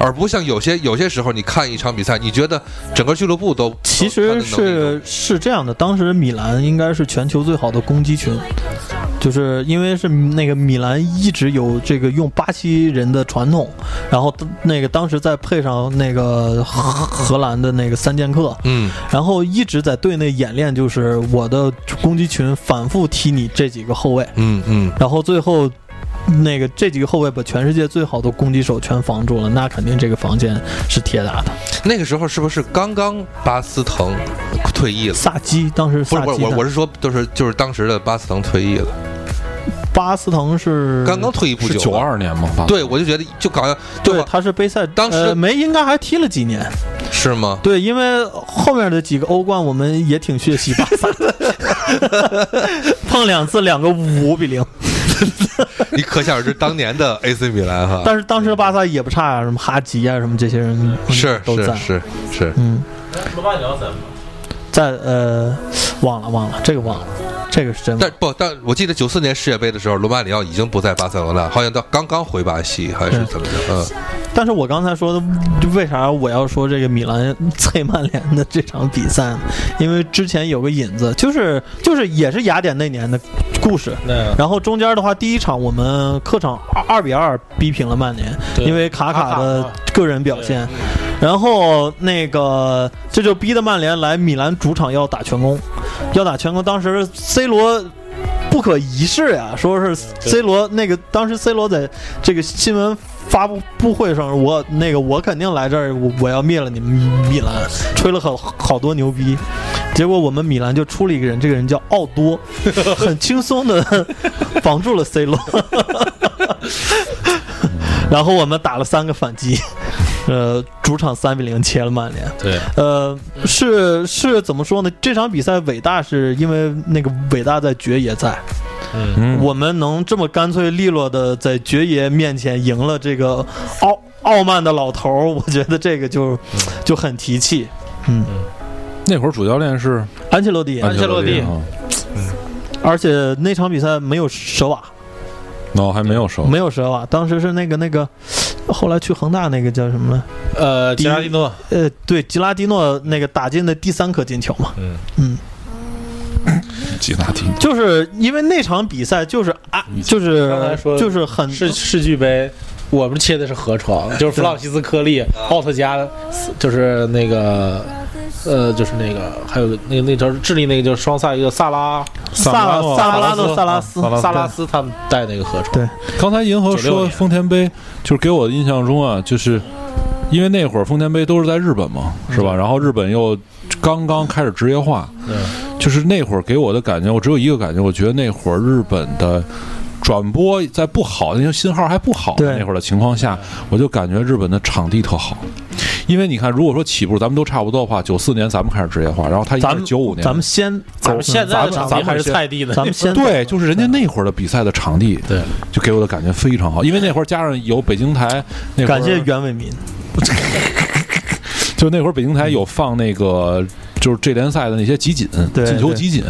而不像有些有些时候，你看一场比赛，你觉得整个俱乐部都
其
哦他的
实
能力都
是是这样的，当时米兰应该是全球最好的攻击群，就是因为是那个米兰一直有这个用巴西人的传统，然后那个当时再配上那个荷荷兰的那个三剑客，
嗯，
然后一直在队内演练，就是我的攻击群反复踢你这几个后卫，
嗯嗯，
然后最后。那个这几个后卫把全世界最好的攻击手全防住了，那肯定这个防线是铁打的。
那个时候是不是刚刚巴斯滕退役了？
萨基当时
不
萨
是
基
不是我
的
我是说就是就是当时的巴斯滕退役了，
巴斯滕是
刚刚退役不
是
久。
九二年吗？发
对，我就觉得就搞像就
对，他是杯赛
当时
呃没应该还踢了几年。
是吗？
对，因为后面的几个欧冠我们也挺血洗巴萨的， 碰两次两个五比零，
你可想而知当年的 AC 米兰哈，
但是当时的巴萨也不差啊，什么哈吉啊什么这些人
是
都
是
在，
是是，
嗯，
罗马鸟怎么？
在呃忘了忘了这个忘了，这个是真的
但。不，但我记得九四年世界杯的时候，罗马里奥已经不在巴塞罗那，好像到刚刚回巴西还是
对
怎么着？嗯，
但是我刚才说的，为啥我要说这个米兰 啐曼联的这场比赛呢？因为之前有个引子，就是就是也是雅典那年的故事。
那
然后中间的话，第一场我们客场二二比二逼平了曼联，
对
因为卡
卡
卡
卡
的
嘛
个人表现。然后那个这就逼得曼联来米兰主场要打全攻，要打全攻。当时 C 罗不可一世呀，说是 C 罗那个当时 C 罗在这个新闻发布布会上，我那个我肯定来这儿，我我要灭了你们米兰，吹了好好多牛逼。结果我们米兰就出了一个人，这个人叫奥多， 很轻松的防住了 C 罗。然后我们打了三个反击，呃，主场三比零切了曼联。
对，
呃，
嗯
是是怎么说呢？这场比赛伟大是因为那个伟大在爵爷在，
嗯，
我们能这么干脆利落的在爵爷面前赢了这个傲傲慢的老头儿，我觉得这个
嗯
就就很提气。嗯，
那会儿主教练是
安切洛蒂，
安切洛蒂
啊，
嗯
而且那场比赛没有舍瓦，
那哦我还没有
哦
收，
没有舍瓦，当时是那个那个，后来去恒大那个叫什么来？
呃，
第一
吉拉蒂诺，
呃，对，吉拉蒂诺那个打进的第三颗进球嘛。
嗯
嗯，
吉拉蒂，
就是因为那场比赛就是啊，就是
刚才说的
就是很
世世俱杯，我们切的是河床，就是弗朗西斯科利、奥特加，就是那个。呃，就是那个，还有那个那叫智利那个叫双萨一个萨拉
萨
拉
拉
诺
萨拉诺萨
萨
拉
拉
斯
萨拉斯他们带那个河床，
刚才银河
96
说
年
丰田杯，就是给我的印象中啊，就是
嗯
因为那会儿丰田杯都是在日本嘛，
嗯
是吧？然后日本又刚刚开始职业化，
对
就是那会儿给我的感觉，我只有一个感觉，我觉得那会儿日本的。转播在不好，那些信号还不好
对
那会儿的情况下，我就感觉日本的场地特好，因为你看，如果说起步咱们都差不多的话，九四年咱们开始职业化，然后他
咱
应
们
是九五年，
咱们先
咱们现在
咱
的场
们
地还是菜地呢，
咱们先
对，就是人家那会儿的比赛的场地，
对，
就给我的感觉非常好，因为那会儿加上有北京台，那会儿
感谢袁伟民。
就那会儿北京台有放那个就是这联赛的那些集锦，
对
进球
对
集锦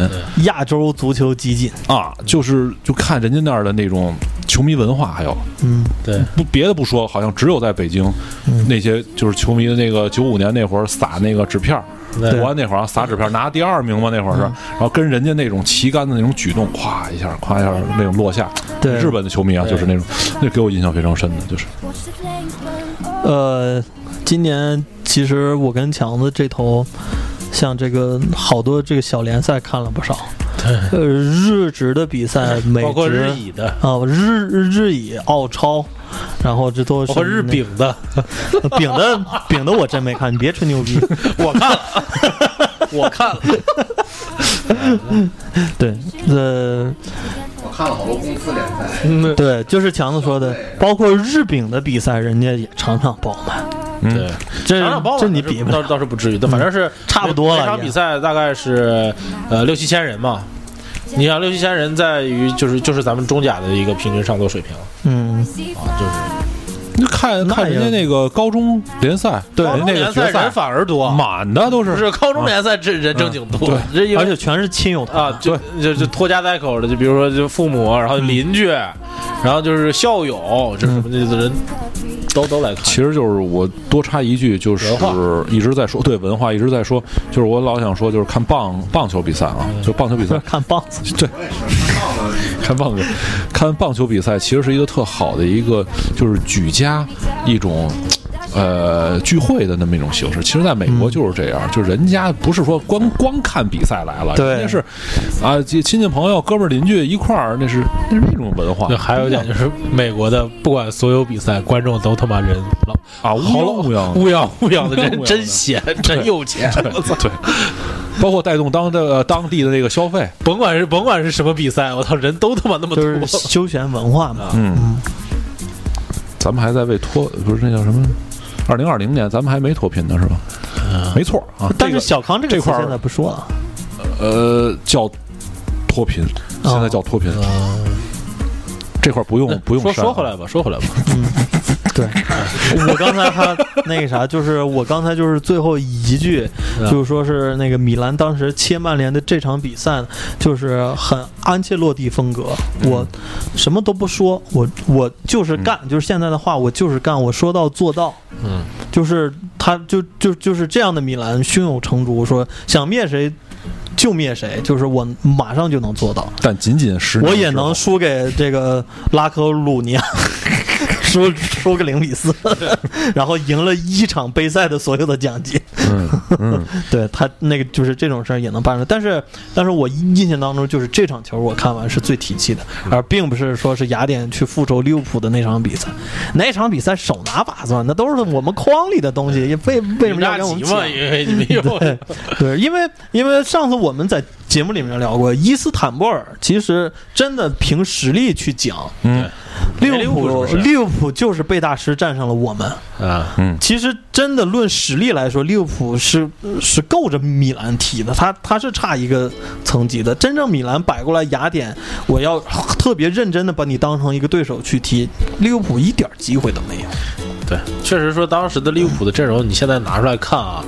亚洲足球集锦，
啊，就是就看人家那儿的那种球迷文化，还有
嗯，
对，
不别的不说，好像只有在北京
嗯
那些就是球迷的那个九五年那会儿撒那个纸片儿。
对
国安那会儿啊撒纸片儿拿第二名嘛，那会儿是，
嗯
然后跟人家那种旗杆的那种举动，咵一下，咵一下那种落下，
对，
日本的球迷啊，
对
就是那种，那给我印象非常深的，就是
呃，今年其实我跟强子这头，像这个好多这个小联赛看了不少，呃，日职的比赛，美
包括日
职
乙的，
啊、日日乙、澳超，然后这都是
包括日
丙
丙的，
丙的丙的我真没看，你别吹牛逼，
我看了，我看了，
对， 呃，
我看了好多公司联赛，
嗯，
对，就是强子说的，包括日丙的比赛，人家也场场爆满，
对。
这
场场爆满
这你
倒
比
是
不
倒
了
是，倒是不至于，但反正是
差不多了
那场比赛大概是呃六七千人嘛。你想六七千人，在于就是就是咱们中甲的一个平均上座水平了
嗯，
啊，就是
那看
那
看人家
也
那个高中联赛，
对
高
人
中
家那
联
个
赛
决
人
赛
反而多，
满的都是
不是高中联赛这人正经多，这因
而
为
且全是亲友团，，
啊就就就拖家带口的，就比如说就父母，然后邻居，然后就是校友，这什么的人都都来看。
其实就是我多插一句，就是
文化
一直在说对文化，一直在说，就是我老想说，就是看棒棒球比赛啊，就棒球 比赛
看棒子，
对，看棒球，看棒球比赛其实是一个特好的一个就是举家一种。呃，聚会的那么一种形式，其实在美国就是这样，就是人家不是说光光看比赛来了，
对
人家是啊，亲亲戚朋友、哥们儿、邻居一块儿，那是那是那种文化
对，还有一点就是美国的，不管所有比赛，观众都他妈人老
啊，乌泱乌泱的
乌泱乌泱的
乌泱乌泱
人
的
真闲，真有钱。我操！
对，包括带动当的呃当地的这个消费，
甭管是甭管是什么比赛，我操，人都他妈那么
就
多。
是休闲文化嘛，
嗯，咱们还在为脱不是那叫什么？二零二零年咱们还没脱贫呢，是吧？没错啊，
但是
这
小康这个
这
词
块儿
现在不说了，
个呃叫脱贫，
哦
现在叫脱贫，嗯这块儿不用 不用
说
删啊
说回来吧，说回来吧，
对， 我刚才还那个啥，就是我刚才就是最后一句，
嗯
就是说是那个米兰当时切曼联的这场比赛，就是很安切洛蒂风格，
嗯
我什么都不说，我我就是干，就是现在的话，我就是干，我说到做到，
嗯，
就是他就就就是这样的米兰胸有成竹，说想灭谁。就灭谁，就是我马上就能做到，
但仅仅十年
我
之
也能
后
输给这个拉科鲁尼亚，输输个零比四，然后赢了一场杯赛的所有的奖金。
嗯嗯，
对他那个就是这种事儿也能办出，但是但是我印象当中就是这场球我看完是最提气的，而并不是说是雅典去复仇利物浦的那场比赛，那场比赛手拿把攥，那都是我们框里的东西，也为为什么要
拉
让我
急
们
嘛？
讲
因为你没有
对，因为因为上次我们在节目里面聊过，伊斯坦布尔其实真的凭实力去讲，
嗯，
利
利
物
物哎浦
浦
是不是
利物浦就是被大师战胜了我们。
啊，
其实真的论实力来说，利物浦是是够着米兰踢的，他他是差一个层级的。真正米兰摆过来雅典，我要特别认真的把你当成一个对手去踢，利物浦一点机会都没有。
对，确实说当时的利物浦的阵容，你现在拿出来看啊，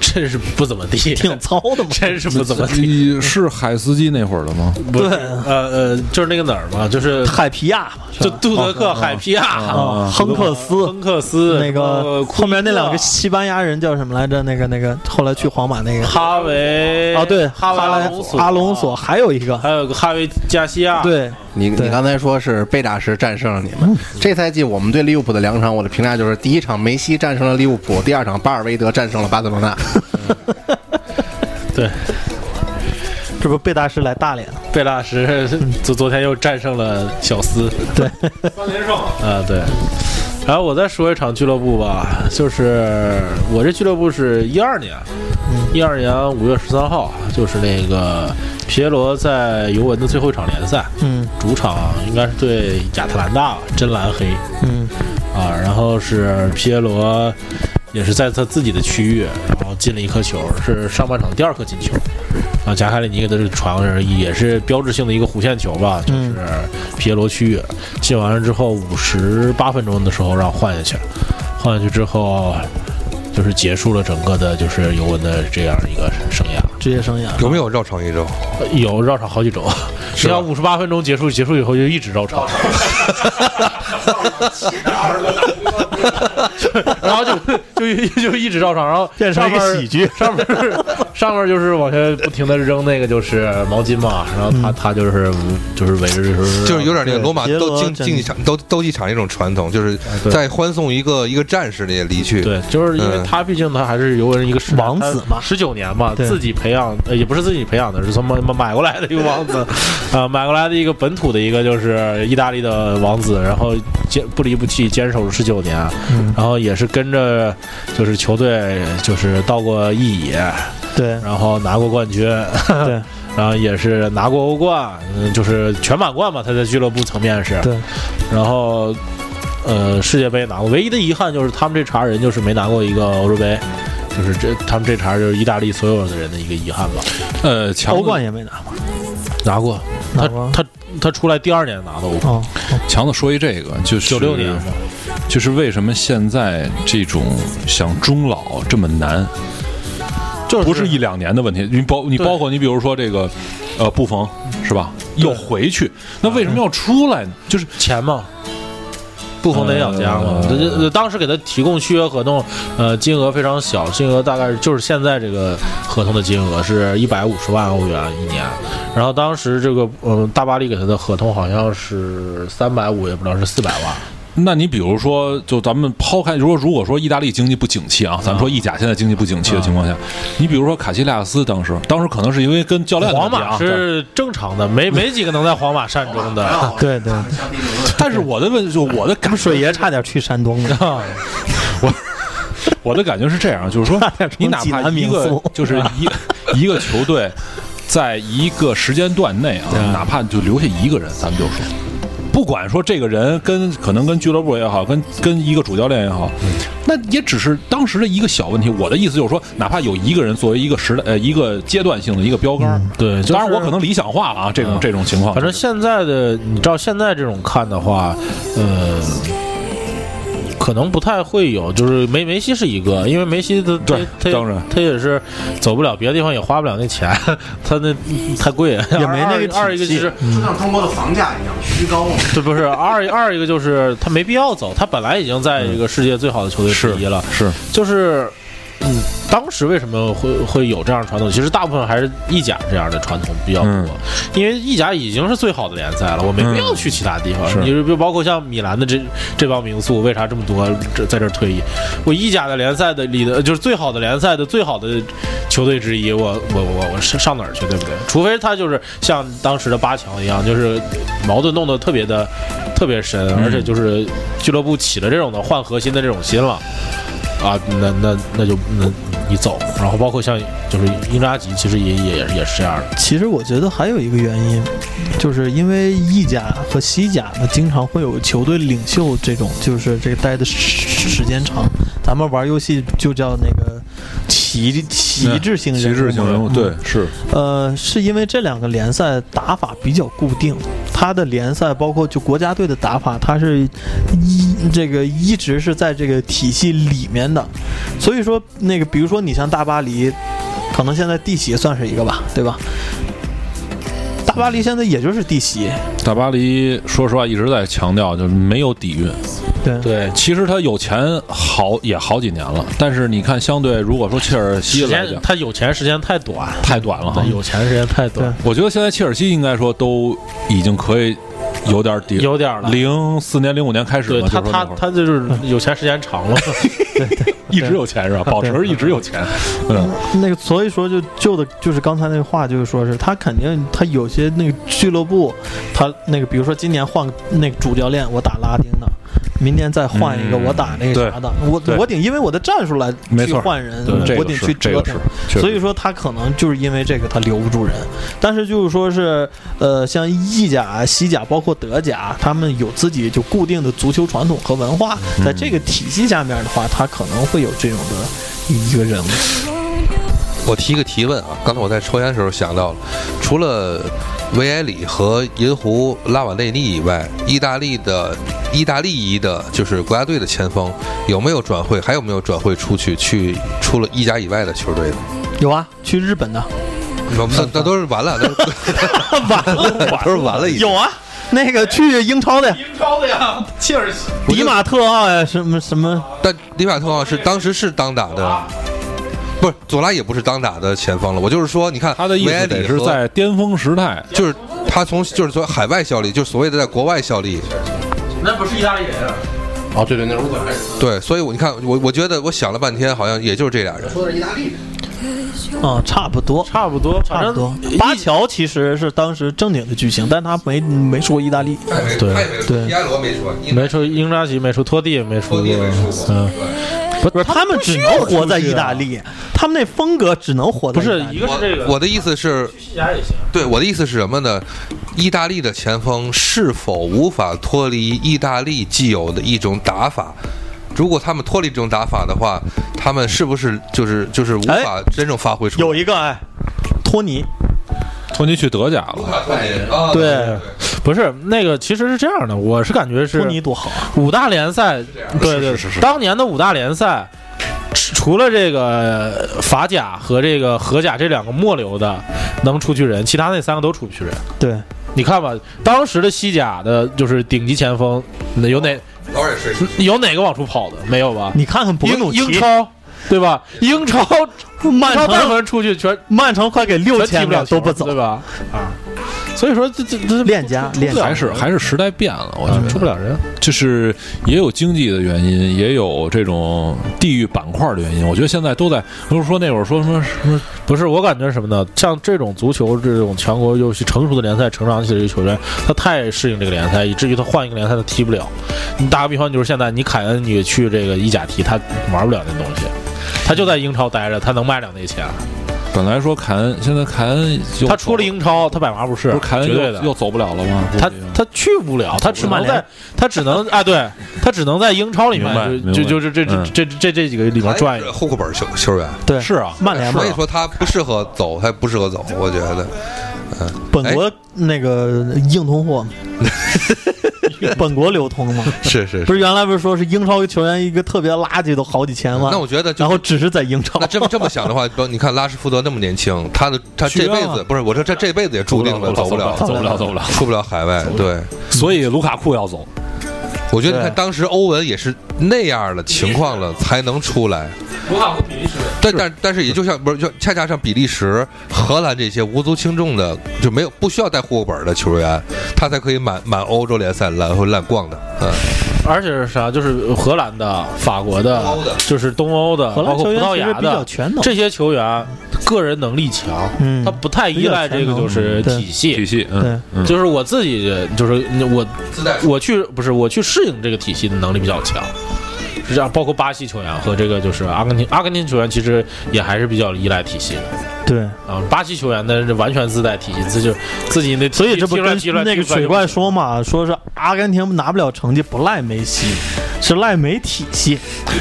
真是不怎么地，
挺糙的嘛，
真是不怎么 地。
你是海斯基那会儿的吗？
不是
对
呃呃，就是那个哪儿嘛，就是
海皮亚嘛，是
就
吧
杜德克、海皮亚、
啊，亨克斯。
亨克斯，
那
呃
个
库
后面那
伊勒
两个西班牙人叫什么来着？那个那个后来去皇马那个
哈维
啊，对，
哈维
阿
隆索、
阿隆索，还有一个，
还有个哈维加西亚，，
对，
你
对
你刚才说是贝大师战胜了你们，这赛季我们对利物浦的两场，我的评价就是：第一场梅西战胜了利物浦，第二场巴尔韦德战胜了巴塞罗那。
这不贝大师来大连了。
贝拉什昨昨天又战胜了小斯，
对，
三连胜啊，对。然后我再说一场俱乐部吧，就是我这俱乐部是一二年，一二年五月十三号，就是那个皮耶罗在尤文的最后一场联赛，
嗯
主场应该是对亚特兰大真蓝黑
嗯
啊，然后是皮耶罗也是在他自己的区域，然后进了一颗球，是上半场第二颗进球。啊，贾凯里尼给他这个传是也是标志性的一个弧线球吧，就是皮耶罗区域进完了之后，五十八分钟的时候让换下去了，换下去之后就是结束了整个的就是尤文的这样一个生涯。
职业生涯
有没有绕场一周？
有绕场好几周，只要五十八分钟结束，结束以后就一直 绕场，然后就就就就一直绕场，然后
变成
上
一个
面
喜剧
上面上面就是往下不停的扔那个就是毛巾嘛，然后
嗯
他他就是就是围着就是
就是有点那个罗马
对
斗
杰罗
竞竞技场斗斗技场那种传统，就是
哎对
在欢送一个一个战士的离去。
对，就是因为他毕竟他还是尤文一个市
王子嘛
十九年嘛，
对
自己培养呃也不是自己培养的，是从买买过来的一个王 子，啊，买过来的一个本土的一个就是意大利的王子，然后坚不离不弃坚守了十九年，然后也是跟着就是球队就是到过意乙，
对
然后拿过冠军，
对
然后也是拿过欧冠，嗯，就是全满贯嘛，他在俱乐部层面是，
对，
然后。呃，世界杯拿过，唯一的遗憾就是他们这茬人就是没拿过一个欧洲杯，就是这他们这茬就是意大利所有的人的一个遗憾吧。
呃，强
欧
子
冠也没拿过，
拿过，
拿
他
过
他他出来第二年拿的欧冠，
哦，
强子说一这个，就是
九六年嘛，
就是为什么现在这种想终老这么难，
就
不是一两年的问题。你包你包括你比如说这个，呃，布冯是吧？又回去，那为什么要出来呢？就是
钱嘛。布冯得养家嘛
呃？
这这当时给他提供续约合同，呃，金额非常小，金额大概就是现在这个合同的金额是一百五十万欧元一年。然后当时这个嗯，大巴黎给他的合同好像是三百五，也不知道是四百万。
那你比如说，就咱们抛开，如果如果说意大利经济不景气啊，啊咱们说意甲现在经济不景气的情况下，你比如说卡西利亚斯当时，当时可能是因为跟教练的
皇
问题
马
啊
是正常的，没没几个能在皇马善终的。
对对，
但是我的问就我的
咱
感
们水爷差点去山东了，
我的感觉是这样，就是 说你哪怕一
南民
个
宿
就是一一个球队。在一个时间段内啊，哪怕就留下一个人，咱们就说，不管说这个人跟可能跟俱乐部也好，跟跟一个主教练也好，
嗯
那也只是当时的一个小问题。我的意思就是说，哪怕有一个人作为一个时代呃一个阶段性的一个标杆儿，
嗯
对，就是
当然我可能理想化了啊，这种、
嗯
这种情况，
反正现在的，你照现在这种看的话，呃，可能不太会有，就是梅梅西是一个，因为梅西他他
对
他
当然
他也是走不了别的地方，也花不了那钱， 他那太贵，也
也没那个体系
二一个就是
就像中国的房价一样虚高嘛。
这不是二二一个就是他没必要走，他本来已经在这个世界最好的球队之一了，
嗯是
就是。嗯，当时为什么会会有这样的传统？其实大部分还是意甲这样的传统比较多，
嗯
因为意甲已经是最好的联赛了，我没必要去其他地方。
是
你就包括像米兰的这这帮名宿，为啥这么多这在这儿退役？我意甲的联赛的里的就是最好的联赛的最好的球队之一，我我我我上上哪儿去，对不对？除非他就是像当时的八强一样，就是矛盾弄得特别的特别深，而且就是俱乐部起了这种的换核心的这种心了。啊，那那那就那你走。然后包括像就是英扎吉，其实也也也是这样的。
其实我觉得还有一个原因，就是因为意甲和西甲呢，经常会有球队领袖这种，就是这个待的时时间长。咱们玩游戏就叫那个旗旗帜性人物
旗
嘛
帜性人物，对，是
呃，是因为这两个联赛打法比较固定，它的联赛包括就国家队的打法，它是一这个一直是在这个体系里面的，所以说那个比如说你像大巴黎，可能现在地席算是一个吧，对吧？大巴黎现在也就是地席，
大巴黎。说实话，一直在强调就是没有底蕴。
对
对，
其实他有钱好也好几年了，但是你看，相对如果说切尔西
时
来
间
讲，
他有钱时间太短，
太短了哈
对。有钱时间太短，
我觉得现在切尔西应该说都已经可以有点底，
有点儿了。
零四年、零五年开始
对
嘛，
他
就是说
他
那会儿
他就是有钱时间长了，
一直有钱是吧？保持一直有钱，嗯，
那个所以说就就的就是刚才那个话，就是说是他肯定他有些那个俱乐部，他那个比如说今年换那个主教练，我打拉丁的，明年再换一个
嗯
我打那个啥的，我
对
我得因为我的战术来
没
去
错
换人
对，这
我
个
得
是
去
这
折
个
腾
是。，确实
所以说他可能就是因为这个他留不住人，但是就是说是呃，像意甲、西甲，包括德甲，他们有自己就固定的足球传统和文化，
嗯
在这个体系下面的话，他可能会有这种的一个人物。
我提一个提问啊，刚才我在抽烟的时候想到了，除了维埃里和银狐拉瓦内利以外，意大利的意大利裔的，就是国家队的前锋，有没有转会？还有没有转会出去去除了意甲以外的球队的？
有啊，去日本的
那那那都是完了，那
完了，
都是完了已经
有。啊，那个去英超的呀，
英超的呀，切尔西
迪马特奥呀，什么什么，
但里瓦特奥啊是当时是当打的，不是佐拉也不是当打的前锋了。我就是说，你看
他的意
维埃
思得
里
是
和
在巅峰时代，
就是他从就是说海外效力，就是所谓的在国外效力。
那不是意大利人啊，
哦，对对，那是乌克兰人。
对，所以我你看我我觉得我想了半天，好像也就是这俩人。
说的是意大利人。
啊、差不多。
差不多，
差
反
不
正
多，巴乔其实是当时正经的巨星，但他没没说意大利。
对
他也没
对
皮埃罗没说，你
没出英扎吉，没出托蒂，没出
托
过
蒂也没出，过
嗯，。
不是，他们只能活在意大利，他们那风格只能活在
不
意大
是
利
一个是这
对
个，
我的意思是，
西甲也行，
对我的意思是什么呢？意大利的前锋是否无法脱离意大利既有的一种打法？如果他们脱离这种打法的话，他们是不是就是就是无法真正发挥出来？
有一个哎，托尼，
托尼去德甲了，
法脱离啊，
对，
不是那个，其实是这样的，我是感觉是
托尼多好啊！
五大联赛，对对，
是是是
当年的五大联赛，除除了这个法甲和这个荷甲这两个末流的能出去人，其他那三个都出不去人。
对，
你看吧，当时的西甲的就是顶级前锋，那有哪
劳尔是
有哪个往出跑的？没有吧？
你看看博
英
努
英
奇，
超对吧？英超
曼
超大部
城
分出去全
曼城快给六
全踢
千
不了
个
球
都不走
对，吧？啊，所以说这这这
练家练家
还是还是时代变了，我觉得
啊出不了人。
就是也有经济的原因，也有这种地域板块的原因。我觉得现在都在，不是说那会儿说什么什么，
不是，我感觉是什么呢？像这种足球这种强国，尤其成熟的联赛成长起来的球员，他太适应这个联赛，以至于他换一个联赛他踢不了。你打个比方，就是现在你凯恩你去这个意甲踢，他玩不了那东西，他就在英超待着，他能卖两那钱。
本来说凯恩，现在凯恩又
他出了英超，他百嘛不
不
是，
是凯恩
绝对
又
的。
又走不了了吗？
他他去不了，他只能在他只能啊，对他只能在英超里面
明白
就
明白
就就这这
嗯
这这这几个里面转
还
悠
是。户口本球球员。
对
是啊
曼联嘛
所，以说他不适合走，他不适合走，我觉得。
本国那个硬通货嘛，本国流通嘛，
是是
不，是原来不是说是英超球员一个特别垃圾都好几千万
那，我觉得
然
就
后。只是在英超
那，这么这么想的话，不，你看拉什福德那么年轻，他的他这辈子不是我说他这辈子也注定了啊走不了，
走不了，走不了。
出不了海外。对，
所以卢卡库要走，
我觉得你看当时欧文也是那样的情况了才能出来。
卢卡库比利时
但但但是也就像不是就恰恰像比利时、荷兰这些无足轻重的就没有不需要带户口本的球员，他才可以满满欧洲联赛烂会烂逛的。嗯，
而且是啥？就是荷兰的、法国的
东欧的，
就是东欧的，
荷
包
兰
括葡
球员
萄
其实
牙
比较
的
全能，
这些球员，个人能力强，
嗯
他不太依赖这个就是
比较全能
体系。
系
对，
嗯
就是我自己，就是我
自带
我去不是我去适应这个体系的能力比较强，让包括巴西球员和这个就是阿根廷阿根廷球员，其实也还是比较依赖体系的
对，
啊。巴西球员呢是完全自带体系，自就自己那
所以这不
踢出来
跟
踢出来
那个
踢出来
水
就
怪说嘛，说是阿根廷拿不了成绩不赖梅西，是赖没体系。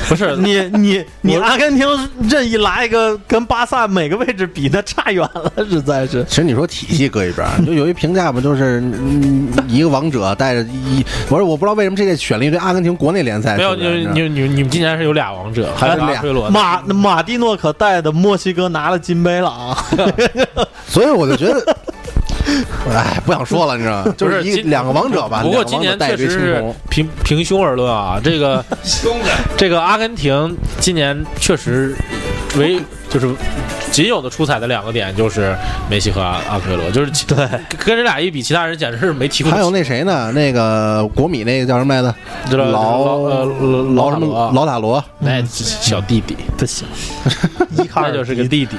不是
你你你
我
阿根廷这一来一个跟巴萨每个位置比，那差远了，实在是。
其实你说体系搁一边儿，就有一评价不就是嗯一个王者带着一，我说我不知道为什么这届选了一堆阿根廷国内联赛
没有
球员
你
呢
你你你们今年是有俩王者，
还是
达
俩
菲罗
马马蒂诺可带的墨西哥拿了金杯了啊！
所以我就觉得， 哎，不想说了，你知 道吗？就
不是
是一
今
两个王者吧，
不过
两个
今
王者
年
带
确
一堆
实
青
是
铜，
平平胸而论啊，这个这个阿根廷今年确实唯就是仅有的出彩的两个点就是梅西和阿阿奎罗，就是对跟这俩一比，其他人简直是没提供。
还有那谁呢？那个国米那个叫什么来着？
知道
劳
呃
劳
劳
什
塔罗
么？劳塔罗？
那小弟弟，
不 行，伊卡
那
尔
就是个弟弟，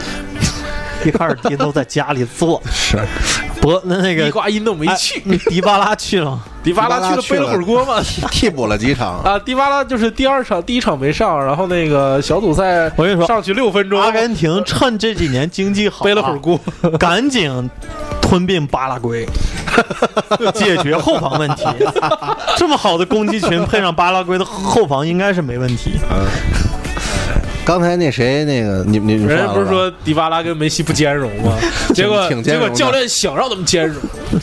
伊卡尔迪都在家里坐，
是
博那那
伊
个
瓜因都没
哎
去，
迪巴拉去 了吗，
迪巴拉去了背了会儿锅嘛。
替补了几场，
啊，迪巴拉就是第二场，第一场没上，然后那个小组赛
我跟你说。
上去六分钟，
阿根廷趁这几年经济好、啊，
背了会儿锅。
赶紧吞并巴拉圭，解决后防问题。 这么好的攻击群配上巴拉圭的后防，应该是没问题。
刚才那谁那个你你你
人家
了
不是
吧
说迪巴拉跟梅西不兼容吗？结果
挺兼
结
容
果
的
教练想让他们兼 容，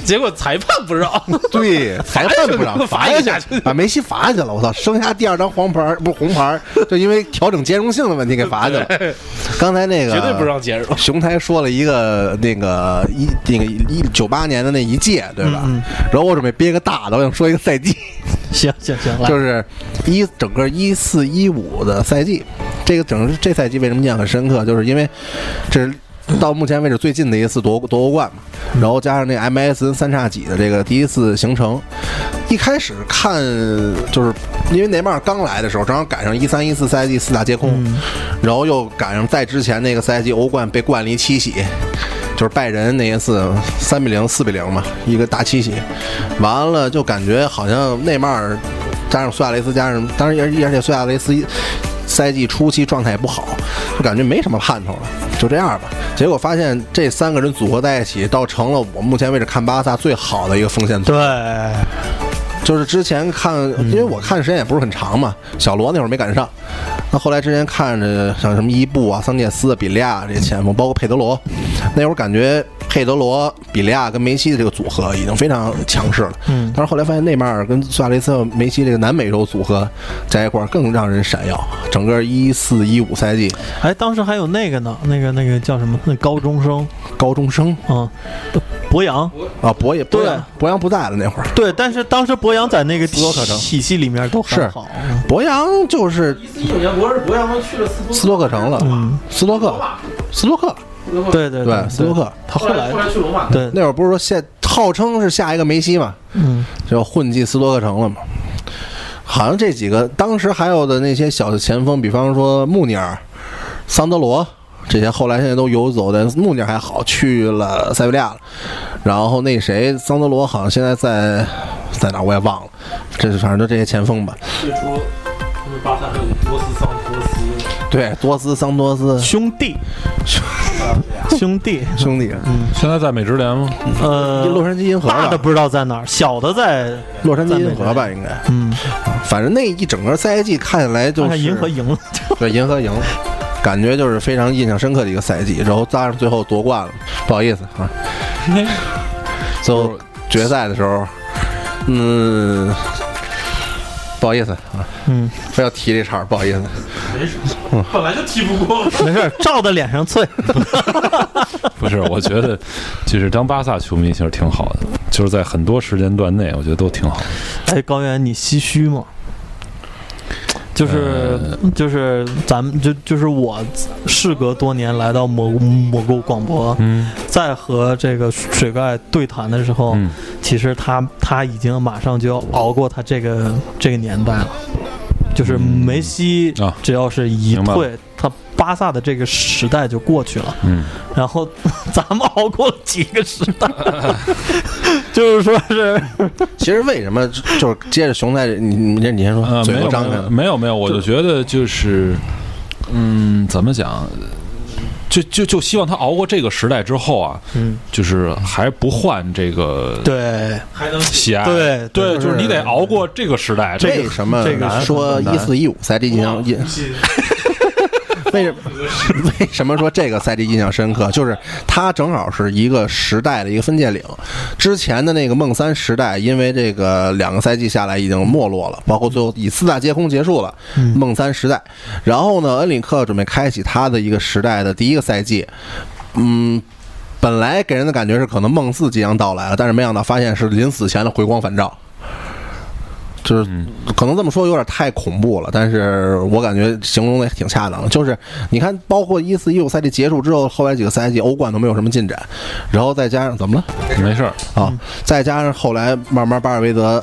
结果裁判不让。
对裁判不让
哎罚
罚
一下
下去，把梅西罚下去了。我操，生下第二张黄牌儿不是红牌儿，就因为调整兼容性的问题给罚下去了。刚才那个
绝对不让兼容。
熊台说了一个那个一那个一九八年的那一届，对吧？
嗯嗯
然后我准备憋个大的，我想说一个赛季，
行行行，来，
就是一整个一四一五的赛季，这个整个这赛季为什么印象很深刻？就是因为这是到目前为止最近的一次夺夺欧冠嘛，然后加上那 MSN 三叉戟的这个第一次形成。一开始看就是因为内马尔刚来的时候，正好赶上一三一四赛季四大皆空，
嗯
然后又赶上在之前那个赛季欧冠被冠了一七喜，就是拜仁那一次三比零、四比零嘛，一个大七喜，完了就感觉好像内马尔加上苏亚雷斯加上，当然而而且苏亚雷斯一赛季初期状态也不好，就感觉没什么盼头了，就这样吧。结果发现这三个人组合在一起，倒成了我目前为止看巴萨最好的一个锋线组合
对，
就是之前看，因为我看时间也不是很长嘛，小罗那会儿没赶上。那后来之前看着像什么伊布啊、桑切斯、比利亚这些前锋，包括佩德罗，那会儿感觉佩德罗、比利亚跟梅西的这个组合已经非常强势了。
嗯
但是后来发现内马尔跟苏亚雷斯、梅西这个南美洲组合在一块儿更让人闪耀。整个一四一五赛季，
哎，当时还有那个呢，那个那个叫什么？那高中生
高中生
啊，博扬。
啊，博也博
对
扬博扬不在了那会儿，
对，但是当时博扬在那个体
斯托克城
体系里面都
是
很好。
博扬就是
一四一五年，博博扬去了斯
斯托克城了，
嗯，
斯托克，斯托克，
对对
对，斯托克。
他后来
来去罗马
对，
那会儿不是说现号称是下一个梅西嘛，
嗯，
就混迹斯托克城了嘛。好像这几个当时还有的那些小前锋，比方说穆尼尔、桑德罗这些，后来现在都游走的。穆尼尔还好，去了塞维利亚了。然后那谁，桑德罗好像现在在在哪儿我也忘了。这是反正就这些前锋吧。
最初。巴萨还有多斯桑托斯，
对，多斯、桑多斯
兄弟， 兄弟，
兄弟，
现在在美职联吗？
呃，
洛杉矶银河
大的
吧，
不知道在哪儿，小的在
洛杉矶银河吧，应该。
嗯，
反正那一整个赛季看下来就
啊
看
是
看银河赢了。
对，银河赢，感觉就是非常印象深刻的一个赛季。然后加上最后夺冠了，不好意思啊，最后决赛的时候，嗯，不好意思啊，
嗯，
非要提这茬儿，不好意思。
本来就踢不过。
没事儿，照的脸上脆。
不是，我觉得就是当巴萨球迷其实挺好的，就是在很多时间段内，我觉得都挺好。
哎，高原，你唏嘘吗？就是就是咱们就就是我，事隔多年来到蘑菇蘑菇广播，
嗯
在和这个水怪对谈的时候，
嗯，
其实他他已经马上就要熬过他这个这个年代了。就是梅西
嗯啊
只要是一
明白了
退，他巴萨的这个时代就过去了。
嗯，
然后 咱们熬过了几个时代， 就是说 是
其实为什么就是接着熊在这你你你先说，
呃，
嘴
没
都
有
张开了，
没有没有，我就觉得就是，嗯，怎么讲？就就就希望他熬过这个时代之后啊，
嗯，
就是还不换这个
对
还能
喜爱，
对
对，
就
就是
是
你得熬过这个时代，
为什么
这个
说一四一五赛季印象印？ 为什么 为什么说这个赛季印象深刻？就是它正好是一个时代的一个分界岭。之前的那个梦三时代，因为这个两个赛季下来已经没落了，包括最后以四大皆空结束了
嗯
梦三时代。然后呢，恩里克准备开启他的一个时代的第一个赛季，嗯。本来给人的感觉是可能梦四即将到来了，但是没想到发现是临死前的回光返照，就是可能这么说有点太恐怖了，但是我感觉形容的也挺恰当的。就是你看，包括一四一五赛季结束之后，后来几个赛季欧冠都没有什么进展，然后再加上怎么了
没事儿，
啊？再加上后来慢慢巴尔韦德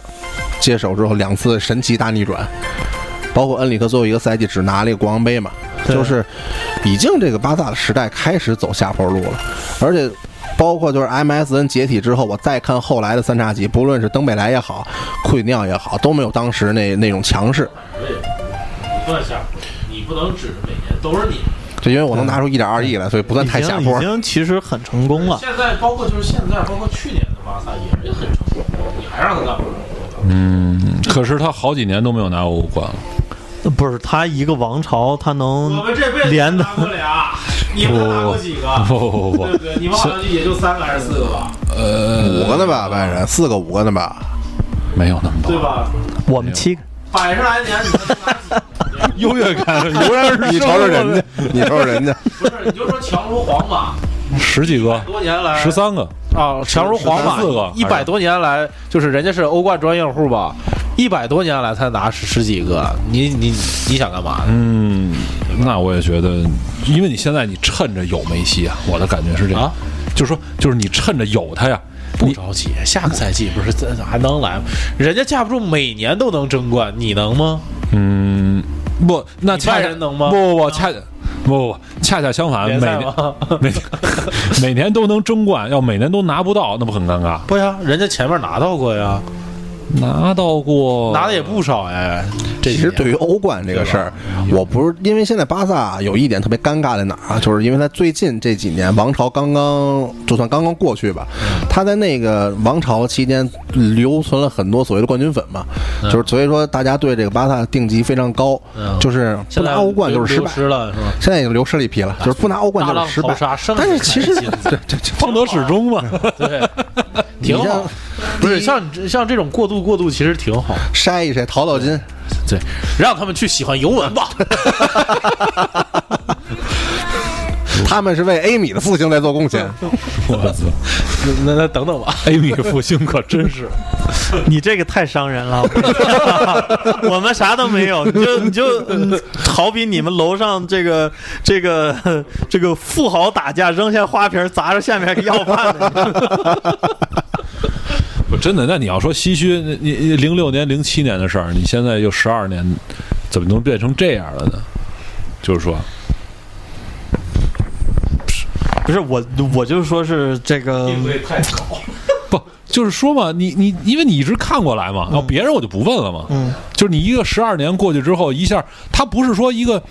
接手之后，两次神奇大逆转，包括恩里克最后一个赛季只拿了一个国王杯嘛，
对
就是已经这个巴萨的时代开始走下坡路了，而且。包括就是 MSN 解体之后，我再看后来的三叉戟，不论是登贝莱也好，库里尼奥也好，都没有当时那那种强势。
算下，你不能指着每年都是你。
就因为我能拿出一点二亿来，所以不算太
已
下
经
坡
已。经其实很成功了。
现在包括就是现在，包括去年的巴萨也是很成功，你还让他 干嘛？
可是他好几年都没有拿过欧冠了。
不是他一个王朝，他能
这辈
连的
过 俩，啊你几个？
不不不不，
对？你们好像就也就三个还是四个吧，
五个呢吧，拜仁四个五个呢吧，
没有那么多
吧？
我们七个
百十来年你才拿几个？
优越感，
不是你瞅瞅人家，你瞅瞅人家，
不是，你就说强如皇马，
十几个，
多年来
十三个，
啊，强如皇马
十四个
一百多年来，就是人家是欧冠专业户吧，一百多年来才拿十十几个，你你你想干嘛？
嗯，那我也觉得，因为你现在你趁着有梅西啊，我的感觉是这样，
啊
就是说，就是你趁着有他呀，
不
你
着急，下个赛季不是这还能来吗？人家架不住每年都能争冠，你能吗？
嗯，不，那
你
恰
拜
恰
仁能吗
不不不，恰不不不，恰恰相反，每
联赛
年
吗？
每每年都能争冠，要每年都拿不到，那不很尴尬？
不呀，人家前面拿到过呀，
拿到过，
拿的也不少哎。这
哦其实对于欧冠这个事儿，我不是因为现在巴萨有一点特别尴尬在哪儿啊，就是因为他最近这几年王朝刚刚就算刚刚过去吧，
嗯
他在那个王朝期间留存了很多所谓的冠军粉嘛，
嗯
就是所以说大家对这个巴萨定级非常高，就是不
现在
拿欧冠就是失
流
败。
失了是吧？
现在已经流失了一批了，就是不拿欧冠
大
就
浪
是失败
淘。沙，剩
但是其实
下 的才是金子
方得始终嘛。
对，
你
挺
像
好。不是像你这像这种过渡过渡，其实挺好。
筛一筛，淘淘金。
对，让他们去喜欢尤文吧。
他们是为 A 米的复兴在做贡献。
嗯
我操
那那等 等吧，
，A 米复兴可真是，
你这个太伤人了， 我们啥都没有，你就你就、嗯好比你们楼上这个这个这个富豪打架扔下花瓶砸着下面个要饭的，
我真的。那你要说唏嘘，那你零六年、零七年的事儿，你现在就十二年，怎么能变成这样了呢？就是说，
不是我我就说是这个，
太吵。
不就是说嘛，你你因为你一直看过来嘛，然后别人我就不问了嘛。
嗯，
就是你一个十二年过去之后，一下它不是说一个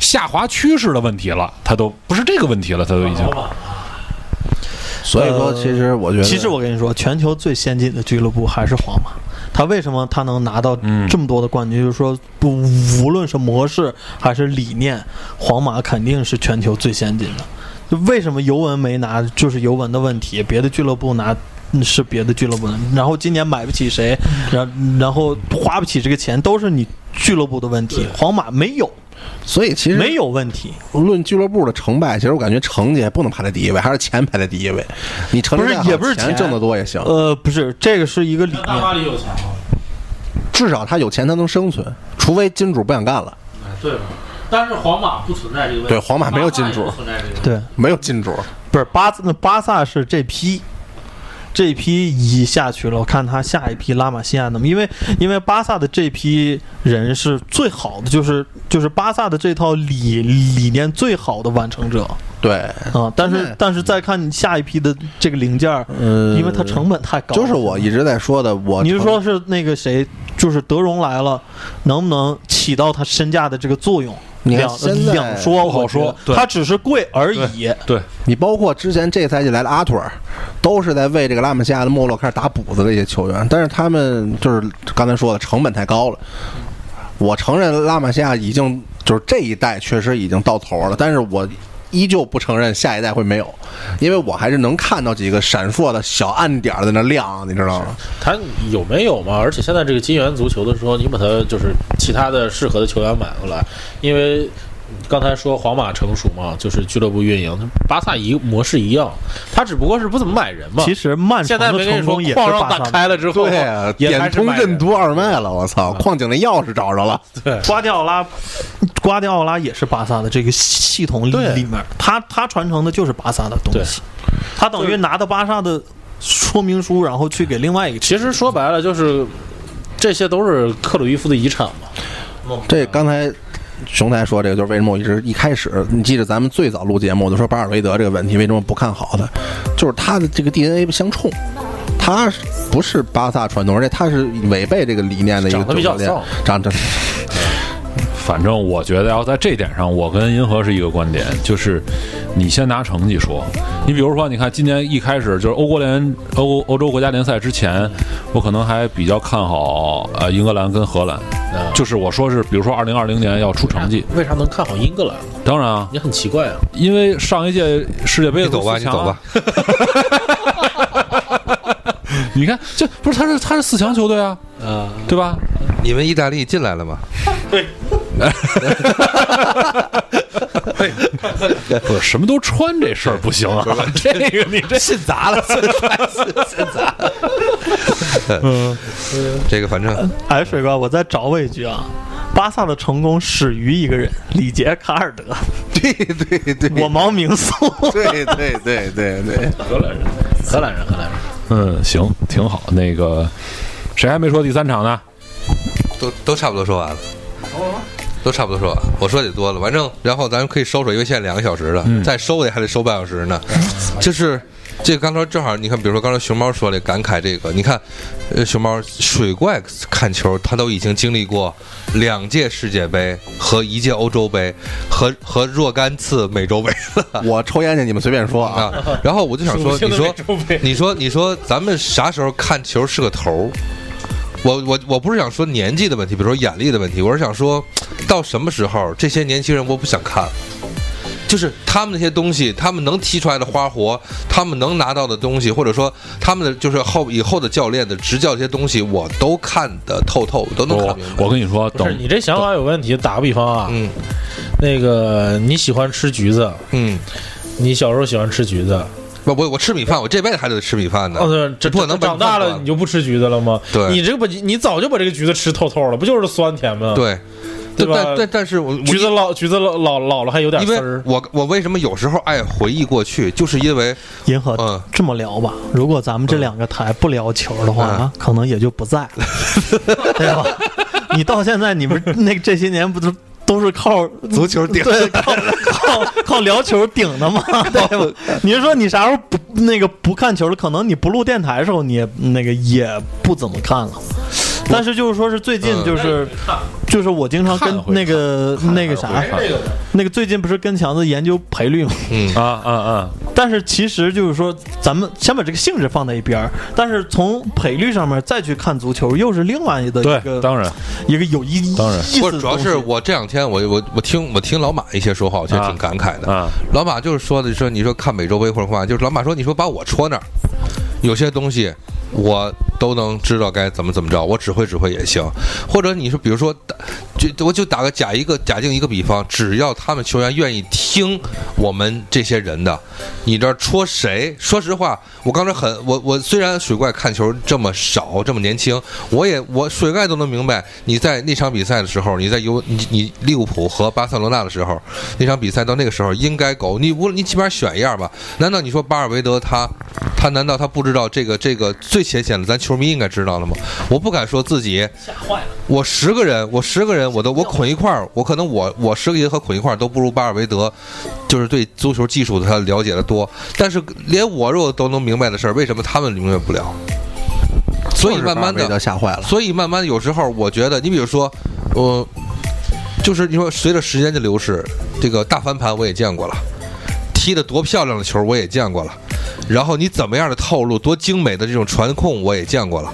下滑趋势的问题了，它都不是这个问题了，它都已经。
所以说，
呃
其实我觉得，
其实我跟你说，全球最先进的俱乐部还是皇马。他为什么他能拿到
嗯
这么多的冠军？就是说，不无论是模式还是理念，皇马肯定是全球最先进的。就为什么尤文没拿，就是尤文的问题，别的俱乐部拿。嗯是别的俱乐部的，然后今年买不起谁，然然后花不起这个钱，都是你俱乐部的问题。皇马没有，
所以其实
没有问题，
论俱乐部的成败，其实我感觉成绩也不能排在第一位，还是钱排在第一位。你成绩
不是
再好
也不是
钱
钱
挣得多也行，
呃，不是这个是一个理念，
黎有钱吗？
至少他有钱他能生存，除非金主不想干了。
对吧？但是皇马不存在这个问
对，皇马没有金主，
存在这个问题。
对，
没有金主，
不是巴萨，那巴萨是这批，这一批已下去了，我看他下一批拉玛西亚那么，因为因为巴萨的这批人是最好的，就是就是巴萨的这套理理念最好的完成者
对，
啊、但
哎真
是
的
但是再看你下一批的这个零件儿，
呃，
因为它成本太高了，
就是我一直在说的，我
你是
成
说是那个谁，就是德容来了，能不能起到它身价的这个作用？
你看
两呃
现在
两说，
不好
我觉得
说对
它只是贵而已。
你包括之前这赛季来的阿图尔，都是在为这个拉姆西亚的没落开始打补子的一些球员，但是他们就是刚才说的成本太高了。我承认拉玛西亚已经就是这一代确实已经到头了，但是我依旧不承认下一代会没有，因为我还是能看到几个闪烁的小暗点儿在那亮，你知道吗？
他有没有嘛？而且现在这个金元足球的时候，你把他就是其他的适合的球员买过来，因为刚才说皇马成熟嘛，就是俱乐部运营，巴萨一模式一样，他只不过是不怎么买人嘛。
其实曼城
现在
的
没跟你
成
说
功也是
矿让
巴
打
萨的，
开了之后，
对啊，
也
点
开始
通
买人啊
任督二脉了，我操！矿井的钥匙找着了，
瓜迪奥拉，瓜迪奥拉也是巴萨的这个系统里
对
里面，他他传承的就是巴萨的东西，他等于拿到巴萨的说明书，然后去给另外一个
其实说白了就是这些都是克鲁伊夫的遗产嘛。
这刚才熊台说这个，就是为什么我一直一开始，你记得咱们最早录节目，我就说巴尔韦德这个问题为什么不看好他，就是他的这个 DNA 不相冲，他是不是巴萨传统，而且他是违背这个理念的一个
长得比较
教练
丧，
长得
反正我觉得要在这点上，我跟银河是一个观点，就是你先拿成绩说。你比如说，你看今年一开始就是欧国联、欧欧洲国家联赛之前，我可能还比较看好呃英格兰跟荷兰，
嗯
就是我说是，比如说二零二零年要出成绩。
为啥能看好英格兰？
当然啊，
也很奇怪啊。
因为上一届世界杯
你
的
走吧，
四
你
强啊
走吧，。
你看这不是他是他是四强球队啊，
嗯
啊，
对吧？
你们意大利进来了吗？
不是什么都穿这事儿不行啊， 这个你这
信砸了，
这个反正
哎，水哥，我再找我一句啊，巴萨的成功始于一个人，里杰卡尔德，
对对对，
我毛明素。
对对对对对，
荷兰人，荷兰人，
嗯行挺好。那个谁还没说第三场呢？
都都差不多说完了。都差不多说完了，我说的也多了，反正然后咱们可以收手，因为现在两个小时了，再收的还得收半小时呢。就是这刚才正好，你看，比如说刚才熊猫说的感慨这个，你看，呃，熊猫水怪看球，他都已经经历过两届世界杯和一届欧洲杯和和若干次美洲杯了。
我抽烟去，你们随便说啊，
啊。然后我就想说，
属性
你
的
说
那种呗，
你说，你说，咱们啥时候看球是个头儿？我我我不是想说年纪的问题，比如说眼力的问题，我是想说，到什么时候这些年轻人我不想看，就是他们那些东西，他们能踢出来的花活，他们能拿到的东西，或者说他们的就是后以后的教练的执教这些东西，我都看得透透，我都能
哦
看
我
明白。
我跟你说，
不是
等
你这想法有问题。打个比方啊，
嗯
那个你喜欢吃橘子，
嗯，
你小时候喜欢吃橘子，
我我我吃米饭，我这辈子还得吃米饭呢。
哦，对，这
不可能把
长大
你放
了
过
你就不吃橘子了吗？
啊对
你这个把你早就把这个橘子吃透透了，不就是酸甜吗？，
对，
对吧
但但但是我我
橘子老橘子老老老了还有点
因
丝
为
儿。
我我为什么有时候爱回忆过去，就是因为
银河，
嗯
这么聊吧，如果咱们这两个台不聊球的话，
嗯
可能也就不在了，对吧？你到现在，你们那这些年不都都是靠
足球顶
对，靠靠靠聊球顶的嘛，对吧？你是说你啥时候不那个不看球了？可能你不录电台的时候，你也那个也不怎么看了。但是就是说是最近
嗯
就是、就是我经常
看
跟
会
那个那个啥
看
那个最近不是跟强子研究赔率吗？
嗯
啊啊啊！
但是其实就是说，咱们先把这个性质放在一边儿，但是从赔率上面再去看足球，又是另外的
呃
一
对，
个
当然
一个有意
当然
意思
不是，
的
主要
东
是
西
我这两天我我我听我听老马一些说话，我觉得
啊
挺感慨的。
啊，
老马就是说的说你说看美洲杯或者干嘛，就是老马说你说把我戳那儿，有些东西我都能知道该怎么怎么着，我指挥指挥也行。或者你说比如说，就我就打个假一个假定一个比方，只要他们球员愿意听我们这些人的，你这儿戳谁？说实话，我刚才很我我虽然水怪看球这么少这么年轻，我也我水怪都能明白，你在那场比赛的时候，你在尤你你利物浦和巴塞罗那的时候，那场比赛到那个时候应该狗，你无论你起码选一样吧？难道你说巴尔韦德他他难道他不知道这个这个最浅显的，咱球迷应该知道了吗？我不敢说自己吓坏了。我十个人，我十个人，我都我捆一块儿，我可能我我十个人和捆一块儿都不如巴尔维德，就是对足球技术的他了解的多。但是连我如果都能明白的事儿，为什么他们明白不了？所以慢慢的
都吓坏了。
所以慢慢有时候，我觉得，你比如说，我、就是你说随着时间的流逝，这个大翻盘我也见过了，踢得多漂亮的球我也见过了，然后你怎么样的套路，多精美的这种传控我也见过了，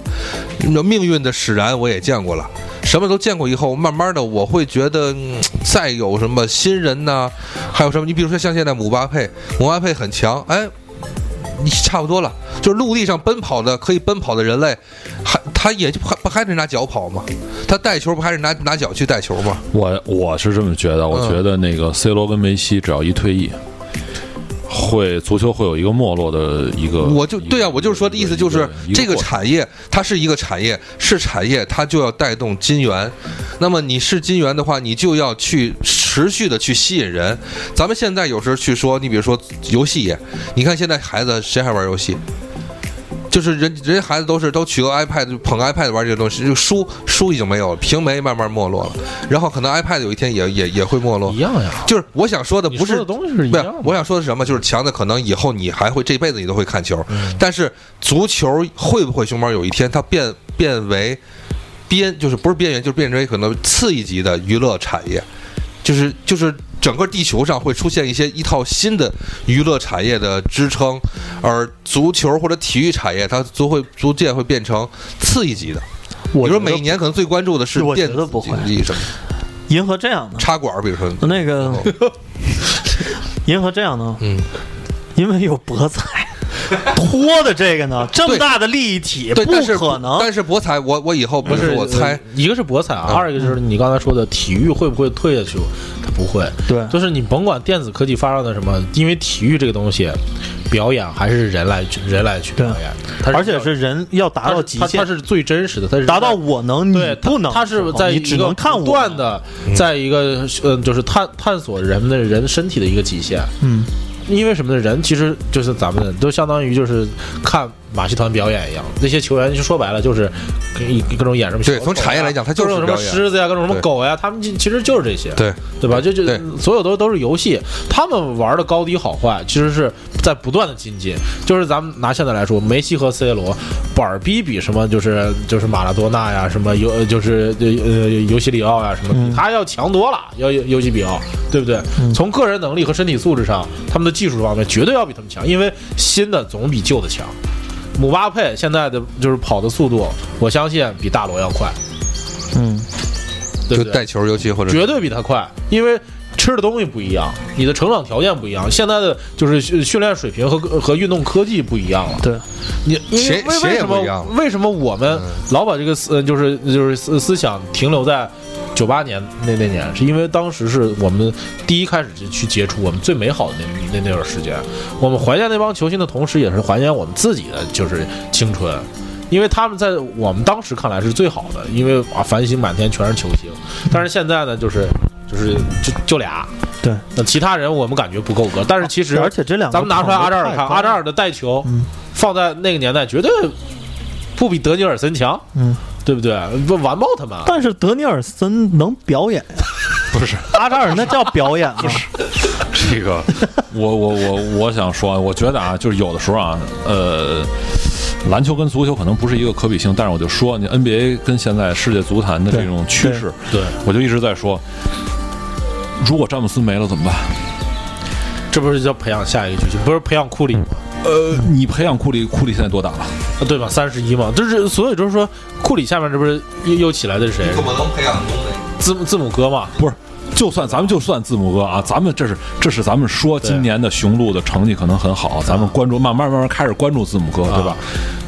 那命运的使然我也见过了。什么都见过以后，慢慢的我会觉得，嗯再有什么新人呐、还有什么？你比如说像现在姆巴佩，姆巴佩很强，哎，你差不多了，就是陆地上奔跑的可以奔跑的人类，还他也就还不还得拿脚跑吗？他带球不还是拿拿脚去带球吗？
我我是这么觉得，我
嗯
觉得那个 C 罗跟梅西只要一退役，会足球会有一个没落的一个。
我就对啊，
一个
我就是说的意思就是，
呃一
这个
过程
产业它是一个产业，是产业它就要带动金元。那么你是金元的话，你就要去持续的去吸引人。咱们现在有时候去说，你比如说游戏业，你看现在孩子谁还玩游戏？就是人，人家孩子都是都取个 iPad，就捧个 iPad 玩这个东西，就书书已经没有了，屏媒慢慢没落了，然后可能 iPad 有一天也也也会没落
一。样呀，
就是我想说的
你
不是
说的东西是一
不
样
是
的，。
我想说的是什么？就是强的，可能以后你还会这辈子你都会看球，
嗯
但是足球会不会熊猫有一天它变变为边，就是不是边缘，就是变成为可能次一级的娱乐产业，就是就是。整个地球上会出现一些一套新的娱乐产业的支撑，而足球或者体育产业，它逐会逐渐会变成次一级的。比
我
如说
觉得
每年可能最关注的是
我觉
电
得
子
不会
竞技什么
银河这样的，
插管，比如说
那 个银河这样呢，
嗯，
因为有博彩。拖的这个呢，这么大的利益体，
对，
不
但是
可能。
但是博彩，我我以后不
不是
是我猜
呃，一个是博彩啊，
嗯
二一个就是你刚才说的体育会不会退下去？它不会，
对
就是你甭管电子科技发展的什么，因为体育这个东西，表演还是人来去人来去表
对
演，它
而且是人要达
达
到极
它
限，
是最真实的，它是
达到我能，你
对它
不能的时候。哦
它是在
你
一
只
个
能看
不
我
断的，
嗯
在一个呃，就是探探索人们的人身体的一个极限。
嗯，
因为什么呢？人其实就是咱们都相当于就是看马戏团表演一样，那些球员就说白了就是各各种演什么小丑
对
啊、
从产业来讲它就
各
是
种什么
表演
狮子呀、各种什么
对
狗呀，他们其其实就是这些，
对。
对吧？就就
对
所有都都是游戏，他们玩的高低好坏其实是在不断的精进。就是咱们拿现在来说，梅西和 C 罗板儿逼比什么，就是就是马拉多纳呀，什么尤就是呃尤西里奥呀，什么比他要强多了，要尤尤西比奥，对不对？从个人能力和身体素质上，他们的技术方面绝对要比他们强，因为新的总比旧的强。姆巴佩现在的就是跑的速度，我相信比大罗要快，
嗯，
对
就
不对？
带球，尤其或者
绝对比他快，因为吃的东西不一样，你的成长条件不一样，现在的就是训训练水平和和运动科技不一样了。
对，
你因为
谁
为
谁
为
也
什
不一样
么
了
为什么我们老把这个思呃就是就是思思想停留在九八年那那年，是因为当时是我们第一开始去接触我们最美好的那那那段时间，我们怀念那帮球星的同时，也是怀念我们自己的就是青春。因为他们在我们当时看来是最好的，因为啊，繁星满天全是球星。但是现在呢，就是就是就就俩，
对，
那其他人我们感觉不够格。但是其实，
而且这两个
咱们拿出来阿扎尔看，阿扎尔的带球，
嗯
放在那个年代绝对不比德尼尔森强，
嗯，
对不对？不完爆他们。
但是德尼尔森能表演，
啊 不是
阿扎尔那叫表演啊，
这个，我我我我想说，我觉得啊，就是有的时候啊，呃，篮球跟足球可能不是一个可比性，但是我就说，你 NBA 跟现在世界足坛的这种趋势，
对，
我就一直在说，如果詹姆斯没了怎么办？
这不是叫培养下一个球星，不是培养库里吗？
呃，你培养库里，库里现在多大了？
啊对吧？三十一嘛，就是所以就是说，库里下面这不是又又起来的是谁？
怎么能培养出
字母字母哥嘛？
不是，就算咱们就算字母哥啊，咱们这是这是咱们说今年的雄鹿的成绩可能很好，咱们关注慢慢慢慢开始关注字母哥，对吧？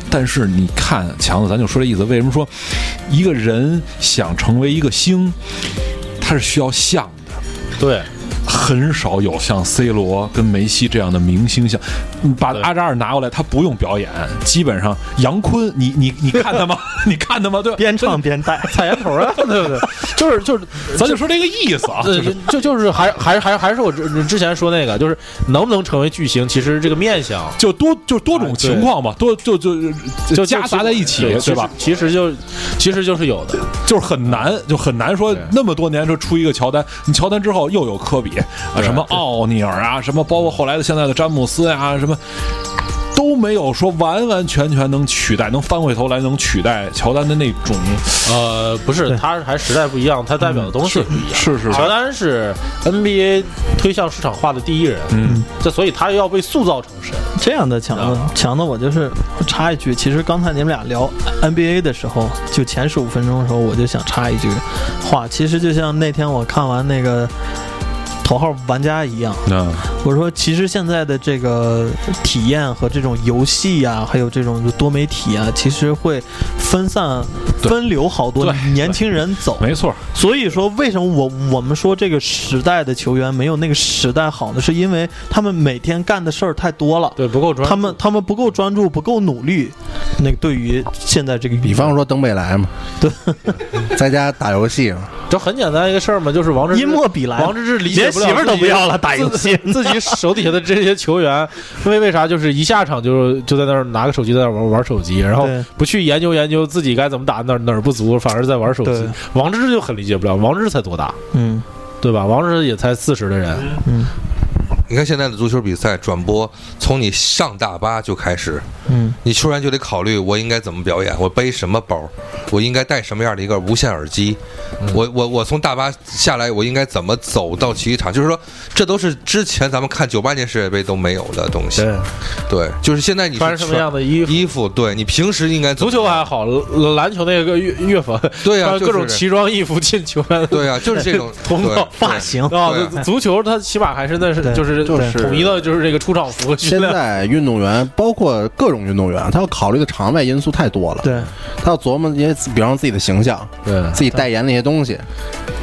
但是你看强子，咱就说这意思，为什么说一个人想成为一个星，他是需要像的。
对，
很少有像 C 罗跟梅西这样的明星像，你把阿扎尔拿过来，他不用表演，基本上杨坤，你你你看他吗？ 你看他吗？对吧，
边唱边带，
踩烟头 啊，对不对？就是就是，
咱就说这个意思啊，
呃
就是，
就就是还还还还是我之之前说那个，就是能不能成为巨星，其实这个面相
就多就多种情况嘛，多就就
哎就
夹杂在一起，
对
对吧？？
其实其实就其实就是有的，
就是很难，就很难说
对
那么多年就出一个乔丹，你乔丹之后又有科比啊，什么奥尼尔啊，什么包括后来的现在的詹姆斯啊，什么都没有说完完全全能取代，能翻回头来能取代乔丹的那种，
呃，不是，他还时代不一样，他代表的东西不一样。
嗯是是
乔丹是 NBA 推向市场化的第一人，嗯，这所以他要被塑造成神。
这样的强子，
啊
强子，我就是插一句，其实刚才你们俩聊 NBA 的时候，就前十五分钟的时候，我就想插一句话，其实就像那天我看完那个头号玩家一样，
嗯，
我说其实现在的这个体验和这种游戏啊，还有这种就多媒体啊，其实会分散
对
分流好多
对
年轻人走，
没错，
所以说，为什么我我们说这个时代的球员没有那个时代好呢？是因为他们每天干的事儿太多了。
对，不够专注
他们他们不够专注，不够努力，那个对于现在这个
比方说登贝莱嘛，
对，
在家打游戏 嘛，
这很简单一个事儿嘛，就是王治
因莫比莱
王，治郅理解
连
不了
媳妇儿都不要了， 打
自
游戏
己自己手底下的这些球员，因为为啥就是一下场就就在那儿拿个手机在那儿玩玩手机，然后
对
不去研究研究自己该怎么打哪儿哪儿不足，反而在玩手机
对。
王治郅就很理解不了，王治郅才多大，
嗯
对吧？王治郅也才四十的人，
嗯
你看现在的足球比赛转播，从你上大巴就开始，
嗯，
你突然就得考虑我应该怎么表演，我背什么包，我应该戴什么样的一个无线耳机，
嗯
我我我从大巴下来，我应该怎么走到体育场？就是说，这都是之前咱们看九八年世界杯都没有的东西。
对，
对，就是现在你是
穿什么样的衣服？
衣服？对你平时应该怎
足
么
球还好，篮篮球那个乐乐风，
对啊
穿
就是
各种奇装异服进球 门。
对啊，就是这 种
通道
对
发型
啊
对，
足球它起码还是那是
对
就是
就是
统一的，就是这个出场服。
现在运动员包括各种运动员，他要考虑的场外因素太多了，
对，
他要琢磨一些，比方说自己的形象，
对，
自己代言那些东西，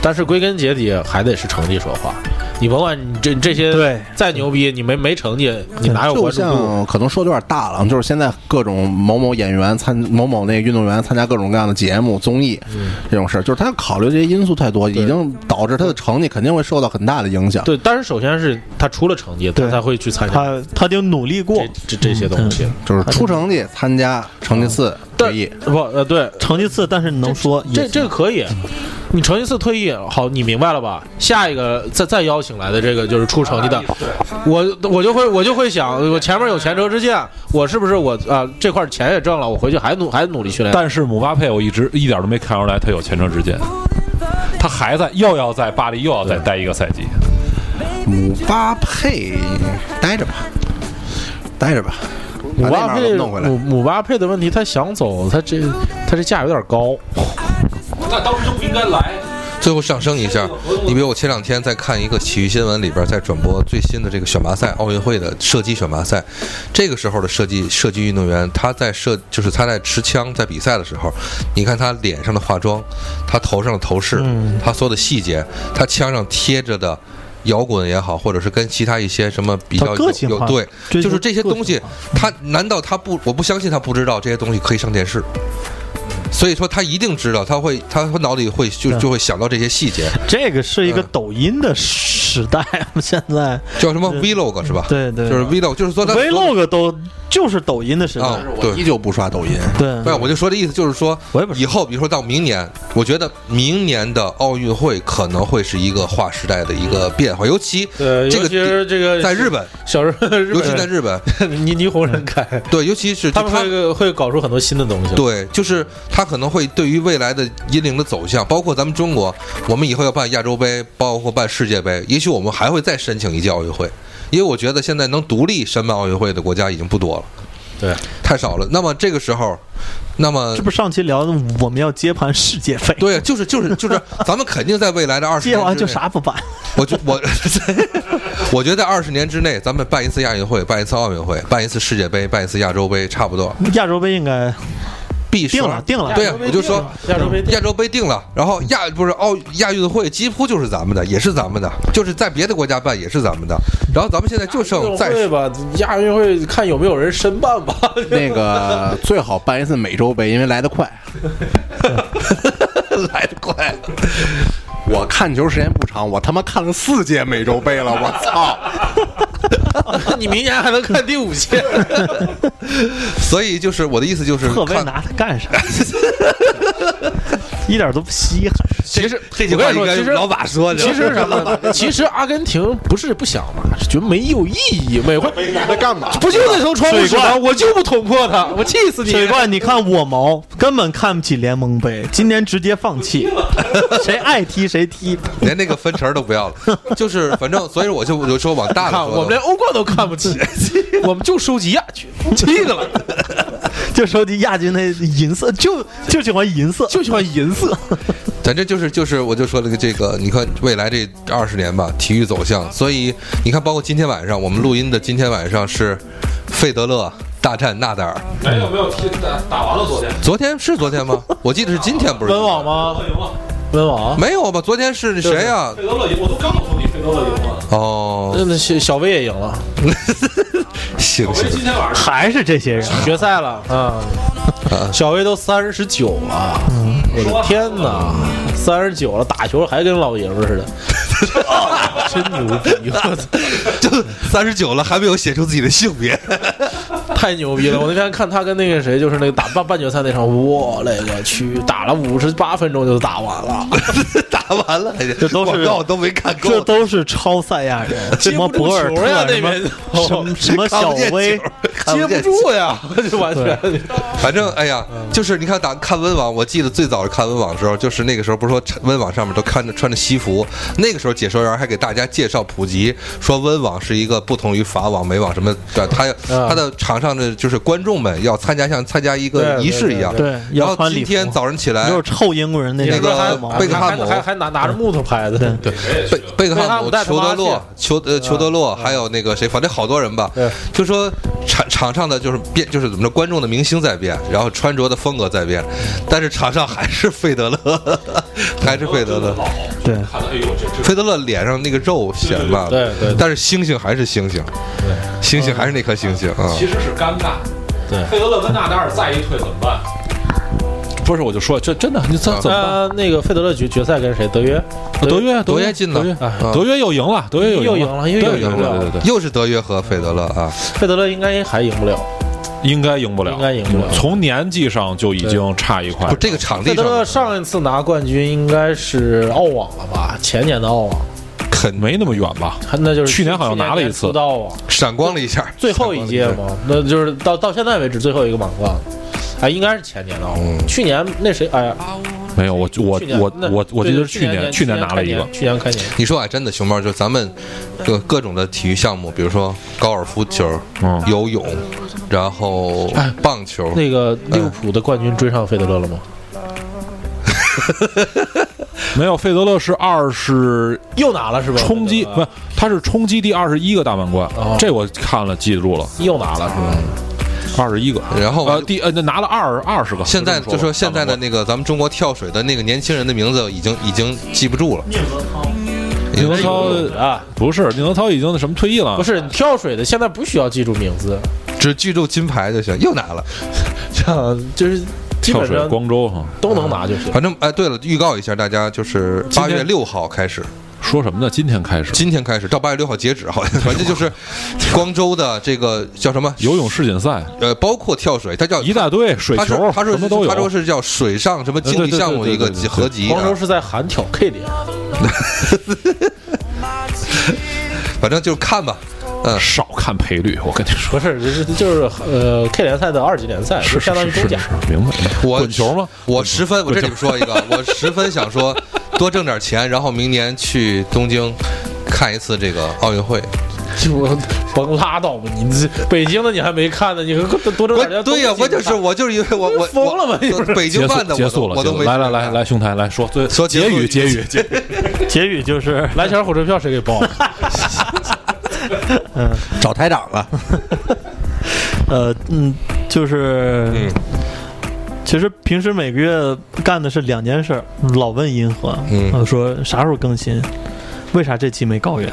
但是归根结底还得是成绩说话。你甭管你这这些
对
再牛逼，你没没成绩，你哪有
就
关注度？
像可能说的有点大了，就是现在各种某某演员参某某那个运动员参加各种各样的节目综艺
嗯
这种事儿，就是他考虑这些因素太多，已经导致他的成绩肯定会受到很大的影响。
对，但是首先是他出了成绩，他
对
才会去参加
他他就努力过
这，这这些东西。
就是出成绩参加成绩次
但
退役，
不呃，对，
成绩次，但是你能说
这
也
这个可以。你成绩次退役，好，你明白了吧？下一个再再邀请来的这个就是出成绩
啊
的，我我就会我就会想，我前面有前车之鉴，我是不是我啊、这块钱也挣了，我回去还努还努力训练。
但是姆巴佩我一直一点都没看出来他有前车之鉴，他还在又要在巴黎又要再待一个赛季，
姆巴佩待着吧，待着吧，把
姆
那
巴
边
佩
弄回来
姆。姆巴佩的问题，他想走，他这他这价有点高。
那当时就不应该来，
最后上升一下，你比如我前两天在看一个体育新闻里边在转播最新的这个选拔赛，奥运会的射击选拔赛。这个时候的射击射击运动员，他在射就是他在持枪在比赛的时候，你看他脸上的化妆，他头上的头饰，
嗯
他所有的细节，他枪上贴着的。摇滚也好，或者是跟其他一些什么比较
他
有
个性
有
化
对，
追求
就是这些
个性
东西
化，
他难道他不？我不相信他不知道这些东西可以上电视，所以说他一定知道，他会他脑里会就
对
就会想到这些细节。
这个是一个
嗯
抖音的时代，现在
叫什么 vlog 是吧？
对对
就是 vlog，就是说他
vlog 都就是抖音的时代
啊，，
我
对。
依哦旧不刷抖音，
对
不，是，我就说这意思，就是说
我也不，是
以后比如说到明年，我觉得明年的奥运会可能会是一个划时代的一个变化，尤其
呃，
这
尤
个
其是这个
在日本，
小时候，日
尤其在
本
日本，
人霓霓虹人开，
对，尤其是
他们会会搞出很多新的东西。，
对，就是他可能会对于未来的引领的走向，包括咱们中国，我们以后要办亚洲杯，包括办世界杯，也许我们还会再申请一届奥运会，因为我觉得现在能独立申办奥运会的国家已经不多了，
对，
太少了。那么这个时候，那么
这不上期聊的我们要接盘世界杯，
对，就是就是就是，咱们肯定在未来的二十
接
年
完
之
就
内，
啥不办，
我就我，我觉得在二十年之内，咱们办一次亚运会，办一次奥运会，办一次世界杯，办一次亚洲杯，差不多。
亚洲杯应该
必
定
胜
了，定了，
对呀、我就说
亚洲杯定了
亚洲杯定了，然后亚不是奥亚运会几乎就是咱们的，也是咱们的，就是在别的国家办也是咱们的，然后咱们现在就剩
亚
在
运会吧，亚运会看有没有人申办吧。
那个最好办一次美洲杯，因为来得快。
来的快，
我看球时间不长，我他妈看了四届美洲杯了，我操！
你明年还能看第五 届，
所以就是我的意思就是
特别
看。
拿它干啥？ 一点都不稀罕。
其实这句
我
话
跟你说，
应该
其
是
实
老马说的。
其实什么呢？其实阿根廷不是不想拿，是觉得没有意义。每回
在干嘛？
不就那层窗户纸
水
吗？
罐
我就不捅破它，我气死你！
水怪，你看我毛根本看不起联盟杯，今年直接放弃， 谁爱踢谁踢。
连那个分成都不要了，就是反正，所以我就我就说往大了
看
说
我们连
了。
欧冠都看不起， 我们就收集亚 军，气的了，
就收集亚军那银色，就就喜欢银色，
就喜欢银色。
反正就是就是，我就说了个这个，你看未来这二十年吧，体育走向。所以你看，包括今天晚上我们录音的今天晚上是费德勒大战纳达尔。
哎，有没有踢打打完了？昨天
昨天是昨天吗？我记得是今天，不是？
温网？吗？
赢了，
温网。啊
没有吧？昨天是谁呀、
费德勒赢，我都刚告诉你费德勒赢
啊
了。
哦，
那那小小威也赢了，
行
所以
行，
今天晚上
还是这些人。
决赛了，嗯，小威都三十九了，我的天哪，三十九了，打球还跟老爷们儿似的，真牛逼，我操！
就三十九了，还没有写出自己的性别。
太牛逼了！我那天看他跟那个谁，就是那个打半半决赛那场，我勒个去，打了五十八分钟就打完了，
打完了，这
都是
广告都没看够。
这都是超赛亚人，什么博尔特
接不
什
住球呀
么
那边哦
什么什么
看
小
不见
威
球，看
接
见
不住呀， 就完全。
反正哎呀，
嗯
就是你看打看温网，我记得最早是看温网的时候，就是那个时候不是说温网上面都看着穿着西服，那个时候解说员还给大家介绍普及，说温网是一个不同于法网、美网什么的，他
嗯
他的场上的就是观众们要参加像参加一个
对
仪式一样。
对
对
然
要
后
穿
今
礼服
天早上起来
就，是臭英国人那
哎那
种
个
汗毛
贝克汉
还
姆
还还拿拿着木头拍的，对，
贝贝克
贝克汉
汉
姆
姆
带、他
裘
妈
德
去
洛、裘呃裘德洛，还有那个谁，反正好多人吧
嗯对。
就说场场上的就是变，就是怎么着，观众的明星在变，然后穿着的风格在变，但是场上还是费德勒， 还是费德勒。
对，
看了，哎呦，这这
费德勒脸上那个肉显了，
对对对对
但是星星还是星星，星星还是那颗星星啊。
其实是尴尬。
对
费德勒跟纳达尔再一退怎么办？不是，我就说这真的，你怎怎么办？
呃，那个费德勒决决赛跟谁？啊德约，
德约，
德约进了
德约
啊
德约又赢了，德约
又
赢
赢了又
对
赢
对
了
对对对，
又是德约和费德勒啊，
费德勒应该还赢不了，
应该赢不了，
应该赢不了
从年纪上就已经差一块
不，，这个场
费
地
德
上
勒
的
上一次拿冠军应该是澳网了吧？前年的澳网，
肯
没那么远吧？
那就是
去年好像拿了一
去
次
年年初啊的澳网，
闪光了一下，
最后一届
闪光了
嘛，那就是到到现在为止最后一个满贯了，啊，应该是前年的澳网，去年那谁，哎呀，
没有，我我
去年
我
那
我我
对
记得
对
是
去
年
年
去拿了一个，
去年开年。
你说啊，真的，熊猫，就咱们各各种的体育项目，比如说高尔夫球、
嗯哎
游泳，然后棒球，
那个利物浦的冠军追上费德勒了吗？
没有，费德勒是二十
又拿了是吧？
冲击，
费
不
德
是，他是冲击第二十一个大满贯
哦，
这我看了记住了，
勒又拿了是嗯吧？
二十一个。
然后
呃，第呃，那拿了二二十个。
现在就说现在的
大满
那个咱们中国跳水的那个年轻人的名字已经已经记不住了。
贯宁泽
有
涛
啊，
不是宁泽涛已经什么退役了？
不是你跳水的，现在不需要记住名字，
只记住金牌就行，又拿了。
这样 就是基
跳
本
水
上
光州哈，
都能拿就行。
反正哎，对了，预告一下大家，就是
今
八
天
月六号开始，
说什么呢？今天开始
今天开始到八月六号截止，好像反正就是光州的这个叫什么
游泳世锦赛
呃，包括跳水，它叫
一大堆水
呃他
球，
说他
什么都
说
有
他。说是叫水上什么竞技项目的一个集合集啊，
光州是在韩挑 K 联，
反啊正就是看吧，嗯，
少看赔率，我跟你
不
说，
是，就是就是呃 K 联赛的二级联赛，
是
就相当于
是
中
是
甲
是。，明白？
我
滚球吗？
我十分，我这里说一 个，我十分想说多挣点钱，然后明年去东京看一次这个奥运会。
就 甭拉倒吧，你这北京的你还没看呢，你多多挣点钱。
我 对呀，我就是我就是因为我我
疯了吧你不
我
是
北京
结
办的
束
我
结
都
束了，
我
结
都
束
没
了来来来
看
来，兄台来说最
说结
结
束
语
语
结语结语
结语就是
来钱火车票谁给报？啊
找台长了，
呃嗯，就是
嗯
其实平时每个月干的是两件事儿，老问银河，
嗯
呃说啥时候更新，为啥这期没高 原？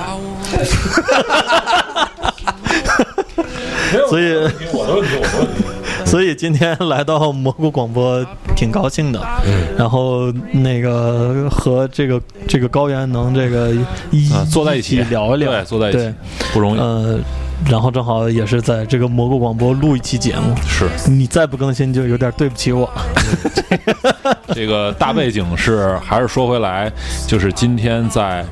所以，
我的问题，我的问题。
所以今天来到蘑菇广播，挺高兴的。
嗯
然后那个和这个这个高原能这个一、
啊坐在一起
聊一聊，
对坐在一起
对
不容易，
呃，然后正好也是在这个蘑菇广播录一期节目，
是
你再不更新就有点对不起我。
这个大背景是，还是说回来，就是今天在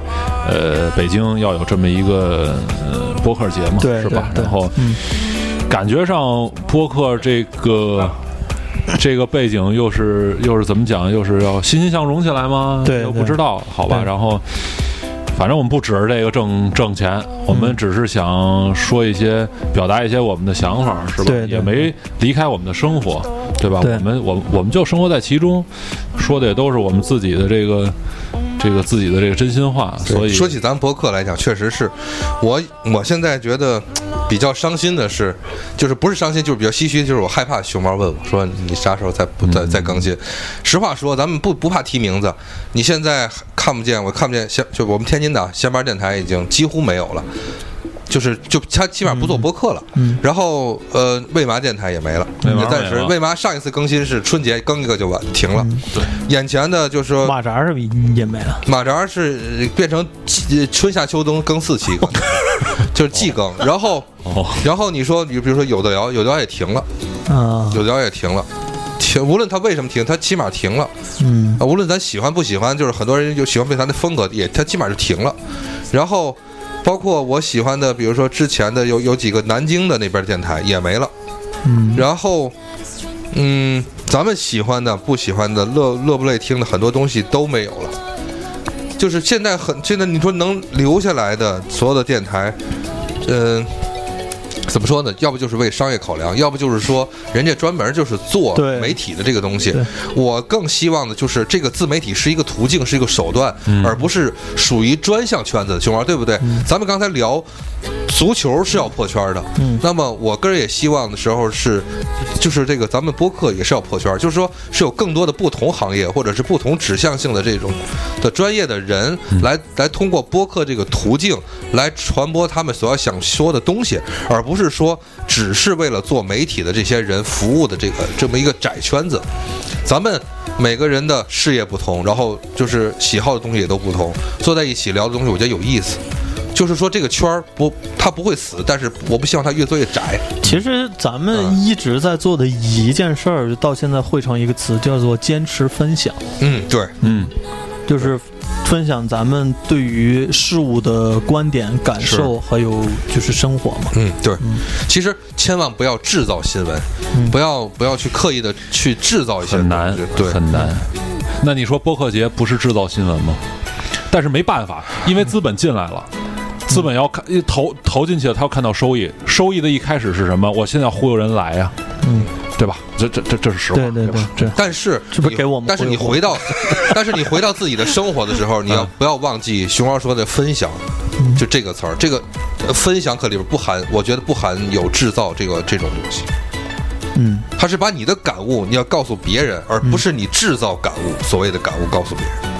呃北京要有这么一个、呃、播客节嘛，
对
是吧？
对对
然后
嗯
感觉上播客这个。这个背景又是又是怎么讲？又是要欣欣向荣起来吗？
对
又
对
不知道，好吧。
对
然后，反正我们不指着这个挣挣钱，我
嗯
们只是想说一些、表达一些我们的想法，是吧？
对对
也没离开我们的生活，对吧？
对
我们我我们就生活在其中，说的也都是我们自己的这个这个自己的这个真心话，
对
所以
说起咱们博客来讲，确实是我我现在觉得嘖比较伤心的是，就是不是伤心，就是比较唏嘘，就是我害怕熊猫问我说你啥时候再不再再嗯更新。实话说，咱们不不怕提名字，你现在看不见，我看不见，闲就我们天津的闲班电台已经几乎没有了。就是就他起码不做播客了，然后呃，喂麻电台也没了，嗯
喂麻
也暂
没
时
了
喂嗯麻上一次更新是春节更一个就完停了，
对，
眼前的就是
呃
说
马扎是不是也没了？
马扎是呃变成季呃春夏秋冬更四期更，就是季更。然后，
哦，
然后你说，你比如说有的聊，有的聊也停了，
啊，
有的聊也停了。停，无论他为什么停，他起码停了。
嗯
啊，无论咱喜欢不喜欢，就是很多人就喜欢被他的风格也，他起码就停了。然后，包括我喜欢的，比如说之前的有有几个南京的那边电台也没了。
嗯，
然后，嗯，咱们喜欢的、不喜欢的、乐乐不乐意听的很多东西都没有了。就是现在很现在你说能留下来的所有的电台，嗯、怎么说呢？要不就是为商业考量，要不就是说人家专门就是做
对
媒体的这个东西
对。
我更希望的就是这个自媒体是一个途径，是一个手段，
嗯
而不是属于专项圈子的熊猫，对不对？咱们刚才聊足球是要破圈的，
嗯
那么我个人也希望的时候是，就是这个咱们播客也是要破圈，就是说是有更多的不同行业或者是不同指向性的这种的专业的人来来通过播客这个途径来传播他们所要想说的东西，而不是说只是为了做媒体的这些人服务的这个这么一个窄圈子。咱们每个人的事业不同，然后就是喜好的东西也都不同，坐在一起聊的东西，我觉得有意思。就是说这个圈儿不，它不会死，但是我不希望它越做越窄。
其实咱
嗯
们一直在做的一件事儿，到现在汇成一个词，叫做坚持分享，
嗯，对，
嗯，
就是分享咱们对于事物的观点、感受，还有就是生活嘛。
嗯，对。其实千万不要制造新闻，不要不要去刻意的去制造一些
很难
东西，对，
很难。那你说播客节不是制造新闻吗？但是没办法，因为资本进来
嗯
了。资本要看投投进去了，他要看到收益。收益的一开始是什么？我现在要忽悠人来呀、
嗯，
对吧？这这这这是实话。
对对对对，
但是
这不
你
给我们
但是你
回
回到， 但是你回到自己的生活的时候，你要不要忘记熊猫说的分享，就这个词儿，这个呃分享可里边不含，我觉得不含有制造这个这种东西，
嗯，
它是把你的感悟你要告诉别人，而不是你制造感
嗯
悟，所谓的感悟告诉别人。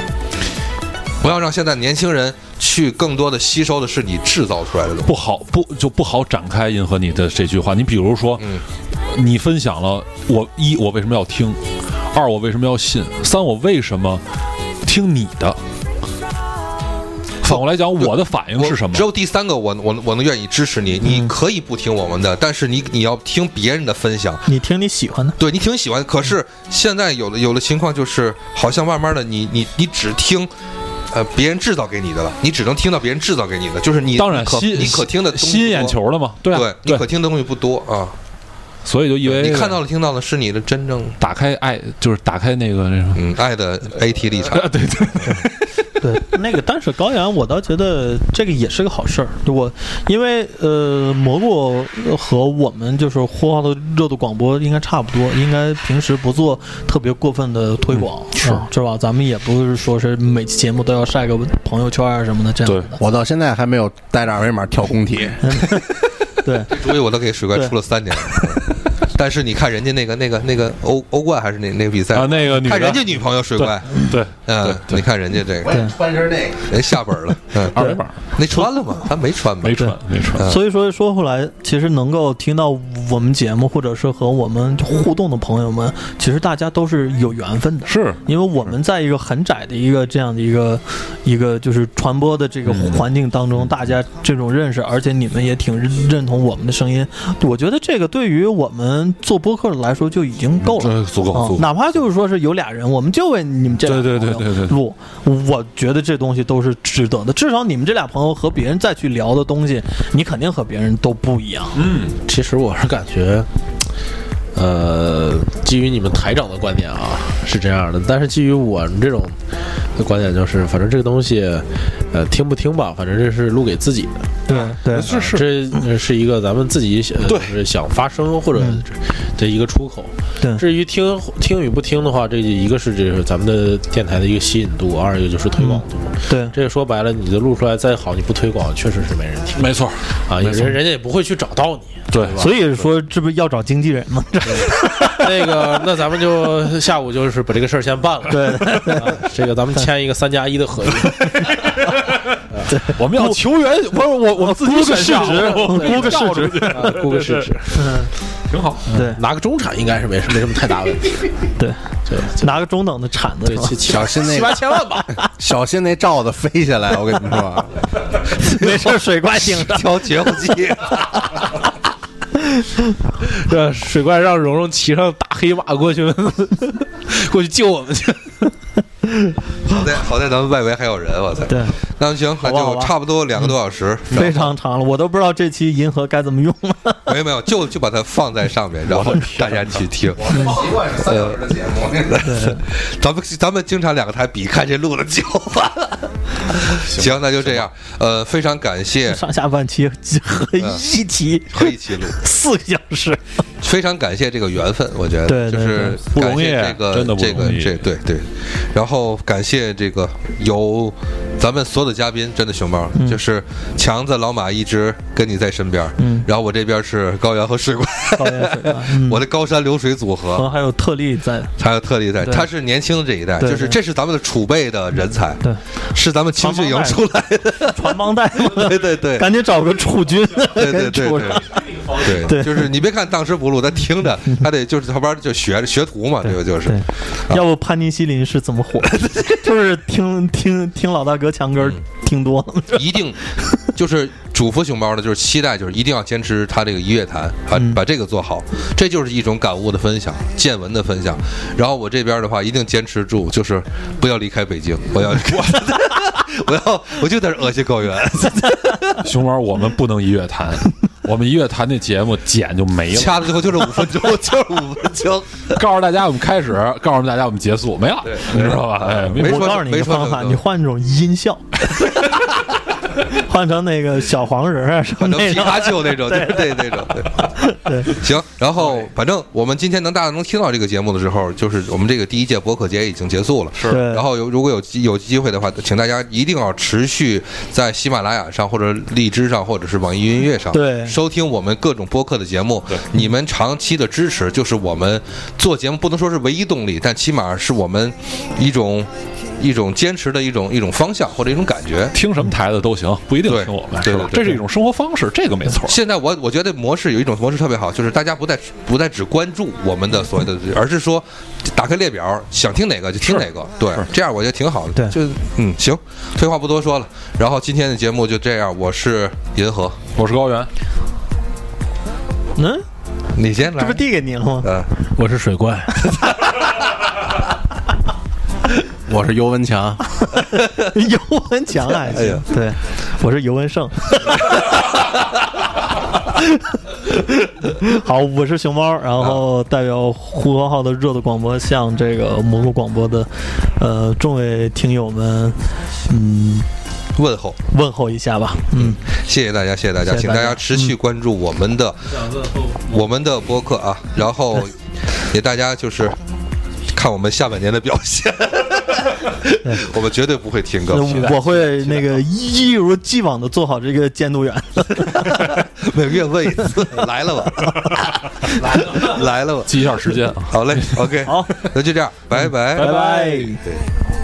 不要让现在年轻人去更多的吸收的是你制造出来的东西。
不好不就不好展开迎合你的这句话。你比如说，
嗯
你分享了我一我为什么要听，二我为什么要信，三我为什么听你的。反过来讲，我的反应
我
是什么嗯
只？有第三个我，我我能愿意支持你。你可以不听我们的，但是你你要听别人的分享，
你听你喜欢的，
对你挺喜欢，可是
嗯
现在有的有的情况就是，好像慢慢的你你你只听。呃，别人制造给你的了，你只能听到别人制造给你的，就是你
当然，
可
吸
你可听的东西
吸引
不
眼
多，
球了嘛？对
对,、
啊，
你可听的东西不多啊。
所以就以为
你看到了、听到的是你的真正
打开爱，就是打开那个那什么。
嗯爱的 AT 立 场，
啊，对对，
对那个，但是高原，我倒觉得这个也是个好事儿。就我因为呃，蘑菇和我们就是呼号的热度广播应该差不多，应该平时不做特别过分的推广，嗯是、是吧？咱们也不是说是每期节目都要晒个朋友圈啊什么的这样的。
我到现在还没有带着二维码跳工体，
对，
所以我都给水怪
对
出了三年了，但是你看人家那个那个那个欧欧冠还是哪那个比赛
啊，那个女
看人
的
家女朋友水怪，
对，
嗯，你看人家这
我
个，
也穿身那个。
人下本了，嗯，
二维码
那穿了吗？他没穿吧？
没穿没穿。
嗯
所以说说回来，其实能够听到我们节目，或者是和我们互动的朋友们，其实大家都是有缘分的。
是
因为我们在一个很窄的一个这样的一个一个就是传播的这个
嗯
环境当中，大家这种认识，而且你们也挺认认同我们的声音，我觉得这个对于我们做播客的来说就已经够了。
嗯这足够
啊
哦
足，够，
哪怕就是说是有俩人，我们就为你们这俩
对对对
朋友
对对对
录，我觉得这东西都是值得的。至少你们这俩朋友和别人再去聊的东西，你肯定和别人都不一样。
嗯，
其实我是感觉，呃，基于你们台长的观点啊，是这样的，但是基于我们这种的观点，就是反正这个东西，呃，听不听吧，反正这是录给自己的，
对对
是是
这呃是一个咱们自己想
对
就是想发声或者
嗯
的一个出口。
对
至于听听与不听的话，这一个是这个咱们的电台的一个吸引度，二一个就是推广度。
对
这个说白了，你的录出来再好，你不推广，确实是没人听
没错，
啊，
没
人
错
人家也不会去找到你。
对
吧
所以说这不是要找经纪人吗？
那个，那咱们就下午就是把这个事儿先办了。对、这个咱们签一个三加一的合约。
我们要球员，不是我我们自己选项，
估个市值
估个市值，
啊，估个试试，
挺好。
对
拿个中产应该是没没什么太大问题。
对，
对
拿个中等的铲子
对，
是吧
七七
小心那
七
个
八千万吧。
小心那罩子飞下来，我跟你说，
没事儿水怪顶 上。
挑绝户机，
让水怪让蓉蓉骑上大黑马过去， 过去救我们去。
好在好在咱们外围还有人，我操！
对，
那行，那
吧好
就
吧
差不多两个多小时，
嗯
非常长了，我都不知道这期银河该怎么用了。
没有没有，就就把它放在上面，然后
啊
大家去听。呃
习惯是三小时的节目。
咱们咱们经常两个台比，看谁录的久 吧。行，那就这样。呃，非常感谢
上下半期合一期
和一起录，
四个小时，
非常感谢这个缘分，我觉得
对对
就是感
对不容易啊
谢这个
真的不
这个
容易
这对对，然后感谢这个有咱们所有的嘉宾，真的熊猫，
嗯
就是强子老马一直跟你在身边，
嗯
然后我这边是高原和水怪，
高原水怪，嗯
我的高山流水组合，
可能还有特例在。
还有特例在，
对
他是年轻的这一代，
对
就是
对
这是咱们的储备的人才，
对，
是咱们青训营出来的，
传帮带嘛，
对对对。
赶紧找个储君，
对对对
储
对
上。
对，
对嗯
就是你别看当时不录，他听着，他得就是后边就学学徒嘛，这个就是
对，要不潘尼西林是怎么火的？ 就是听听听老大哥强哥听多了，
一定就是嘱咐熊猫的，就是期待，就是一定要坚持他这个一乐坛，把
嗯
把这个做好，这就是一种感悟的分享，见闻的分享。然后我这边的话，一定坚持住，就是不要离开北京，我要 我要我就在这儿恶心高原，
熊猫，我们不能一乐坛，我们一乐坛那节目剪就没了。
掐了之后就是五 分钟，就是五分钟，
告诉大家我们开始，告诉大家我们结束，没了，你知道吧？哎，没
没
我
说
告诉你一
没嗯
个
说
方法，
这个
你换一种音 效，换成那个小黄人儿啊什么
反正
那
皮
种。
卡丘那种，就是对那种。对，行，然后反正我们今天能大家能听到这个节目的时候，就是我们这个第一届博客节已经结束了。是
对
然后有如果有机有机会的话，请大家一定要持续在喜马拉雅上或者荔枝上或者是网易云音乐上
对
收听我们各种播客的节目。你们长期的支持就是我们做节目不能说是唯一动力，但起码是我们一种一种坚持的一种一种方向或者一种感觉。
听什么台子都行，不一定听我们，
对
是
对
吧
对？对
这是一种生活方式，这个没错。
现在我我觉得模式有一种模式特别好，就是大家不再不再只关注我们的所谓的，而是说打开列表，想听哪个就听哪个，对，这样我觉得挺好的。
对
就嗯行，废话不多说了，然后今天的节目就这样，我是银河，
我是高原，
嗯，
你先来，
这不递给您了 吗？
呃，
我是水怪，
我是尤文强，
尤文强啊，
哎呀
对，我是尤文 胜。好，我是熊猫，然后代表呼和浩的热的广播向这个蘑菇广播的呃众位听友们，嗯，
问候，
问候一下吧。嗯，
谢谢大家，谢谢大家，
谢谢
请
大
大
家
家持续关注我们的我们的播客 啊，然后也大家就是看我们下半年的表现。 我们绝对不会停更，
我会那个一如既往的做好这个监督员。
每个月问一 次，来了吧，来了来了吧，
记一下时间啊。
好嘞，OK，
好，
那就这样，拜拜。
拜拜。
对。